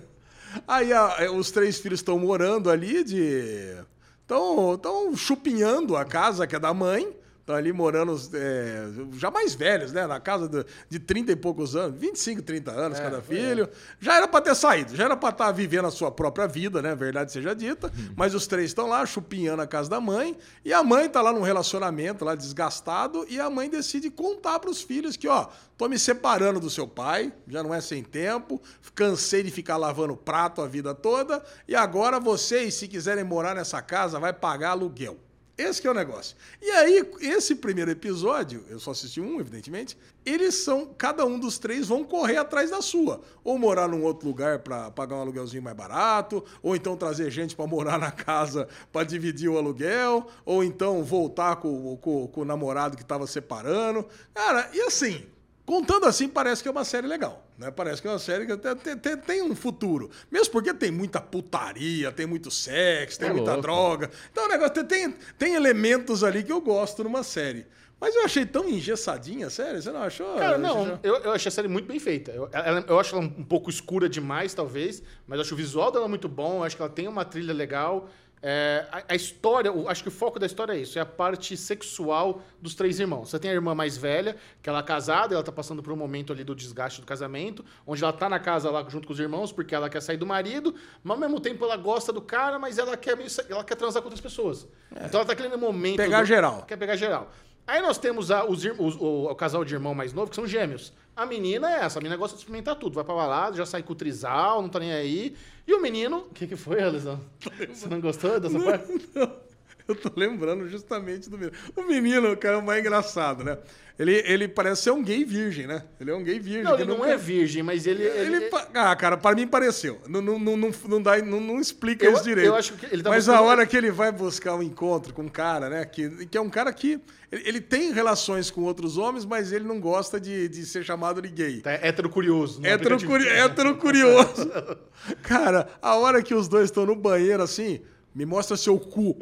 S4: Aí a- é, os três filhos estão morando ali de. Estão chupinhando a casa que é da mãe. Estão ali morando é, já mais velhos, né? Na casa do- de 30 e poucos anos, 25, 30 anos cada filho. Já era para ter saído, já era para estar vivendo a sua própria vida, né? Verdade seja dita. Mas os três estão lá chupinhando a casa da mãe. E a mãe tá lá num relacionamento lá desgastado. E a mãe decide contar para os filhos que, ó, tô me separando do seu pai, já não é sem tempo, cansei de ficar lavando prato a vida toda, e agora vocês, se quiserem morar nessa casa, vai pagar aluguel. Esse que é o negócio. E aí, esse primeiro episódio, eu só assisti um, evidentemente, eles são, cada um dos três vão correr atrás da sua. Ou morar num outro lugar para pagar um aluguelzinho mais barato, ou então trazer gente para morar na casa para dividir o aluguel, ou então voltar com, com- com o namorado que estava separando. Cara, e assim, Contando assim, parece que é uma série legal. Né? Parece que é uma série que até tem, tem- tem um futuro. Mesmo porque tem muita putaria, tem muito sexo, tem
S2: É
S4: muita
S2: louco.
S4: droga. Então o negócio tem- tem, tem elementos ali que eu gosto numa série. Mas eu achei tão engessadinha a série, você não achou?
S1: Cara, não,
S4: Xixão?
S1: eu, eu achei a série muito bem feita. Eu, ela- eu acho ela um pouco escura demais, talvez, mas eu acho o visual dela muito bom, eu acho que ela tem uma trilha legal. É, a, a história, o- acho que o foco da história é isso, é a parte sexual dos três irmãos. Você tem a irmã mais velha, que ela é casada, ela tá passando por um momento ali do desgaste do casamento, onde ela tá na casa lá junto com os irmãos, porque ela quer sair do marido, mas ao mesmo tempo ela gosta do cara, mas ela quer, meio sa- ela quer transar com outras pessoas. Então ela tá aquele momento.
S4: Pegar
S1: do-
S4: geral.
S1: Quer pegar geral. Aí nós temos a- os ir- os- o, o casal de irmão mais novo, que são gêmeos. A menina é essa, a menina gosta de experimentar tudo. Vai pra balada, já sai com o trisal, não tá nem aí. E o menino... O que, que foi, Alisson? Você não gostou dessa parte?
S4: Eu tô lembrando justamente do menino. O menino, cara, é o mais engraçado, né? Ele, ele parece ser um gay virgem, né? Ele é um gay virgem.
S1: Não,
S4: que
S1: ele não
S4: nunca-
S1: é virgem, mas ele... ele, é-
S4: Ele, pa- ah, cara, para mim pareceu. Não, não, não, não, não dá, não, não explica
S1: Eu-
S4: isso direito.
S1: eu acho que ele tá
S4: Mas a
S1: buscando-
S4: hora que ele vai buscar um encontro com um cara, né? Que, que é um cara que. Ele, ele tem relações com outros homens, mas ele não gosta de, de ser chamado de gay. É
S1: Tá hétero curioso. no
S4: Hétero,
S1: aplicativo.
S4: curi- hétero curioso. Cara, a hora que os dois estão no banheiro assim, me mostra seu cu.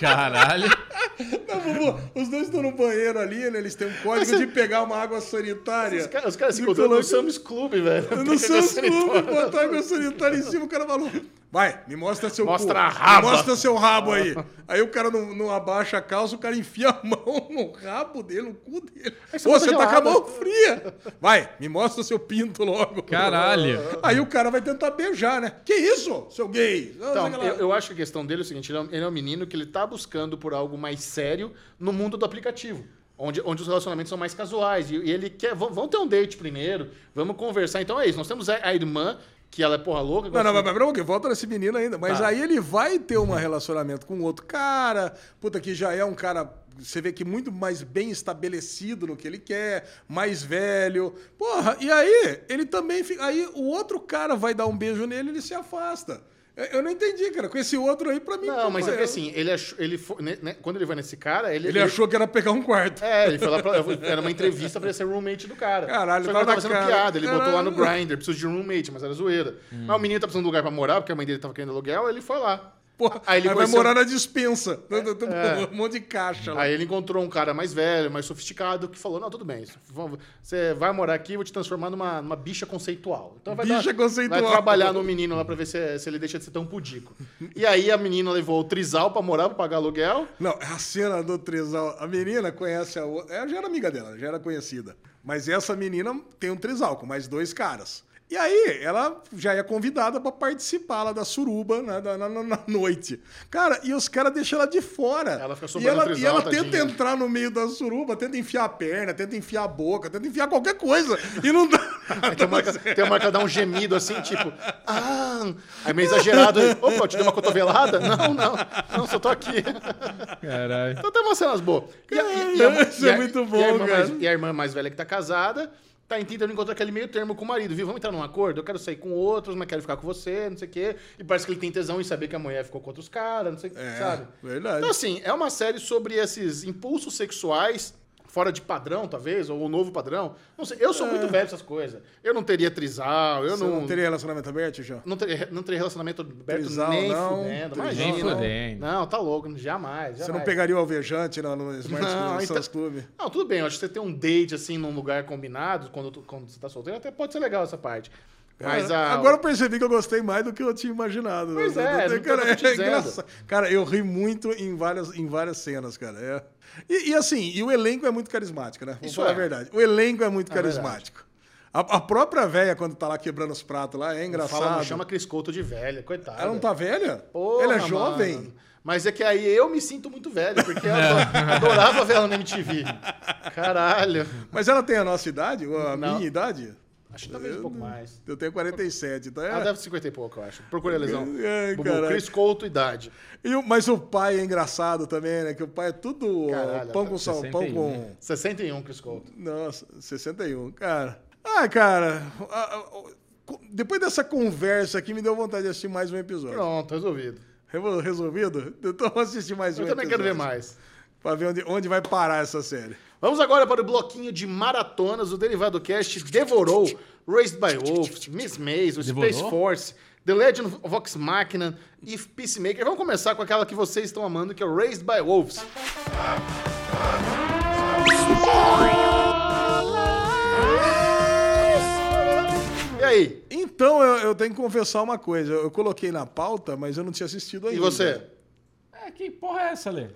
S2: Caralho.
S4: Não, Bubu, os dois estão no banheiro ali, né? Eles têm um código de pegar uma água sanitária.
S1: Os caras os caras se
S4: E
S1: encontraram no
S4: coloca-
S1: Sam's Club, velho.
S4: assim, No Sam's
S1: Sanitário.
S4: Club, botar água sanitária em cima, o cara falou: Vai, me mostra seu
S1: Mostra
S4: cu.
S1: a raba.
S4: Me mostra seu rabo aí. Aí o cara não, não abaixa a calça, o cara enfia a mão no rabo dele, no cu dele.
S1: você
S4: Pô,
S1: manda
S4: você tá com a
S1: gelada.
S4: mão fria. Vai, me mostra seu pinto logo.
S2: Caralho.
S4: Aí o cara vai tentar beijar, né? Que isso, seu gay?
S1: Então,
S4: Sei lá.
S1: eu, eu acho que a questão dele é o seguinte: ele é um- ele é um menino que ele tá buscando por algo mais sério no mundo do aplicativo. Onde, onde os relacionamentos são mais casuais. E, e ele quer. Vamos, vamos ter um date primeiro, vamos conversar. Então é isso. Nós temos a, a irmã, que ela é porra louca.
S4: Não,
S1: gosta
S4: não,
S1: de-
S4: mas mas peraí, volta nesse menino ainda. Mas
S1: Tá.
S4: aí ele vai ter um relacionamento com outro cara, puta, que já é um cara, você vê que muito mais bem estabelecido no que ele quer, mais velho. Porra, e aí ele também fica. Aí o outro cara vai dar um beijo nele ele se afasta. Eu- Eu não entendi, cara. Com esse outro aí, pra mim.
S1: Não, mas é que
S4: eu-
S1: assim, ele achou, ele foi- né, né, quando ele vai nesse cara, ele,
S4: Ele achou que era pegar um quarto.
S1: É, ele foi lá pra, era uma entrevista pra ele ser roommate do cara.
S4: Caralho,
S1: Só que
S4: tava
S1: ele tava
S4: na
S1: fazendo
S4: cara.
S1: piada, ele botou lá no
S4: Caralho.
S1: Grindr, preciso de um roommate, mas era zoeira. Mas o menino tá precisando de um lugar pra morar, porque a mãe dele tava querendo aluguel, ele foi lá.
S4: Porra,
S1: aí
S4: aí
S1: ele um-
S4: vai
S1: conheceu-
S4: morar na dispensa.
S1: É,
S4: Um monte de caixa lá.
S1: Aí ele encontrou um cara mais velho, mais sofisticado, que falou: Não, tudo bem, isso- vamos- você vai morar aqui, eu vou te transformar numa, numa bicha conceitual. Então vai
S4: Bicha conceitual.
S1: Vai trabalhar no menino lá pra ver se, se ele deixa de ser tão pudico. e aí a menina levou o trisal pra morar, pra pagar aluguel.
S4: Não, a cena do trisal. A menina conhece a outra. Ela já era amiga dela, já era conhecida. Mas essa menina tem um trisal com mais dois caras. E aí, ela já é convidada pra participar lá da suruba né, da- na, na- na noite. Cara, e os caras deixam ela de fora.
S1: Ela fica
S4: e
S1: sobrando
S4: ela,
S1: trisal,
S4: e ela tenta
S1: tadinha.
S4: entrar no meio da suruba, tenta enfiar a perna, tenta enfiar a boca, tenta enfiar qualquer coisa. E não dá.
S1: Aí tem a marca, tem a marca dá um gemido assim, tipo, ah, aí meio exagerado. aí, Opa, eu te dei uma cotovelada? Não, não, não, só tô aqui.
S2: Caralho.
S1: Então tem umas cenas boas. E a- e- e
S4: Caralho,
S1: a-
S4: isso
S1: e
S4: é
S1: a-
S4: muito
S1: e a
S4: bom,
S1: irmã mais-
S4: cara.
S1: E a irmã mais velha que tá casada, tá tentando encontrar aquele meio termo com o marido, viu? Vamos entrar num acordo? Eu quero sair com outros, mas quero ficar com você, não sei o quê. E parece que ele tem tesão em saber que a mulher ficou com outros caras, não sei o que,
S4: É,
S1: sabe?
S4: verdade.
S1: Então, assim, é uma série sobre esses impulsos sexuais. Fora de padrão, talvez, ou o novo padrão. Não sei, eu sou muito velho pra essas coisas. Eu não teria trisal, eu
S4: É. Você
S1: não.
S4: não teria relacionamento aberto, já?
S1: Não teria, não teria relacionamento aberto
S4: Trisal,
S1: nem
S4: não.
S1: fudendo.
S4: Trisal,
S1: Imagina.
S2: Nem
S1: não.
S2: fudendo.
S1: Não, tá louco, jamais.
S4: Você não
S1: jamais.
S4: pegaria o alvejante no, no Smart
S1: Não,
S4: Club, no
S1: então-
S4: Sans Clube?
S1: Não, tudo bem. Eu acho que você ter um date, assim, num lugar combinado, quando, tu- quando você tá solteiro, até pode ser legal essa parte. Mas
S4: Cara,
S1: a...
S4: É. Agora eu percebi que eu gostei mais do que eu tinha imaginado.
S1: Pois
S4: Eu-
S1: é,
S4: eu- eu-
S1: não tem
S4: cara,
S1: o que eu tô te
S4: é
S1: dizendo.
S4: engraçado. Cara, eu ri muito em várias, em várias cenas, cara. é. E, e assim, e o elenco é muito carismático, né? Vamos
S1: Isso
S4: falar
S1: é.
S4: a verdade. O elenco é muito carismático. A, a própria velha, quando tá lá quebrando os pratos lá, é engraçado.
S1: Fala, não chama Cris Couto de velha, coitada.
S4: Ela não tá velha?
S1: Porra,
S4: Ela é jovem?
S1: mano. Mas é que aí eu me sinto muito velho, porque eu ador- adorava ver ela na MTV. Caralho.
S4: Mas ela tem a nossa idade? Ou a
S1: Não.
S4: minha idade?
S1: Acho que talvez um pouco mais.
S4: Eu tenho 47, então é...
S1: Ela Ah, deve ter 50 e pouco, eu acho. Procura a lesão.
S4: Ai,
S1: Bubu,
S4: caralho.
S1: Cris Couto, idade.
S4: E o- mas o pai é engraçado também, né? Que o pai é tudo ó,
S1: Caralho, tá
S4: pão com sal, pão
S2: 61,
S4: com...
S1: 61, Cris Couto.
S4: Nossa, 61, cara. Ah, cara, a- a- o- co- depois dessa conversa aqui, me deu vontade de assistir mais um episódio.
S1: Pronto, resolvido.
S4: Revo- Resolvido? Então vou assistir mais um
S1: Eu também quero
S4: episódio
S1: ver mais.
S4: Pra ver onde, onde vai parar essa série.
S1: Vamos agora para o bloquinho de maratonas. O Derivado Cast devorou Raised by Wolves, Miss Maze, o
S2: Devorou?
S1: Space Force, The Legend of Vox Machina e Peacemaker. Vamos começar com aquela que vocês estão amando, que é Raised by Wolves. E aí?
S4: Então eu, eu tenho que confessar uma coisa. Eu coloquei na pauta, mas eu não tinha assistido
S1: E
S4: ainda.
S1: você?
S2: É, que porra é essa, Lê?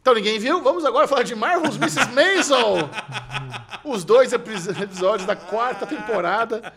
S1: Então ninguém viu? Vamos agora falar de Marvel's Mrs. Maisel. Os dois epis- episódios da quarta temporada.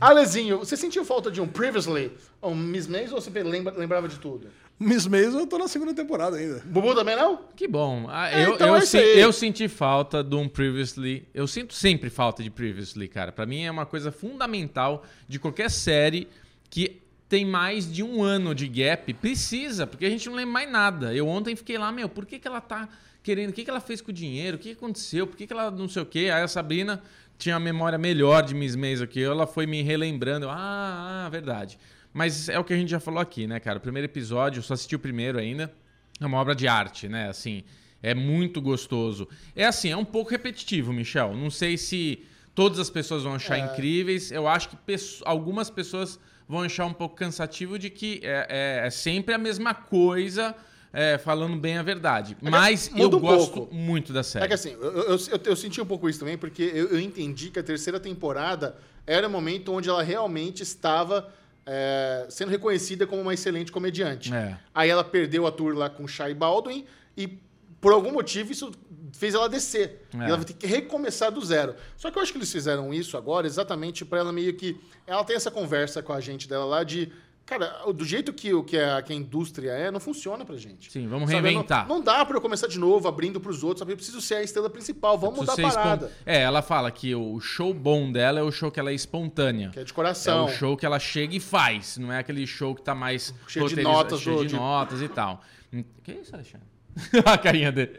S1: Alezinho, você sentiu falta de um Previously ou um Miss Maisel ou você lembra- lembrava de tudo?
S4: Miss Maisel, eu tô na segunda temporada ainda.
S1: Bubu também não?
S2: Que bom. Ah,
S1: É,
S2: eu,
S1: então
S2: eu,
S1: é isso
S2: se-
S1: aí.
S2: eu senti falta de um Previously. Eu sinto sempre falta de Previously, cara. Pra mim é uma coisa fundamental de qualquer série que tem mais de um ano de gap. Precisa, porque a gente não lembra mais nada. Eu ontem fiquei lá, meu, por que, que ela tá querendo? O que, que ela fez com o dinheiro? O que, que aconteceu? Por que, que ela não sei o quê? Aí a Sabrina tinha a memória melhor de Miss Maisel que eu. Ela foi me relembrando. Eu, ah, ah, verdade. Mas é o que a gente já falou aqui, né, cara? O primeiro episódio, eu só assisti o primeiro ainda. É uma obra de arte, né? Assim, é muito gostoso. É assim, é um pouco repetitivo, Michel. Não sei se todas as pessoas vão
S1: É.
S2: achar incríveis. Eu acho que pesso- algumas pessoas vão achar um pouco cansativo de que é, é- é sempre a mesma coisa, é, falando bem a verdade. Mas eu
S1: É muda um
S2: gosto
S1: pouco.
S2: muito da série.
S1: É que assim, eu, eu- eu- eu senti um pouco isso também, porque eu, eu entendi que a terceira temporada era o momento onde ela realmente estava é, é, sendo reconhecida como uma excelente comediante.
S2: É.
S1: Aí ela perdeu a tour lá com Shai Baldwin e, por algum motivo, isso fez ela descer. E
S2: É.
S1: ela vai ter que recomeçar do zero. Só que eu acho que eles fizeram isso agora exatamente pra ela meio que... Ela tem essa conversa com a gente dela lá de... Cara, do jeito que, o que, a, que a indústria é, não funciona pra gente.
S2: Sim, vamos
S1: Sabe,
S2: reinventar.
S1: Não, não dá pra eu começar de novo, abrindo pros outros. Sabe? Eu preciso ser a estrela principal, vamos mudar a
S2: Preciso ser
S1: parada.
S2: espon- É, ela fala que o show bom dela é o show que ela é espontânea.
S1: Que é de
S2: É
S1: coração.
S2: o show que ela chega e faz, não é aquele show que tá mais
S1: Cheio de
S2: roteirizado,
S1: notas,
S2: cheio
S1: ou
S2: de
S1: de-
S2: notas e tal. Hum, Que isso, Alexandre? a carinha dele.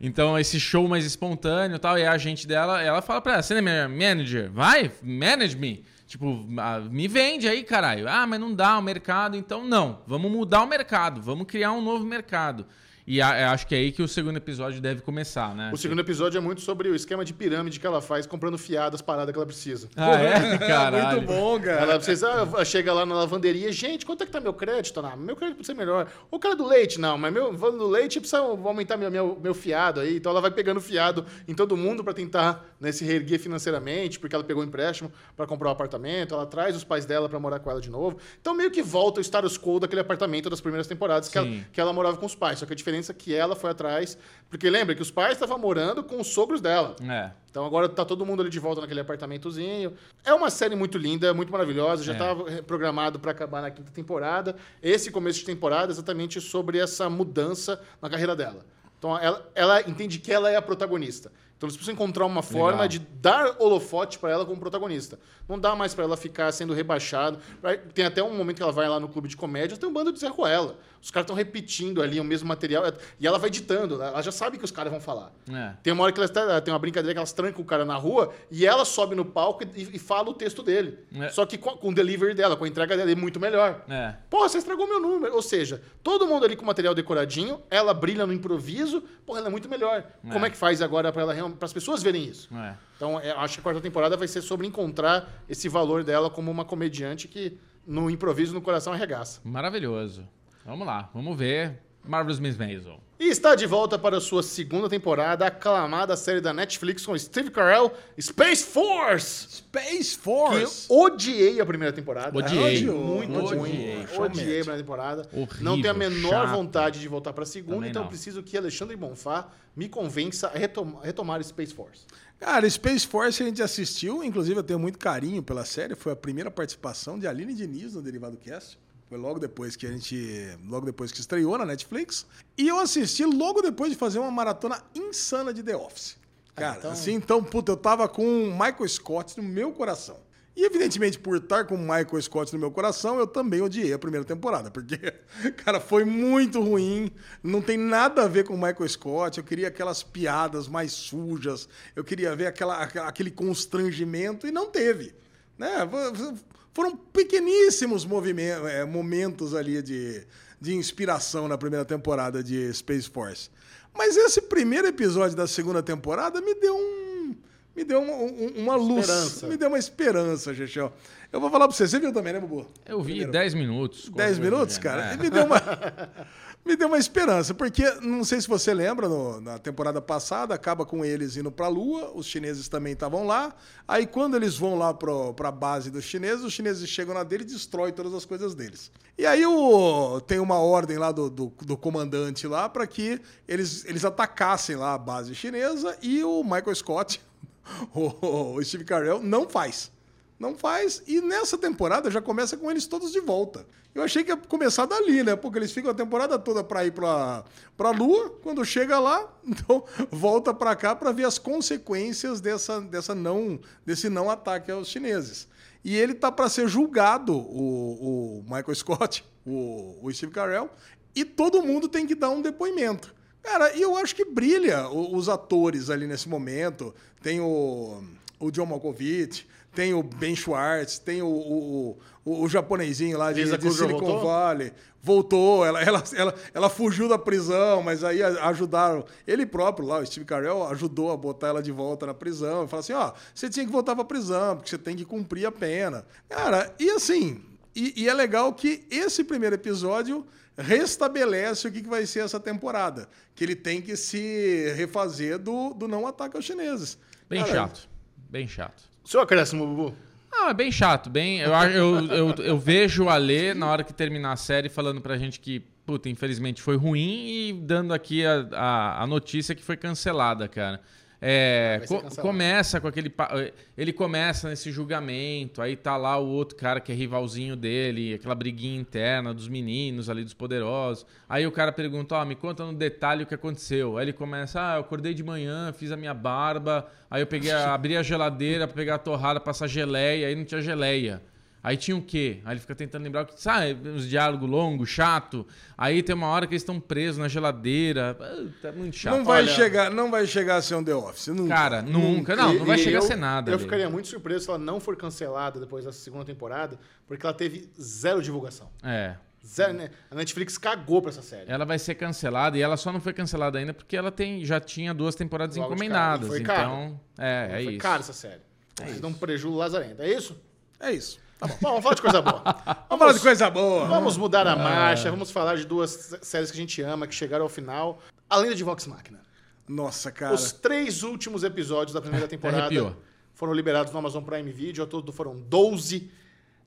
S2: Então, esse show mais espontâneo e tal, e a gente dela, ela fala pra ela, você não é minha manager? Vai, manage me. Tipo, ah, me vende aí, caralho. Ah, mas não dá o mercado, então não. Vamos mudar o mercado, vamos criar um novo mercado. E a- eu acho que é aí que o segundo episódio deve começar, né?
S1: O segundo episódio é muito sobre o esquema de pirâmide que ela faz comprando fiado as paradas que ela precisa.
S2: Ah, é? Caralho.
S4: Muito bom, cara.
S1: Ela precisa, ah, chega lá na lavanderia, gente, quanto é que tá meu crédito? Não, meu crédito precisa ser melhor. O cara do leite, não, mas meu falando do leite precisa aumentar meu, meu, meu fiado aí. Então ela vai pegando fiado em todo mundo pra tentar né, se reerguer financeiramente, porque ela pegou um empréstimo pra comprar um apartamento, ela traz os pais dela pra morar com ela de novo. Então meio que volta o status quo daquele apartamento das primeiras temporadas que ela,
S2: Sim.
S1: que ela morava com os pais. Só que a diferença é que ela foi atrás, porque lembra que os pais estavam morando com os sogros dela.
S2: É.
S1: Então agora tá todo mundo ali de volta naquele apartamentozinho. É uma série muito linda, muito maravilhosa. Já estava programado para acabar na quinta temporada. Esse começo de temporada é exatamente sobre essa mudança na carreira dela. Então ela, ela entende que ela é a protagonista. Então eles precisam encontrar uma forma
S2: Legal.
S1: de dar holofote para ela como protagonista. Não dá mais para ela ficar sendo rebaixada. Pra- Tem até um momento que ela vai lá no clube de comédia, tem um bando de Zé Ruela. Os caras estão repetindo ali o mesmo material. E ela vai ditando, ela já sabe o que os caras vão falar.
S2: É.
S1: Tem uma hora que elas tá- tem uma brincadeira que elas trancam o cara na rua e ela sobe no palco e, e fala o texto dele.
S2: É.
S1: Só que com, com o delivery dela, com a entrega dela, é muito melhor.
S2: É.
S1: Porra, você estragou meu número. Ou seja, todo mundo ali com material decoradinho, ela brilha no improviso, porra, ela é muito melhor. Como é que faz agora para as pessoas verem isso?
S2: É.
S1: Então, é, acho que a quarta temporada vai ser sobre encontrar esse valor dela como uma comediante que no improviso, no coração, arregaça.
S2: Maravilhoso. Vamos lá, vamos ver. Marvelous Miss Maisel.
S1: E está de volta para sua segunda temporada, a aclamada série da Netflix com Steve Carell, Space Force!
S4: Space
S1: Eu
S4: Force.
S1: odiei a primeira temporada.
S2: Odiei.
S1: Eu Muito odiei.
S4: Odiou. Odiei.
S1: Odiei a primeira temporada.
S2: Horrível,
S1: não tenho a menor
S2: chato.
S1: vontade de voltar pra segunda,
S2: Também
S1: então
S2: não.
S1: preciso que Alexandre Bonfá me convença a retoma- retomar Space Force.
S4: Cara, Space Force a gente assistiu, inclusive eu tenho muito carinho pela série, foi a primeira participação de Aline Diniz no Derivado Cast. Foi logo depois que a gente, logo depois que estreou na Netflix, e eu assisti logo depois de fazer uma maratona insana de The Office. Cara,
S1: então-
S4: assim, então, puta, eu tava com o Michael Scott no meu coração. E evidentemente, por estar com o Michael Scott no meu coração, eu também odiei a primeira temporada, porque, cara, foi muito ruim. Não tem nada a ver com o Michael Scott. Eu queria aquelas piadas mais sujas, eu queria ver aquela, aquela- aquele constrangimento, e não teve. Né? Vo- vo- Foram pequeníssimos movimen- eh, momentos ali de, de inspiração na primeira temporada de Space Force. Mas esse primeiro episódio da segunda temporada me deu um. Me deu uma, um- uma luz.
S1: Esperança.
S4: Me deu uma esperança, Xixão. Eu vou falar pra você. Você viu também, né, Bubu?
S2: Eu vi
S4: Primeiro.
S2: 10 minutos. quase
S4: 10
S2: coisa do
S4: minutos,
S2: gênero.
S4: cara?
S2: É.
S4: Me deu uma. Me deu uma esperança, porque não sei se você lembra, no- na temporada passada, acaba com eles indo pra Lua, os chineses também estavam lá. Aí, quando eles vão lá pro, pra base dos chineses, os chineses chegam na dele e destroem todas as coisas deles. E aí o, tem uma ordem lá do, do, do comandante lá pra que eles, eles atacassem lá a base chinesa e o Michael Scott, o, o Steve Carell, não faz. Não faz. E nessa temporada já começa com eles todos de volta. Eu achei que ia começar dali, né? Porque eles ficam a temporada toda pra ir pra, pra Lua. Quando chega lá, então volta pra cá pra ver as consequências dessa, dessa não, desse não ataque aos chineses. E ele tá pra ser julgado, o, o Michael Scott, o, o Steve Carell, e todo mundo tem que dar um depoimento. Cara, e eu acho que brilha o- os atores ali nesse momento. Tem o, o John Malkovich, tem o Ben Schwartz, tem o, o, o, o japonesinho lá de,
S1: Lisa
S4: de
S1: Kudrow
S4: Silicon
S1: voltou?
S4: Valley. Voltou, ela, ela, ela, ela fugiu da prisão, mas aí a- ajudaram. Ele próprio lá, o Steve Carell, ajudou a botar ela de volta na prisão. E falou assim: ó, você tinha que voltar pra prisão, porque você tem que cumprir a pena. Cara, e assim, e, e é legal que esse primeiro episódio restabelece o que, que vai ser essa temporada. Que ele tem que se refazer do, do não ataque aos chineses.
S2: Bem
S4: Cara,
S2: chato. Bem chato.
S1: Seu acréscimo, Bubu.
S2: Não, é bem chato. Bem, eu, a- eu, eu, eu vejo o Alê na hora que terminar a série falando pra gente que, puta, infelizmente foi ruim e dando aqui a, a, a notícia que foi cancelada, cara. É,
S1: vai ser
S2: co-
S1: cancelado.
S2: começa com aquele. pa- eh, Ele começa nesse julgamento, aí tá lá o outro cara que é rivalzinho dele, aquela briguinha interna dos meninos ali, dos poderosos. Aí o cara pergunta: Ó, me conta no detalhe o que aconteceu. Aí ele começa: Ah, eu acordei de manhã, fiz a minha barba, aí eu peguei, a- abri a geladeira pra pegar a torrada, passar geleia, aí não tinha geleia. Aí tinha o quê? Aí ele fica tentando lembrar o que. Sabe, uns diálogos longos, chato. Aí tem uma hora que eles estão presos na geladeira. Ah, Tá muito chato.
S4: Não vai,
S1: Olha-
S4: chegar, não vai chegar a ser um The Office. Nunca.
S2: Cara, nunca. Não, não vai
S1: E
S2: chegar
S1: eu-
S2: a ser nada.
S1: Eu
S2: velho.
S1: ficaria muito surpreso se ela não for cancelada depois dessa segunda temporada, porque ela teve zero divulgação.
S2: É.
S1: Zero, né? A Netflix cagou pra essa série.
S2: Ela vai ser cancelada e ela só não foi cancelada ainda porque ela tem, já tinha duas temporadas
S1: Logo de cara,
S2: encomendadas.
S1: e foi caro.
S2: então, é, é
S1: Foi
S2: isso.
S1: cara essa série. Vocês dão um prejuízo lazarento. É isso?
S4: É isso.
S1: Tá bom, vamos falar de coisa boa.
S4: Vamos falar de coisa boa.
S1: Vamos mudar a marcha, vamos falar de duas sé- séries que a gente ama, que chegaram ao final. A Lenda de Vox Machina.
S4: Nossa, cara.
S1: Os três últimos episódios da primeira temporada
S2: arrepiou.
S1: foram liberados no Amazon Prime Video, ao todo foram 12.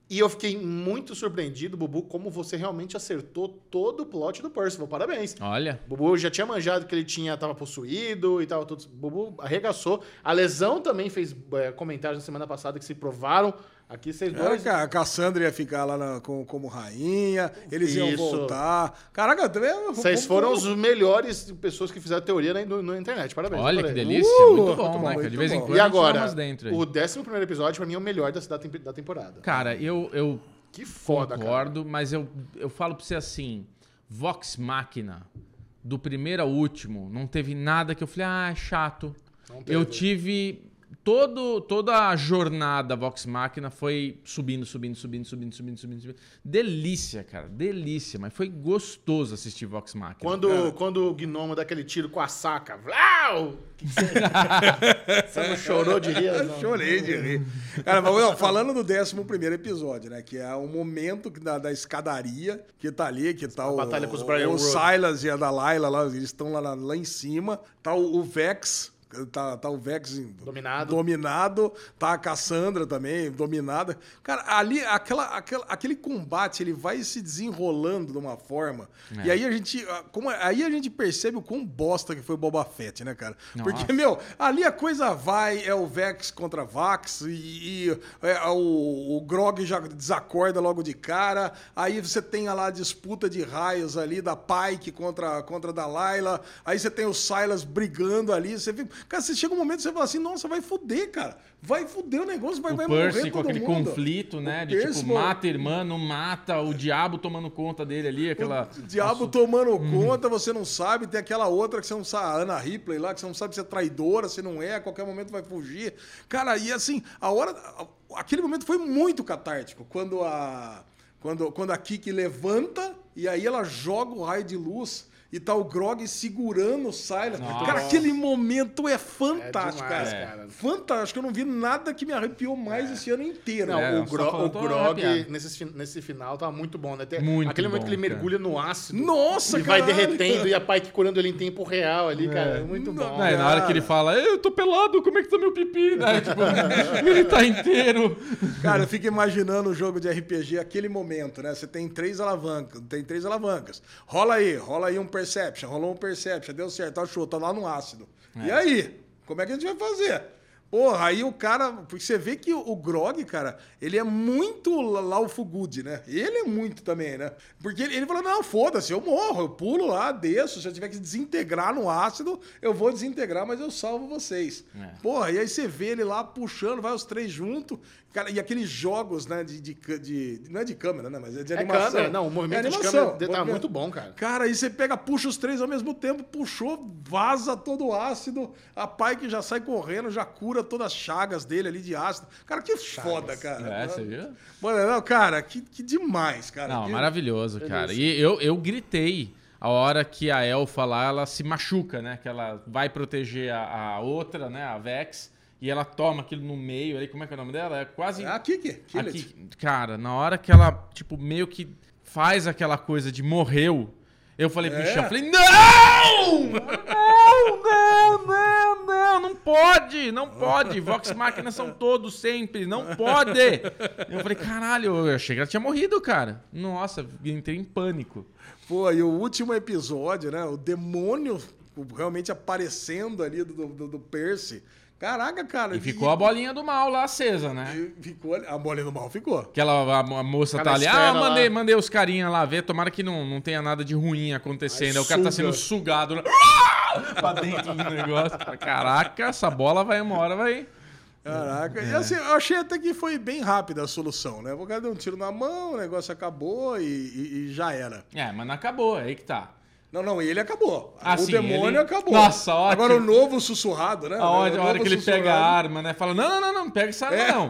S1: E eu fiquei muito surpreendido, Bubu, como você realmente acertou todo o plot do Percival. Parabéns.
S2: Olha.
S1: Bubu já tinha manjado que ele tinha tava possuído e tal. Tudo. Bubu arregaçou. A Lesão também fez é, comentários na semana passada que se provaram. Aqui vocês
S4: Era
S1: dois.
S4: que a Cassandra ia ficar lá na- com, como rainha, eles iam
S1: Isso.
S4: voltar. Caraca, também.
S1: Vocês foram os melhores pessoas que fizeram teoria na, na internet. Parabéns.
S2: Olha que
S1: adorei.
S2: delícia.
S4: Uh,
S2: muito bom,
S4: muito
S2: né?
S4: bom,
S2: cara? De vez em
S4: muito
S2: quando
S4: bom.
S1: E
S2: a gente dá
S1: agora,
S2: umas dentro. aí.
S1: o 11 primeiro episódio, pra mim, é o melhor da, da, temp- da temporada.
S2: Cara, eu, eu
S1: que foda, cara.
S2: concordo, mas eu, eu falo pra você assim: Vox Machina, do primeiro ao último, não teve nada que eu falei, ah, é chato. Eu tive. Todo, toda a jornada Vox Machina foi subindo, subindo, subindo, subindo, subindo, subindo, subindo. Delícia, cara, delícia. Mas foi gostoso assistir Vox Machina.
S1: Quando, quando o gnomo dá aquele tiro com a saca, Vlau! Que que você- você não chorou de rir? não?
S4: Chorei de rir. Cara, mas, não, falando do 11 episódio, né? Que é o momento que da, da escadaria, que tá ali, que tá o,
S1: batalha com os
S4: o-
S1: Briar
S4: o
S1: Road.
S4: Silas e a Delilah lá, eles estão lá, lá, lá em cima. Tá o, o Vex. Tá, tá o Vex em-
S1: Dominado.
S4: dominado, tá a Cassandra também dominada. Cara, ali aquela, aquela- aquele combate ele vai se desenrolando de uma forma. E aí a gente, ah, como é- aí a gente percebe o quão bosta que foi o Boba Fett, né, cara? Porque meu, ali a coisa vai é o Vex contra Vax e, e, é, o, o Grog já desacorda logo de cara. Aí você tem a lá a disputa de raios ali da Pike contra contra a Delilah. Aí você tem o Silas brigando ali, você fica, cara, você chega um momento que você fala assim, nossa, vai foder, cara. Vai foder o negócio, vai,
S2: o
S4: vai
S2: Percy
S4: morrer
S2: com
S4: todo
S2: aquele
S4: mundo.
S2: conflito, né?
S4: O
S2: De tipo,
S4: Percy,
S2: mata a irmã, não mata, o diabo tomando conta dele ali, aquela.
S4: O diabo tomando conta, você não sabe. Tem aquela outra que você não sabe, a Ana Ripley lá, que você não sabe se é traidora, se não é, a qualquer momento vai fugir. Cara, e assim, a hora. a- Aquele momento foi muito catártico. Quando a. Quando, quando a Kiki levanta e aí ela joga o raio de luz. E tá o Grog segurando o Silas. Cara, aquele momento é fantástico,
S1: demais,
S4: cara.
S1: cara.
S4: Fantástico. Eu não vi nada que me arrepiou mais esse ano inteiro.
S1: Não,
S2: É,
S1: o,
S2: você tá
S1: Gro-
S2: falando,
S1: o
S2: tô
S1: Grog,
S2: arrepiado.
S1: nesse, fin- nesse final, tava muito bom, né? Tem-
S2: Muito
S1: aquele momento
S2: bom,
S1: que ele mergulha no ácido.
S4: Nossa,
S1: E vai
S4: caralho,
S1: derretendo
S4: cara.
S1: e a Pike curando ele em tempo real ali, cara. É muito
S4: Não,
S1: bom.
S2: Não, e na hora que ele fala, eu tô pelado, como é que tá meu pipi? Né? Tipo, ele tá inteiro.
S4: Cara, eu fico imaginando o jogo de RPG, aquele momento, né? Você tem três alavancas, tem três alavancas. Rola aí, rola aí um perception, rolou um perception, deu certo, achou, tá lá no ácido. E aí? Como é que a gente vai fazer? Porra, aí o cara. Porque você vê que o o Grog, cara, ele é muito Laufo Good, né? Ele é muito também, né? Porque ele, ele falou: não, foda-se, eu morro, eu pulo lá, desço. Se eu tiver que desintegrar no ácido, eu vou desintegrar, mas eu salvo vocês. Porra, e aí você vê ele lá puxando, vai os três junto. Cara, e aqueles jogos, né? De, de, ca- de- não é de câmera, né? Mas é de
S1: É
S4: animação.
S1: câmera, não, o movimento
S4: É
S1: de
S4: animação.
S1: câmera tá
S4: Movimento-
S1: muito bom, cara.
S4: Cara, aí você pega, puxa os três ao mesmo tempo, puxou, vaza todo o ácido, a pai que já sai correndo, já cura todas as chagas dele ali de ácido. Cara, que foda, cara.
S2: É, você viu?
S4: Mano, não, cara, que, que demais, cara.
S2: Não,
S4: Que-
S2: maravilhoso, cara. E eu, eu gritei a hora que a Elfa lá, ela se machuca, né? Que ela vai proteger a, a outra, né? A Vex. E ela toma aquilo no meio ali. Como é que é o nome dela? É quase...
S4: É a Kiki, Killet.
S2: Aqui, cara, na hora que ela, tipo, meio que faz aquela coisa de morreu, eu falei pro
S4: É?
S2: Michel, falei, não! Não, não, não, não, não pode, não pode. Vox Máquina são todos sempre, não pode. Eu falei, caralho, eu achei que ela tinha morrido, cara. Nossa, entrei em pânico.
S4: Pô, e o último episódio, né? O demônio tipo, realmente aparecendo ali do, do, do Percy. Caraca, cara.
S2: E ficou a bolinha do mal lá acesa, né?
S4: E Ficou ali- A bolinha do mal ficou.
S2: Aquela a, a moça
S1: Aquela
S2: tá ali,
S1: esfera
S2: ah, mandei,
S1: lá."
S2: mandei os carinha lá ver, tomara que não, não tenha nada de ruim acontecendo. Aí, o cara tá
S4: suga.
S2: sendo sugado né? pra dentro do negócio. Caraca, essa bola vai uma hora, vai.
S4: Caraca.
S2: É.
S4: E assim, eu achei até que foi bem rápida a solução, né? O cara deu um tiro na mão, o negócio acabou e, e- e já era.
S2: É, mas não acabou, é aí que tá.
S4: Não, não, ele acabou.
S2: Ah,
S4: o
S2: sim,
S4: demônio
S2: ele-
S4: acabou.
S2: Nossa, ótimo.
S4: Agora o novo sussurrado, né?
S2: A hora,
S4: O
S2: a
S4: novo
S2: hora que ele
S4: sussurrado.
S2: pega a arma, né? Fala, não, não, não, não, não pega essa arma, não.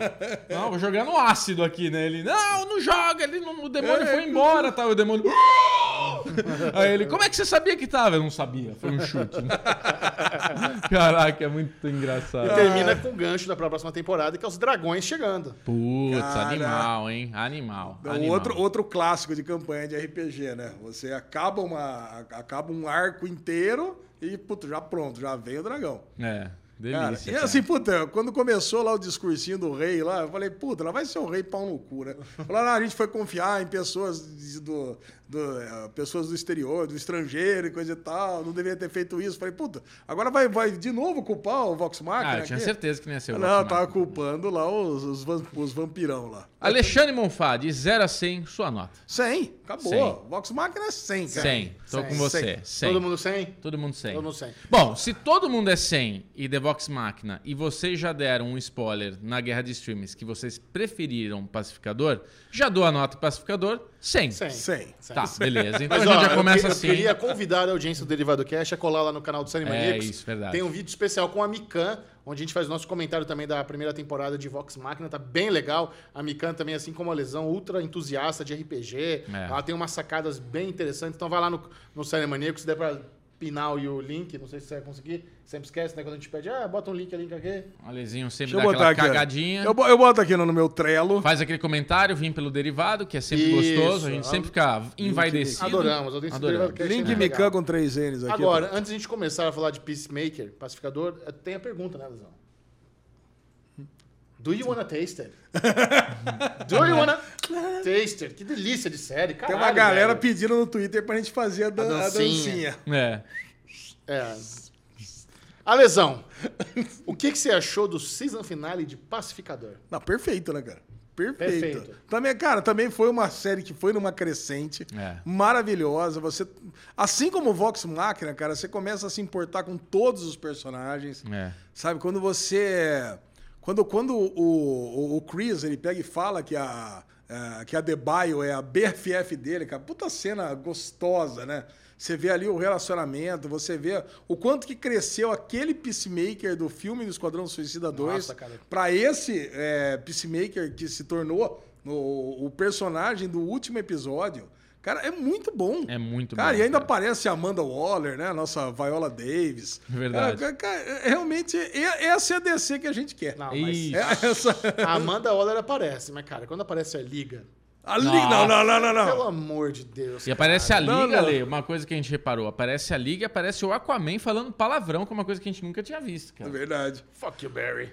S2: Não, vou jogar no ácido aqui, né? Ele, não, não joga, ele, não- o demônio
S4: É,
S2: foi embora, tá? O demônio... Aí ele, como é que você sabia que tava? Eu não sabia, foi um chute. né? Caraca, é muito engraçado.
S1: E termina com o gancho da próxima temporada, que é os dragões chegando.
S2: Putz,
S4: Cara.
S2: animal, hein? Animal.
S4: Não,
S2: animal.
S4: É um Outro, outro clássico de campanha de RPG, né? Você acaba, uma, acaba um arco inteiro e, puto, já pronto, já vem o dragão.
S2: É,
S4: Cara,
S2: delícia.
S4: e
S2: cara.
S4: assim, puta, quando começou lá o discursinho do rei lá, eu falei, puta, lá vai ser o rei pau no cu, né? Falaram, ah, a gente foi confiar em pessoas de- do, do- eh, pessoas do exterior, do estrangeiro e coisa e tal, não deveria ter feito isso. Falei, puta, agora vai, vai de novo culpar o Vox Machina?
S2: Ah, eu tinha
S4: aqui?
S2: certeza que não ia ser o
S4: Não, eu
S2: Rockman.
S4: tava culpando lá os, os, van- os vampirão lá.
S2: Alexandre Monfá, de 0 a 100, sua nota.
S4: 100, acabou.
S2: 100.
S4: Vox Machina é 100, cara.
S2: 100, tô com você. 100.
S1: Todo mundo sem?
S2: Todo mundo 100.
S1: Todo mundo 100.
S2: Bom, se todo mundo é 100 e The Vox Machina e vocês já deram um spoiler na guerra de streams que vocês preferiram pacificador, já dou a nota pacificador 100.
S1: 100.
S4: 100.
S2: Tá, beleza. Então
S1: Mas,
S2: a gente
S1: ó,
S2: já começa
S1: eu, que-
S2: assim.
S1: Eu queria convidar a audiência do Derivado Cash a colar lá no canal do Série Maníacos.
S2: É isso, verdade.
S1: Tem um vídeo especial com a Mikan, onde a gente faz o nosso comentário também da primeira temporada de Vox Máquina, tá bem legal. A Mikan também, assim como a Lesão, ultra entusiasta de RPG.
S2: É.
S1: Ela tem umas sacadas bem interessantes. Então vai lá no, no Série Maníacos, se der pra pinar o link, não sei se você vai conseguir. Sempre esquece, né? Quando a gente pede, ah, bota um link, link aqui.
S2: O Alezinho sempre
S4: Deixa eu
S2: dá
S4: botar
S2: aquela
S4: aqui. ó.
S2: cagadinha.
S4: Eu, bo- eu boto aqui no, no meu Trello.
S2: Faz aquele comentário, vim pelo derivado, que é sempre
S1: Isso.
S2: gostoso. A gente sempre fica envaidecido.
S1: Adoramos, audiência do Derivado Cash.
S2: né?
S4: Link
S1: é legal.
S4: Mikan com 3 N's aqui.
S1: Agora, antes de a gente começar a falar de Peacemaker, pacificador, eh, tem a pergunta, né, Lesão? Do you wanna taste it? Do you wanna taste it? Que delícia de série, cara.
S4: Tem uma galera pedindo no Twitter pra gente fazer a, dan- a
S1: dancinha.
S4: dancinha.
S2: É.
S1: É. A Lesão, o que, que você achou do season finale de Pacificador?
S4: Não, perfeito, né, cara? Perfeito.
S1: Perfeito.
S4: Também, cara, também foi uma série que foi numa crescente,
S2: É.
S4: maravilhosa. Você, assim como o Vox Machina, cara, você começa a se importar com todos os personagens.
S2: É.
S4: Sabe, quando você. Quando, quando o, o, o Chris ele pega e fala que a, a, que a Debaio é a BFF dele, cara, puta cena gostosa, né? Você vê ali o relacionamento, você vê o quanto que cresceu aquele Peacemaker do filme do Esquadrão Suicida 2
S1: Nossa, cara.
S4: para esse é, Peacemaker que se tornou o, o personagem do último episódio. Cara, é muito bom.
S2: É muito
S4: cara,
S2: bom,
S4: E ainda
S2: cara.
S4: aparece a Amanda Waller, né? A nossa Viola Davis.
S2: É
S4: É,
S2: Verdade.
S4: Cara, cara, realmente, e- essa é a DC que a gente quer.
S1: Não,
S2: Ih,
S1: mas
S4: É essa-
S1: a Amanda Waller aparece, mas, cara, quando aparece a Liga,
S4: A Liga- Não, não, não, não,
S1: pelo
S4: não.
S1: amor de Deus.
S2: E aparece a
S4: Não,
S2: Liga,
S4: não.
S2: Ale, uma coisa que a gente reparou. Aparece a Liga e aparece o Aquaman falando palavrão, que é uma coisa que a gente nunca tinha visto,
S4: É
S2: cara.
S4: Verdade.
S1: Fuck you, Barry.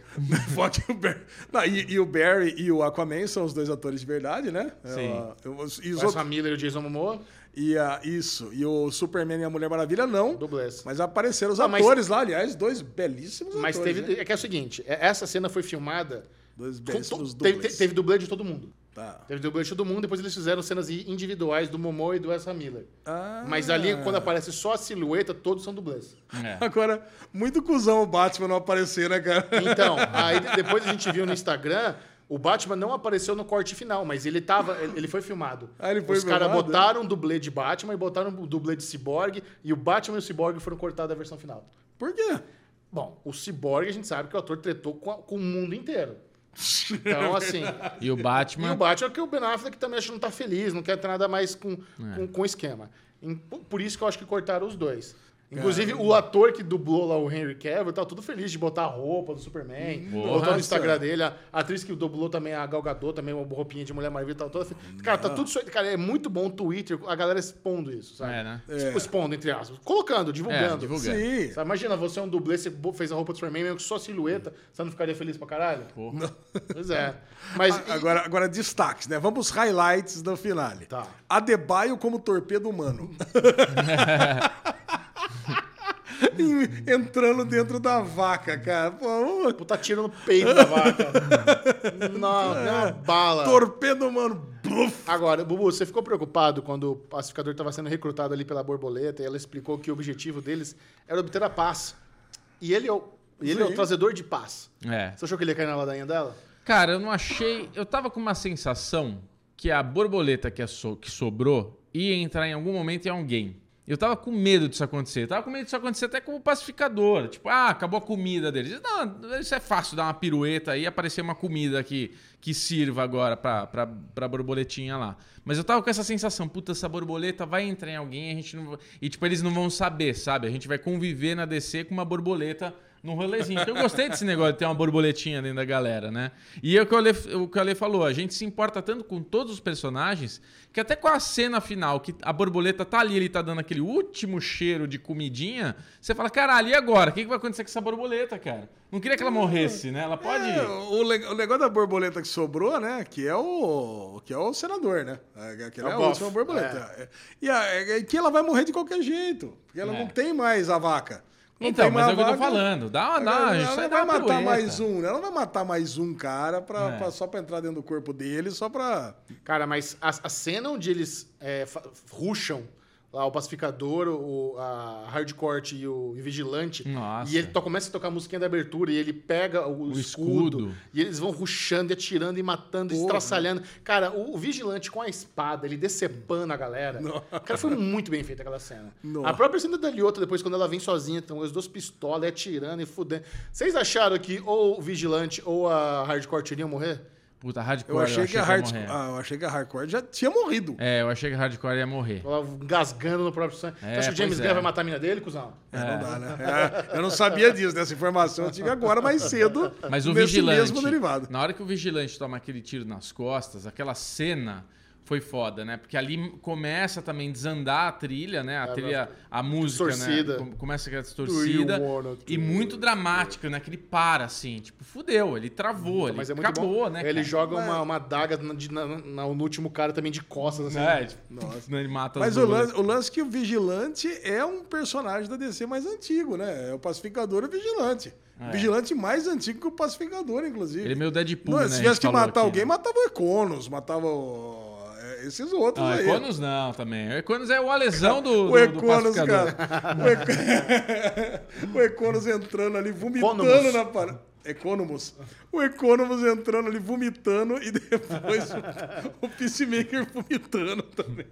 S4: Fuck o Barry. Não, e, e o Barry e o Aquaman são os dois atores de verdade, né?
S2: Sim.
S4: É, o- os- e, os
S1: Parece a
S4: outros,
S1: Miller e o Jason Momoa.
S4: e a, isso. E o Superman e a Mulher Maravilha, não.
S1: Dublês.
S4: Mas apareceram os
S1: Não, Ah, mas-
S4: atores lá, aliás, dois belíssimos
S1: Mas
S4: atores.
S1: teve.
S4: né?
S1: É que é o seguinte: é- essa cena foi filmada.
S4: Dois
S1: com
S4: belíssimos
S1: to-
S4: dublês.
S1: teve, teve dublê de todo mundo.
S4: Tá.
S1: Teve dublê de todo mundo, depois eles fizeram cenas individuais do Momo e do Ezra Miller.
S4: Ah.
S1: Mas ali, quando aparece só a silhueta, todos são dublês.
S2: É.
S4: Agora, muito cuzão o Batman não aparecer, né, cara?
S1: Então, aí de- depois a gente viu no Instagram, o Batman não apareceu no corte final, mas ele tava. Ele ele foi filmado.
S4: Ah, ele foi
S1: Os caras
S4: filmado?
S1: botaram um dublê de Batman e botaram um dublê de Cyborg, e o Batman e o Cyborg foram cortados da versão final.
S4: Por quê?
S1: Bom, o Cyborg a gente sabe que o ator tretou com, a- com o mundo inteiro. Então, assim.
S2: E o
S1: E o
S2: Batman.
S1: Batman é que o Ben Affleck também acho que não tá
S2: É.
S1: feliz, não quer ter nada mais com, com, com esquema. Em- por- Por isso que eu acho que cortaram os dois.
S2: É.
S1: Inclusive, o ator que dublou lá o Henry Cavill tá tudo feliz de botar a roupa do Superman. botou
S2: Porra.
S1: no Instagram dele. A atriz que dublou também a Gal Gadot, também uma roupinha de Mulher Maravilha. Tá toda... fe- Cara, tá tudo... isso- Cara, é muito bom o Twitter, a galera expondo isso, sabe?
S2: É, né?
S1: Tipo, expondo, entre aspas. Colocando, divulgando.
S2: É, divulga.
S4: Sim.
S1: Sabe, imagina, você é um dublê, você bo- fez a roupa do Superman, meio que só silhueta, você não ficaria feliz pra caralho?
S2: Porra.
S1: Pois é. Mas e-
S4: Agora, agora destaques, né? Vamos pros highlights do finale.
S1: Tá.
S4: Adebayo como torpedo humano. Entrando dentro da vaca, cara. Pô,
S1: puta tiro no peito da vaca. não, não é uma bala.
S4: torpedo humano. Bluf.
S1: Agora, Bubu, você ficou preocupado quando o pacificador estava sendo recrutado ali pela borboleta e ela explicou que o objetivo deles era obter a paz. E ele é o, e ele é o trazedor de paz.
S2: É.
S1: Você achou que ele ia cair na ladainha dela?
S2: Cara, eu não achei. Eu tava com uma sensação que a borboleta que, a so- que sobrou ia entrar em algum momento em alguém. Eu tava com medo disso acontecer. Eu tava com medo disso acontecer até com o pacificador. Tipo, ah, acabou a comida deles. Não, isso é fácil dar uma pirueta aí e aparecer uma comida que, que sirva agora pra, pra, pra borboletinha lá. Mas eu tava com essa sensação, puta, essa borboleta vai entrar em alguém, a gente não. E tipo, eles não vão saber, sabe? A gente vai conviver na DC com uma borboleta num rolezinho. Então eu gostei desse negócio de ter uma borboletinha dentro da galera, né? E é o que o Ale, o que o Ale falou, a gente se importa tanto com todos os personagens que até com a cena final, que a borboleta tá ali, ele tá dando aquele último cheiro de comidinha, você fala, caralho, e agora? O que, que vai acontecer com essa borboleta, cara? Não queria que ela morresse, né? Ela pode...
S4: É, o, le- o negócio da borboleta que sobrou, né? Que é o, que é o senador, né? Aquele
S1: É o
S4: é, a
S1: bofe.
S4: última borboleta. É. E a- é- é que ela vai morrer de qualquer jeito. Porque ela
S2: É.
S4: não tem mais a vaca. Não
S2: então,
S4: tem
S2: mas
S4: mais
S2: é o que eu tô
S4: a vaca.
S2: falando. Dá uma... Dá,
S4: Ela,
S2: a gente
S4: ela
S2: sai
S4: não
S2: da
S4: vai matar
S2: pirueta.
S4: mais um, né? ela não vai matar mais um cara pra,
S2: É.
S4: pra- só pra entrar dentro do corpo dele, só pra.
S1: Cara, mas a, a cena onde eles é, fa- ruxam lá o pacificador, o, a hardcore e o, e o vigilante,
S2: Nossa.
S1: e ele to- começa a tocar a musiquinha da abertura e ele pega o,
S2: O
S1: escudo,
S2: escudo.
S1: e eles vão ruxando, e atirando e matando,
S4: Porra.
S1: estraçalhando. Cara, o, o vigilante com a espada, ele decepando a galera. Cara, foi muito bem feita aquela cena.
S4: Nossa.
S1: A própria cena da Liotta, depois, quando ela vem sozinha, então as duas pistolas, e atirando e fudendo. Vocês acharam que ou o vigilante ou a hardcore iriam morrer?
S2: Puta,
S4: Eu,
S2: hardcore,
S4: achei, que a
S2: ia
S4: hard...
S2: morrer.
S4: ah, eu achei que a hardcore já tinha morrido.
S2: É, eu achei que a hardcore ia morrer.
S1: Ela gasgando no próprio sangue.
S2: É,
S1: Você acha que o James
S2: pois é.
S1: Gunn vai matar a mina dele, cuzão?
S4: É, não dá, né? É, eu não sabia disso, dessa informação. Eu tive agora mais cedo.
S2: Mas o
S4: nesse
S2: vigilante.
S4: mesmo derivado.
S2: Na hora que o vigilante toma aquele tiro nas costas, aquela cena foi foda, né? Porque ali começa também a desandar a trilha, né? A
S4: É,
S2: trilha, a música,
S1: distorcida.
S2: né? Com- Começa aquela distorcida.
S1: Do you
S4: né?
S1: wanna
S2: E
S1: do-
S2: muito dramático, né? Que ele para, assim. Tipo, fudeu, ele travou, ele
S1: Mas é muito
S2: acabou,
S1: bom.
S2: né?
S1: Ele
S2: cara?
S1: joga uma, uma daga na- de- na- na- no último cara também de costas, assim.
S2: É, tipo, ele mata as
S4: Mas o
S2: borboletas.
S4: lance, o lance é que o Vigilante é um personagem da DC mais antigo, né? É o Pacificador e o Vigilante. O Vigilante mais antigo que o Pacificador, inclusive.
S2: Ah, é. Ele é meio Deadpool, né?
S4: Se
S2: A
S4: tivesse
S2: gente
S4: que
S2: falou
S4: matar
S2: aqui,
S4: alguém,
S2: né?
S4: matava o Econos, matava o- é, esses outros
S2: Ah,
S4: aí.
S2: Econos não, também. O Econos é o alesão do,
S4: O
S2: do, do
S4: Econos,
S2: pacificador.
S4: cara. O, Eco- o Econos entrando ali, vomitando
S1: Economus.
S4: na parada. Economus. O Economus entrando ali, vomitando e depois o, o Peacemaker vomitando também.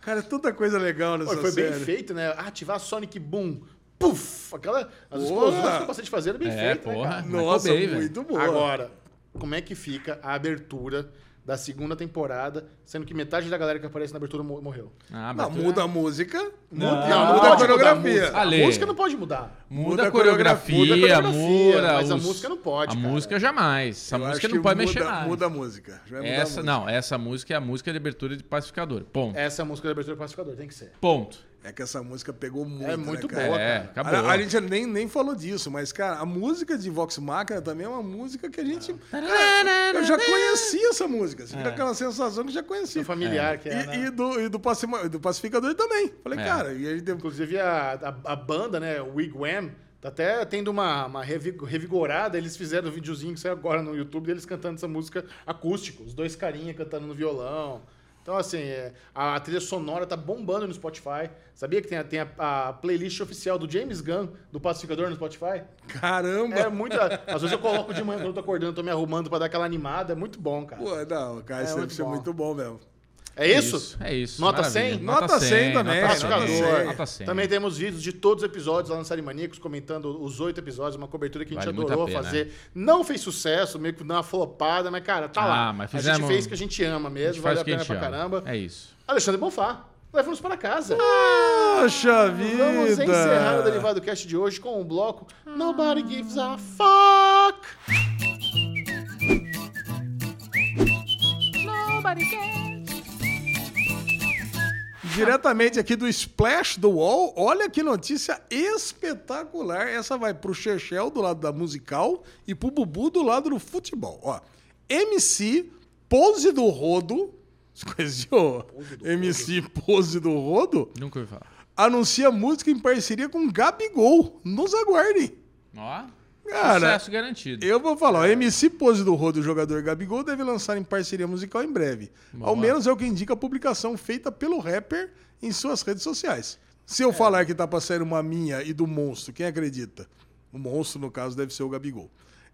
S4: Cara, é tanta coisa legal nessa
S1: Pô, foi
S4: série.
S1: bem feito, né? Ativar Sonic Boom. Puf! Aquela, as
S4: Porra!
S1: explosões que eu passei de fazer eram bem
S2: É,
S1: feitas, né,
S2: porra.
S1: cara?
S2: Michael
S4: Nossa,
S2: Bay, velho.
S4: muito boa.
S1: Agora, como é que fica a abertura da segunda temporada, sendo que metade da galera que aparece na abertura mo- morreu?
S2: Ah,
S4: Não,
S2: bateu-
S4: muda a música.
S2: Não,
S4: muda,
S2: não
S4: muda a
S1: pode mudar
S4: coreografia.
S1: música.
S2: Ale.
S1: A música não pode mudar.
S2: Muda
S4: Muda
S2: a
S4: a coreografia,
S2: coreografia,
S1: muda a
S2: muda.
S1: coreografia, mas a
S2: os-
S1: música não pode,
S2: A
S1: cara.
S2: música é jamais. Essa
S4: Eu
S2: música
S4: acho
S2: não
S4: que
S2: pode
S4: muda-
S2: mexer mais.
S4: Muda a música. Já vai mudar a
S2: Essa,
S4: música.
S2: não, essa música é a música de abertura de pacificador. Ponto.
S1: Essa é a música da abertura do pacificador, tem que ser.
S2: Ponto.
S4: É que essa música pegou muito.
S1: É muito
S4: né,
S1: boa,
S4: cara?
S2: é,
S1: cara.
S2: acabou.
S4: A, a gente nem, nem falou disso, mas, cara, a música de Vox Machina também é uma música que a gente. Cara, eu já conhecia essa música. Assim, fica Aquela sensação que eu já conhecia.
S1: É familiar que é, né?
S4: E, e do, e do, Pacima- do Pacificador também. Falei,
S2: É.
S4: cara, e aí depois.
S1: Inclusive a, a, a banda, né, o Wigwam, tá até tendo uma, uma revi- revigorada. Eles fizeram um videozinho que saiu agora no YouTube deles cantando essa música acústica, os dois carinha cantando no violão. Então, assim, é, a, a trilha sonora tá bombando no Spotify. Sabia que tem, a, tem a, a playlist oficial do James Gunn, do Pacificador, no Spotify?
S4: Caramba!
S1: É muito. Às vezes eu coloco de manhã quando eu tô acordando, tô me arrumando pra dar aquela animada. É muito bom, cara.
S4: Pô, não, cara, isso
S1: muito
S4: deve ser
S1: bom.
S4: muito bom mesmo.
S1: É isso?
S2: É isso.
S1: Nota
S2: maravilha.
S1: 100?
S4: Nota 100 também,
S2: Nota
S1: Pacificador.
S2: 100.
S4: Nota 100.
S2: Nota 100.
S1: Tá Também temos vídeos de todos os episódios lá no Sarimaníacos, comentando os oito episódios, uma cobertura que a gente
S2: Vale muito
S1: adorou
S2: a pena, né?
S1: fazer. Não fez sucesso, meio que deu uma flopada, mas, cara, tá
S2: Ah,
S1: lá.
S2: mas
S1: a gente
S2: fizemos-
S1: fez o que a gente ama mesmo, vale
S2: Faz
S1: a
S2: o que a
S1: pena
S2: gente
S1: pra
S2: ama.
S1: caramba.
S2: É isso.
S1: Alexandre Bonfá. leva-nos para casa.
S4: Poxa vida!
S1: Vamos encerrar o Derivado Cast de hoje com um bloco Nobody Gives a Fuck.
S3: Nobody cares.
S4: Diretamente aqui do Splash do Wall, olha que notícia espetacular. Essa vai pro Chechel do lado da musical e pro Bubu do lado do futebol. Ó, MC Pose do Rodo. Você conheceu? MC Pose do Rodo?
S2: Nunca ouvi falar.
S4: Anuncia música em parceria com Gabigol. Nos aguardem.
S2: Ó,
S4: Cara,
S2: sucesso garantido.
S4: eu vou falar, o MC Pose do Rodo, jogador Gabigol, deve lançar em parceria musical em breve. Ao menos é o que indica a publicação feita pelo rapper em suas redes sociais. Se eu falar que tá pra sair uma minha e do monstro, quem acredita? O monstro, no caso, deve ser o Gabigol.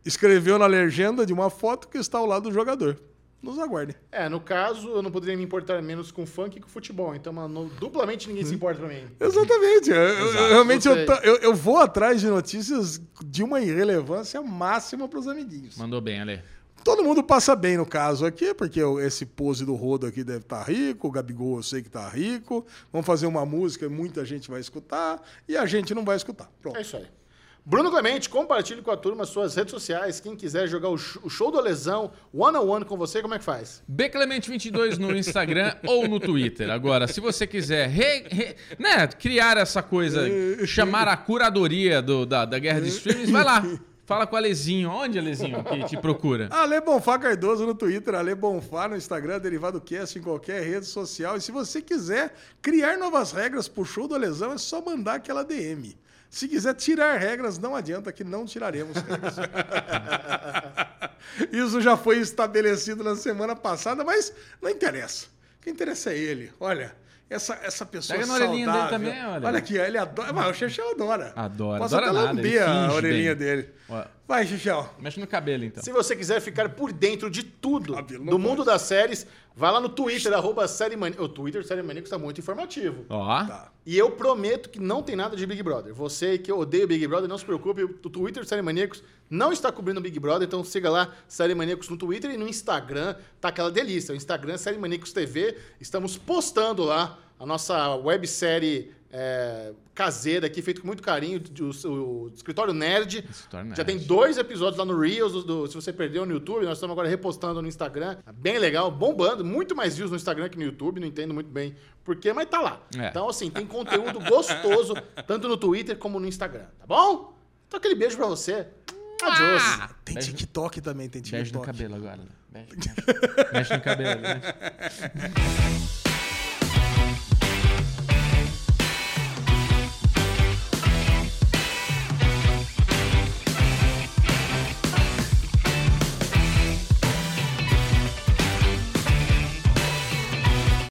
S4: Escreveu na legenda de uma foto que está ao lado do jogador. Nos aguardem.
S1: É, no caso, eu não poderia me importar menos com funk que com futebol. Então, mano, duplamente ninguém se importa pra mim.
S4: Exatamente. Eu- eu- eu realmente eu,
S1: Gostei.
S4: ta- eu- eu vou atrás de notícias de uma irrelevância máxima pros amiguinhos.
S2: Mandou bem, Ale.
S4: Todo mundo passa bem no caso aqui, porque o- esse pose do Rodo aqui deve estar rico, o Gabigol eu sei que tá rico. Vamos fazer uma música e muita gente vai escutar, e a gente não vai escutar. Pronto.
S1: É isso aí. Bruno Clemente, compartilhe com a turma suas redes sociais. Quem quiser jogar o sh- o show do Lesão one-on-one com você, como é que faz?
S2: Bclemente22 no Instagram ou no Twitter. Agora, se você quiser re- re- né, criar essa coisa, chamar a curadoria do- da, da guerra de streams, vai lá. Fala com o Alezinho. Onde, Alezinho, que te procura?
S4: Ale Bonfá Cardoso no Twitter, Ale Bonfá no Instagram, Derivado Cast em qualquer rede social. E se você quiser criar novas regras pro show do Lesão, é só mandar aquela DM. Se quiser tirar regras, não adianta que não tiraremos regras. Isso já foi estabelecido na semana passada, mas não interessa. O que interessa é ele. Olha, essa, essa pessoa
S2: Pega na
S4: saudável.
S2: orelhinha dele também, olha.
S4: aqui, ele adora. Mas o Chechel adora.
S2: Adora,
S4: Posso
S2: adora
S4: até
S2: nada,
S4: lamber
S2: ele
S4: a
S2: finge
S4: orelhinha
S2: bem.
S4: dele.
S2: Ó,
S4: Vai, Chechel.
S2: Mexe no cabelo, então.
S1: Se você quiser ficar por dentro de tudo
S4: Cabelo não
S1: do mundo das séries, vai lá no Twitter, arroba Série Maníaco. O Twitter Série Maníaco está muito informativo.
S2: Ó,
S4: Tá.
S1: E eu prometo que não tem nada de Big Brother. Você que odeia o Big Brother, não se preocupe, o Twitter do Série Maníacos não está cobrindo o Big Brother, então siga lá, Série Maníacos no Twitter e no Instagram, tá aquela delícia. O Instagram é Série Maníacos TV, estamos postando lá a nossa websérie é, caseira aqui, feito com muito carinho, o, o- o Escritório Nerd.
S2: Escritório Nerd.
S1: Já tem dois episódios lá no Reels, do- do- se você perdeu no YouTube, nós estamos agora repostando no Instagram. Tá Bem legal, bombando, muito mais views no Instagram que no YouTube, não entendo muito bem porquê, mas tá lá.
S2: É.
S1: Então, assim, tem conteúdo gostoso, tanto no Twitter como no Instagram, tá bom? Então, aquele beijo pra você. Adiós.
S4: Tem TikTok também, tem
S2: mexe no
S4: TikTok.
S2: né? cabelo agora. Mexe, mexe. mexe no cabelo. Mexe.